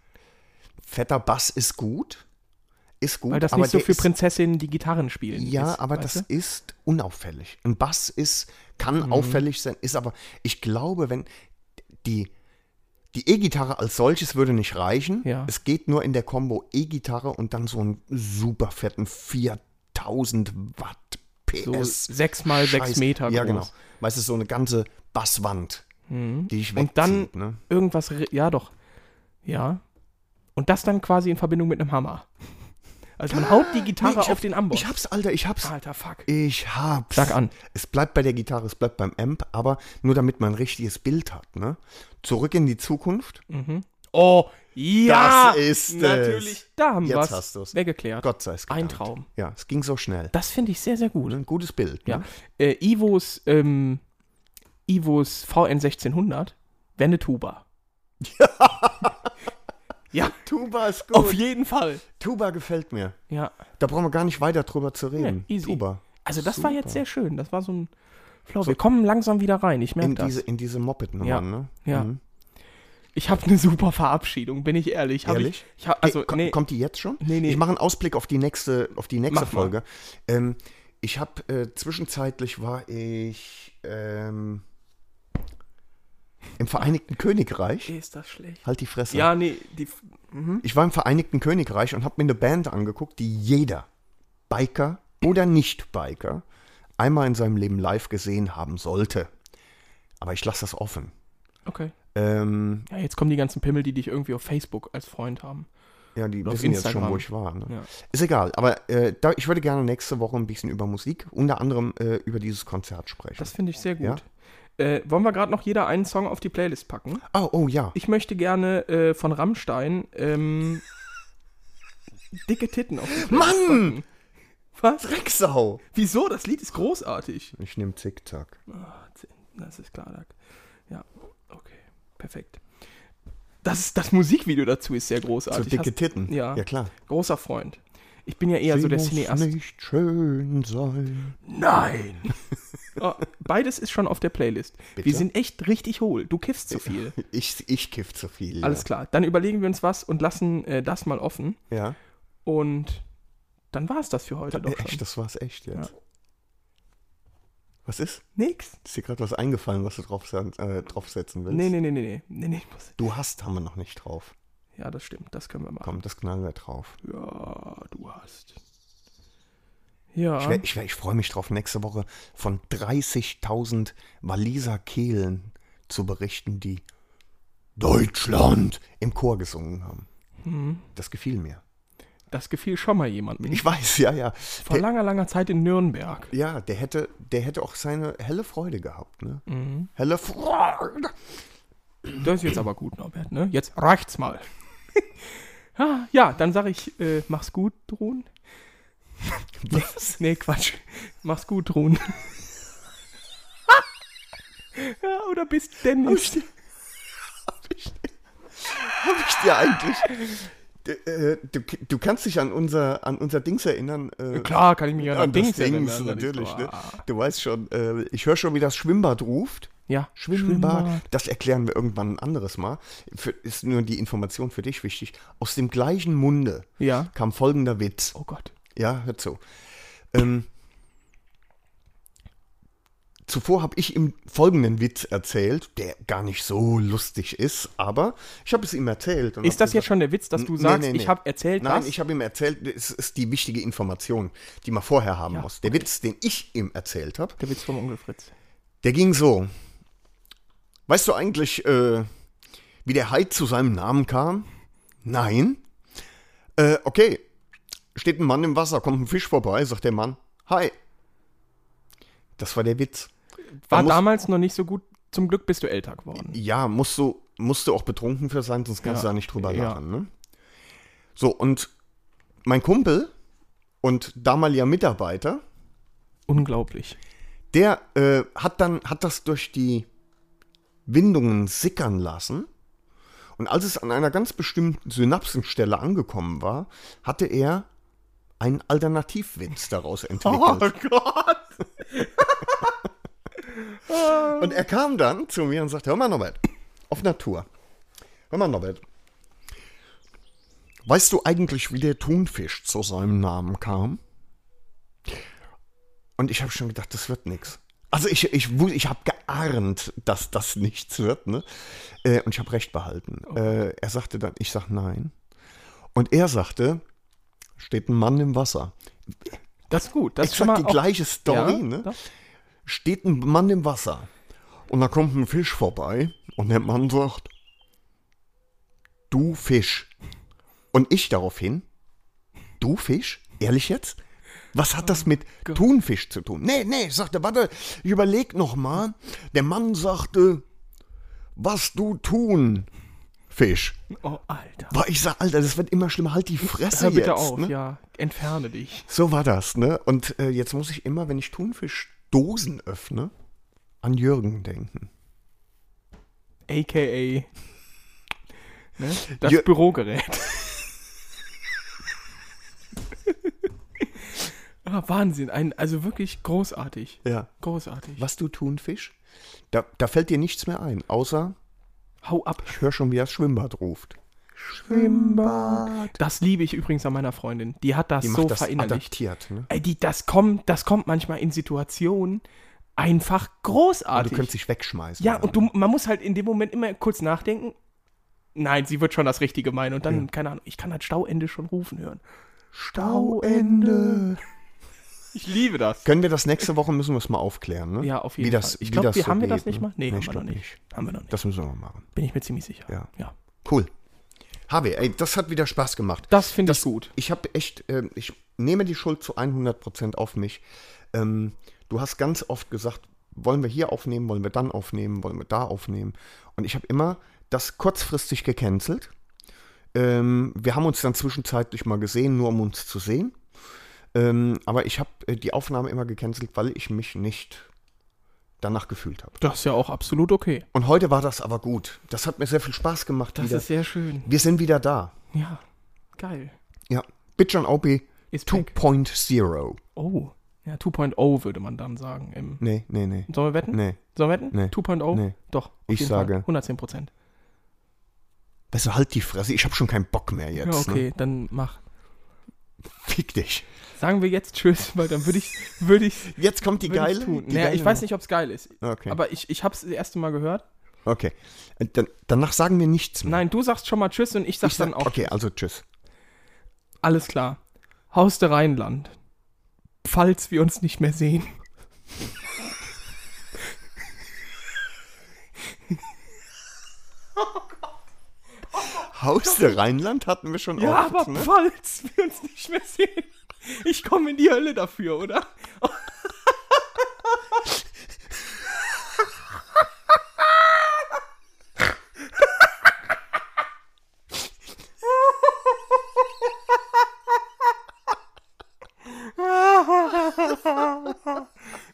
Speaker 20: fetter Bass ist gut, ist gut,
Speaker 2: Weil das
Speaker 20: aber
Speaker 2: nicht so
Speaker 20: der
Speaker 2: für
Speaker 20: ist,
Speaker 2: Prinzessinnen, die Gitarren spielen.
Speaker 20: Ja,
Speaker 2: ist,
Speaker 20: aber
Speaker 2: weißt
Speaker 20: das
Speaker 2: du? Mhm.
Speaker 20: ist unauffällig. Ein Bass ist, kann auffällig sein, ist aber, ich glaube, wenn die, die E-Gitarre als solches würde nicht reichen.
Speaker 2: Ja.
Speaker 20: Es geht nur in der Combo E-Gitarre und dann so einen super fetten 4000 Watt PS.
Speaker 2: So sechs mal sechs
Speaker 20: Scheiß.
Speaker 2: Meter
Speaker 20: Ja,
Speaker 2: groß. Mhm.
Speaker 20: genau. Weißt du, so eine ganze Basswand, die ich wegzieht.
Speaker 2: Und dann
Speaker 20: ne?
Speaker 2: irgendwas. ri- Ja, doch. Ja. Und das dann quasi in Verbindung mit einem Hammer. Also man haut die Gitarre
Speaker 20: Nee, ich
Speaker 2: auf
Speaker 20: hab-
Speaker 2: den Amboss. Ah.
Speaker 20: Ich hab's, Alter, ich hab's.
Speaker 2: Alter, fuck.
Speaker 20: Ich hab's.
Speaker 2: Sag an.
Speaker 20: Es bleibt bei der Gitarre, es bleibt beim Amp, aber nur damit man ein richtiges Bild hat, ne? Zurück in die Zukunft.
Speaker 2: Oh, ja.
Speaker 20: das ist
Speaker 2: Natürlich.
Speaker 20: es.
Speaker 2: Da haben
Speaker 20: Jetzt
Speaker 2: wir's.
Speaker 20: hast du's.
Speaker 2: Weggeklärt.
Speaker 20: Gott sei es
Speaker 2: Ein
Speaker 20: gedankt.
Speaker 2: Traum.
Speaker 20: Ja, es ging so schnell.
Speaker 2: Das finde ich sehr, sehr gut.
Speaker 20: Ein gutes Bild.
Speaker 2: Ja.
Speaker 20: Ne?
Speaker 2: Äh, Ivos, ähm, Ivos VN 1600 wäre eine Tuba. Ja. ja,
Speaker 20: Tuba ist gut.
Speaker 2: auf jeden Fall.
Speaker 20: Tuba gefällt mir.
Speaker 2: Ja.
Speaker 20: Da brauchen wir gar nicht weiter drüber zu reden.
Speaker 2: Nee, easy.
Speaker 20: Tuba.
Speaker 2: Also das war jetzt sehr schön. Das war so ein Flow. Wir kommen langsam wieder rein. Ich merke
Speaker 20: In
Speaker 2: das.
Speaker 20: diese, in diese Moped-Nummer,
Speaker 2: Ja.
Speaker 20: ne?
Speaker 2: ja. Ich habe eine super Verabschiedung, bin ich ehrlich. Hab
Speaker 20: Ehrlich?
Speaker 2: Ich, ich hab, also,
Speaker 20: Ey, ko-
Speaker 2: nee,
Speaker 20: Kommt die jetzt schon?
Speaker 2: Nee, nee.
Speaker 20: Ich mache einen Ausblick auf die nächste, auf die nächste
Speaker 2: Mach mal.
Speaker 20: Folge. Ähm, ich habe äh, zwischenzeitlich war ich ähm, im Vereinigten Königreich.
Speaker 2: ist das schlecht.
Speaker 20: Halt die Fresse.
Speaker 2: Ja, nee, die,
Speaker 20: Ich war im Vereinigten Königreich und habe mir eine Band angeguckt, die jeder Biker oder Nicht-Biker einmal in seinem Leben live gesehen haben sollte. Aber ich lasse das offen.
Speaker 2: okay.
Speaker 20: Ähm,
Speaker 2: Ja, jetzt kommen die ganzen Pimmel, die dich irgendwie auf Facebook als Freund haben.
Speaker 20: Ja, die
Speaker 2: auf
Speaker 20: wissen jetzt schon,
Speaker 2: Instagram.
Speaker 20: wo ich war. Ne?
Speaker 2: Ja.
Speaker 20: Ist egal, aber äh, da, ich würde gerne nächste Woche ein bisschen über Musik, unter anderem äh, über dieses Konzert sprechen.
Speaker 2: Das finde ich sehr gut. Äh, wollen wir gerade noch jeder einen Song auf die Playlist packen?
Speaker 20: oh, oh ja.
Speaker 2: Ich möchte gerne äh, von Rammstein ähm, dicke Titten auf die Playlist
Speaker 20: Mann!
Speaker 2: packen. Was?
Speaker 20: Drecksau!
Speaker 2: Wieso? Das Lied ist großartig.
Speaker 20: Ich nehme Zickzack.
Speaker 2: Das ist klar, Lack. Ja, okay. Perfekt. Das, ist, das Musikvideo dazu ist sehr
Speaker 20: So
Speaker 2: großartig.
Speaker 20: dicke
Speaker 2: Hast-
Speaker 20: Titten.
Speaker 2: Ja.
Speaker 20: Ja, klar.
Speaker 2: Großer Freund. Ich bin ja eher so der
Speaker 20: muss
Speaker 2: Cineast.
Speaker 20: nicht schön sein. <laughs>
Speaker 2: Nein! oh, beides ist schon auf der Playlist. Wir
Speaker 20: Bitte?
Speaker 2: sind echt richtig hohl. Du kiffst zu viel.
Speaker 20: Ich, ich kiff zu viel. <laughs> ja.
Speaker 2: Alles klar. Dann überlegen wir uns was und lassen äh, das mal offen.
Speaker 20: Ja.
Speaker 2: Und dann war es das für heute doch
Speaker 20: Äh,
Speaker 2: schon.
Speaker 20: echt, das war's echt jetzt. Was ist?
Speaker 2: Nix?
Speaker 20: Ist dir gerade was eingefallen, was du drauf, äh, draufsetzen willst?
Speaker 2: Nee, nee, nee, nee, nee. Nee, nee, ich muss.
Speaker 20: Du hast haben wir noch nicht drauf.
Speaker 2: Ja, das stimmt. Das können wir machen.
Speaker 20: Komm, das knallen wir drauf.
Speaker 2: Ja, du hast. Ja.
Speaker 20: Ich, wär- ich, wär- ich freue mich drauf, nächste Woche von 30.000 Waliser Kehlen zu berichten, die
Speaker 2: Mhm.
Speaker 20: Deutschland im Chor gesungen haben. Das gefiel mir.
Speaker 2: Das gefiel schon mal jemandem.
Speaker 20: Ich weiß, ja, ja.
Speaker 2: Vor langer, langer Zeit in Nürnberg.
Speaker 20: Ja, der hätte, der hätte auch seine helle Freude gehabt, ne?
Speaker 2: Mhm.
Speaker 20: Helle Freude.
Speaker 2: Das ist jetzt aber gut, Norbert, ne? Jetzt reicht's
Speaker 20: <laughs>
Speaker 2: mal. Ah, ja, dann sage ich, äh, mach's gut, Drohnen. Was? <laughs> Nee, Quatsch. Mach's gut, Drohnen. <laughs> ja, oder bis Dennis.
Speaker 20: Hab ich <laughs> dir eigentlich. D- äh, Du, du kannst dich an unser, an unser Dings erinnern. äh,
Speaker 2: Klar, kann ich mich an,
Speaker 20: an das
Speaker 2: Dings
Speaker 20: Dings,
Speaker 2: erinnern,
Speaker 20: natürlich. Ne?
Speaker 2: natürlich.
Speaker 20: Du weißt schon, äh, ich höre schon, wie das Schwimmbad ruft.
Speaker 2: Ja,
Speaker 20: Schwimmbad. Das erklären wir irgendwann ein anderes Mal. Für, ist nur die Information für dich wichtig. Aus dem gleichen Munde
Speaker 2: Ja.
Speaker 20: kam folgender Witz.
Speaker 2: Oh Gott.
Speaker 20: Ja, hört so. Ähm, zuvor habe ich ihm folgenden Witz erzählt, der gar nicht so lustig ist, aber ich habe es ihm erzählt. und
Speaker 2: Ist
Speaker 20: hab
Speaker 2: das
Speaker 20: gesagt-
Speaker 2: jetzt schon der Witz, dass du
Speaker 20: Nee,
Speaker 2: sagst,
Speaker 20: nee, nee.
Speaker 2: ich habe erzählt,
Speaker 20: Nein,
Speaker 2: das?
Speaker 20: ich habe ihm erzählt, es ist die wichtige Information, die man vorher haben muss. Der Witz, den ich ihm erzählt habe,
Speaker 2: Der Witz vom Onkel Fritz.
Speaker 20: der ging so. Weißt du eigentlich, äh, wie der Hyde zu seinem Namen kam? Nein. Äh, okay. Steht ein Mann im Wasser, kommt ein Fisch vorbei, sagt der Mann, hi. Das war der Witz.
Speaker 2: War
Speaker 20: muss-
Speaker 2: damals noch nicht so gut. Zum Glück bist du älter geworden.
Speaker 20: Ja, musst du, musst du auch betrunken für sein, sonst kannst
Speaker 2: Ja.
Speaker 20: du da nicht drüber
Speaker 2: Ja.
Speaker 20: lachen. Ne? So, und mein Kumpel und damaliger Mitarbeiter,
Speaker 2: Unglaublich.
Speaker 20: der äh, hat dann hat das durch die Windungen sickern lassen. Und als es an einer ganz bestimmten Synapsenstelle angekommen war, hatte er einen Alternativwitz daraus entwickelt.
Speaker 2: Gott.
Speaker 20: <laughs> Und er kam dann zu mir und sagte, hör mal Norbert, auf Natur. Hör mal Norbert, weißt du eigentlich, wie der Thunfisch zu seinem Namen kam? Und ich habe schon gedacht, das wird nichts. Also ich, ich, wu- ich habe geahnt, dass das nichts wird. Ne? Äh, Und ich habe recht behalten. Äh, Er sagte dann, ich sag nein. Und er sagte, steht ein Mann im Wasser.
Speaker 2: Das ist gut. Das ist schon
Speaker 20: Exakt
Speaker 2: mal
Speaker 20: die
Speaker 2: auch-
Speaker 20: gleiche Story.
Speaker 2: Ja,
Speaker 20: ne?
Speaker 2: das-
Speaker 20: Steht ein Mann im Wasser. Und da kommt ein Fisch vorbei. Und der Mann sagt, du Fisch. Und ich daraufhin, du Fisch? Ehrlich jetzt? Was hat das mit Thunfisch zu tun? Nee, nee, sagte, warte, ich überleg noch mal. Der Mann sagte, was du tun, Fisch.
Speaker 2: Oh, Alter.
Speaker 20: Boah, ich sag, Alter, das wird immer schlimmer. Halt die Fresse
Speaker 2: Hör bitte
Speaker 20: jetzt.
Speaker 2: auf,
Speaker 20: ne?
Speaker 2: ja. Entferne dich.
Speaker 20: So war das, ne? Und äh, jetzt muss ich immer, wenn ich Thunfischdosen öffne, an Jürgen denken.
Speaker 2: AKA. Ne? Das
Speaker 20: Jö- <laughs>
Speaker 2: Bürogerät. ah, Wahnsinn. Ein, also wirklich großartig.
Speaker 20: Ja.
Speaker 2: Großartig.
Speaker 20: Was du Thunfisch? Da, da fällt dir nichts mehr ein, außer
Speaker 2: Hau ab.
Speaker 20: ich höre schon, wie das Schwimmbad ruft.
Speaker 2: Das liebe ich übrigens an meiner Freundin. Die hat das
Speaker 20: Die
Speaker 2: so
Speaker 20: macht das
Speaker 2: verinnerlicht.
Speaker 20: adaptiert, ne?
Speaker 2: Ey, die, das, kommt, das kommt manchmal in Situationen einfach großartig.
Speaker 20: Du könntest dich wegschmeißen.
Speaker 2: Ja, und du, man muss halt in dem Moment immer kurz nachdenken. Nein, sie wird schon das Richtige meinen. Und dann, keine Ahnung, ich kann das Stauende schon rufen hören.
Speaker 20: Stauende.
Speaker 2: Ich liebe das.
Speaker 20: Können wir das nächste Woche, müssen wir es mal aufklären, ne?
Speaker 2: Ja, auf jeden
Speaker 20: wie das,
Speaker 2: Fall. Ich
Speaker 20: wie
Speaker 2: glaube, wir
Speaker 20: so
Speaker 2: haben wir
Speaker 20: geht,
Speaker 2: das nicht
Speaker 20: ne?
Speaker 2: mal? Nee, haben
Speaker 20: ich
Speaker 2: wir
Speaker 20: glaub
Speaker 2: noch nicht. Haben wir noch nicht.
Speaker 20: Das müssen wir mal machen.
Speaker 2: Bin ich mir ziemlich sicher.
Speaker 20: Ja.
Speaker 2: ja.
Speaker 20: Cool. Habe, ey, das hat wieder Spaß gemacht.
Speaker 2: Das finde ich gut.
Speaker 20: Ich habe echt, ähm, ich nehme die Schuld zu 100% auf mich. Ähm, du hast ganz oft gesagt, wollen wir hier aufnehmen, wollen wir dann aufnehmen, wollen wir da aufnehmen. Und ich habe immer das kurzfristig gecancelt. Ähm, wir haben uns dann zwischenzeitlich mal gesehen, nur um uns zu sehen. Ähm, aber ich habe äh, die Aufnahme immer gecancelt, weil ich mich nicht danach gefühlt habe.
Speaker 2: Das ist ja auch absolut okay.
Speaker 20: Und heute war das aber gut. Das hat mir sehr viel Spaß gemacht.
Speaker 2: Das
Speaker 20: wieder.
Speaker 2: ist sehr schön.
Speaker 20: wir sind wieder da.
Speaker 2: Ja, geil.
Speaker 20: Ja, Bitch on OP
Speaker 2: Ist back.
Speaker 20: 2.0.
Speaker 2: Oh, ja, 2.0 würde man dann sagen. Im
Speaker 20: Nee, nee, nee.
Speaker 2: Sollen wir wetten?
Speaker 20: Nee.
Speaker 2: Sollen wir wetten?
Speaker 20: Nee.
Speaker 2: 2.0?
Speaker 20: Nee.
Speaker 2: Doch. auf
Speaker 20: Ich
Speaker 2: jeden Fall.
Speaker 20: sage-
Speaker 2: 110 Prozent.
Speaker 20: Weißt du, halt die Fresse. Ich habe schon keinen Bock mehr
Speaker 2: Ja,
Speaker 20: jetzt.
Speaker 2: okay,
Speaker 20: Ne?
Speaker 2: dann mach.
Speaker 20: Fick dich.
Speaker 2: Sagen wir jetzt Tschüss, <laughs> weil dann würde ich, würde ich,
Speaker 20: Jetzt kommt die
Speaker 2: würde ich's
Speaker 20: geile.
Speaker 2: tun.
Speaker 20: Die
Speaker 2: Naja,
Speaker 20: geile-
Speaker 2: ich weiß nicht, ob es geil ist.
Speaker 20: Okay.
Speaker 2: Aber ich, ich habe es das erste Mal gehört.
Speaker 20: Okay. Äh, Dann, danach sagen wir nichts mehr.
Speaker 2: Nein, du sagst schon mal Tschüss und ich sag
Speaker 20: ich
Speaker 2: dann
Speaker 20: sag,
Speaker 2: auch
Speaker 20: Okay, also tschüss.
Speaker 2: Alles klar. Haus der Rheinland. Falls wir uns nicht mehr sehen.
Speaker 20: Haus der Rheinland hatten wir schon
Speaker 2: Ja,
Speaker 20: oft.
Speaker 2: aber
Speaker 20: ne?
Speaker 2: falls wir uns nicht mehr sehen, ich komme in die Hölle dafür, oder?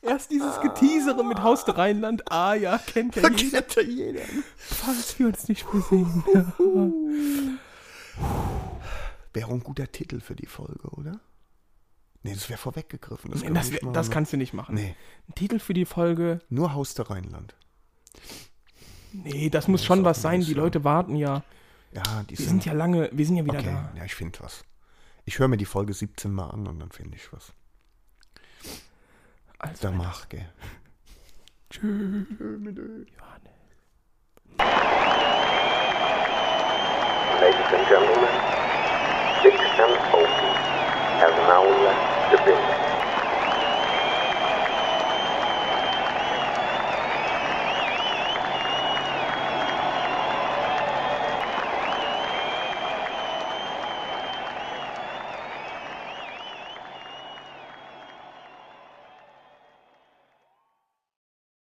Speaker 2: Erst dieses Geteasere mit Haus der Rheinland. Ah ja, kennt ja jeder.
Speaker 20: Kennt ja jeder.
Speaker 2: Falls wir uns nicht mehr sehen.
Speaker 20: Wäre auch ein guter Titel für die Folge, oder? Nee, das wäre vorweggegriffen.
Speaker 2: Das,
Speaker 20: können wir
Speaker 2: das,
Speaker 20: nicht machen,
Speaker 2: das
Speaker 20: ne?
Speaker 2: kannst du nicht machen.
Speaker 20: Nee,
Speaker 2: Ein Titel für die Folge.
Speaker 20: nur Haus der Rheinland.
Speaker 2: Nee, das muss schon was sein. Die Leute warten ja.
Speaker 20: Ja, die
Speaker 2: Wir sind ja lange, wir sind ja wieder
Speaker 20: okay.
Speaker 2: da.
Speaker 20: Ja, ich finde was. Ich höre mir die Folge 17 mal an und dann finde ich was.
Speaker 2: Also,
Speaker 20: Da mach, gell.
Speaker 21: Ladies and gentlemen, Big and Opie has now left the building.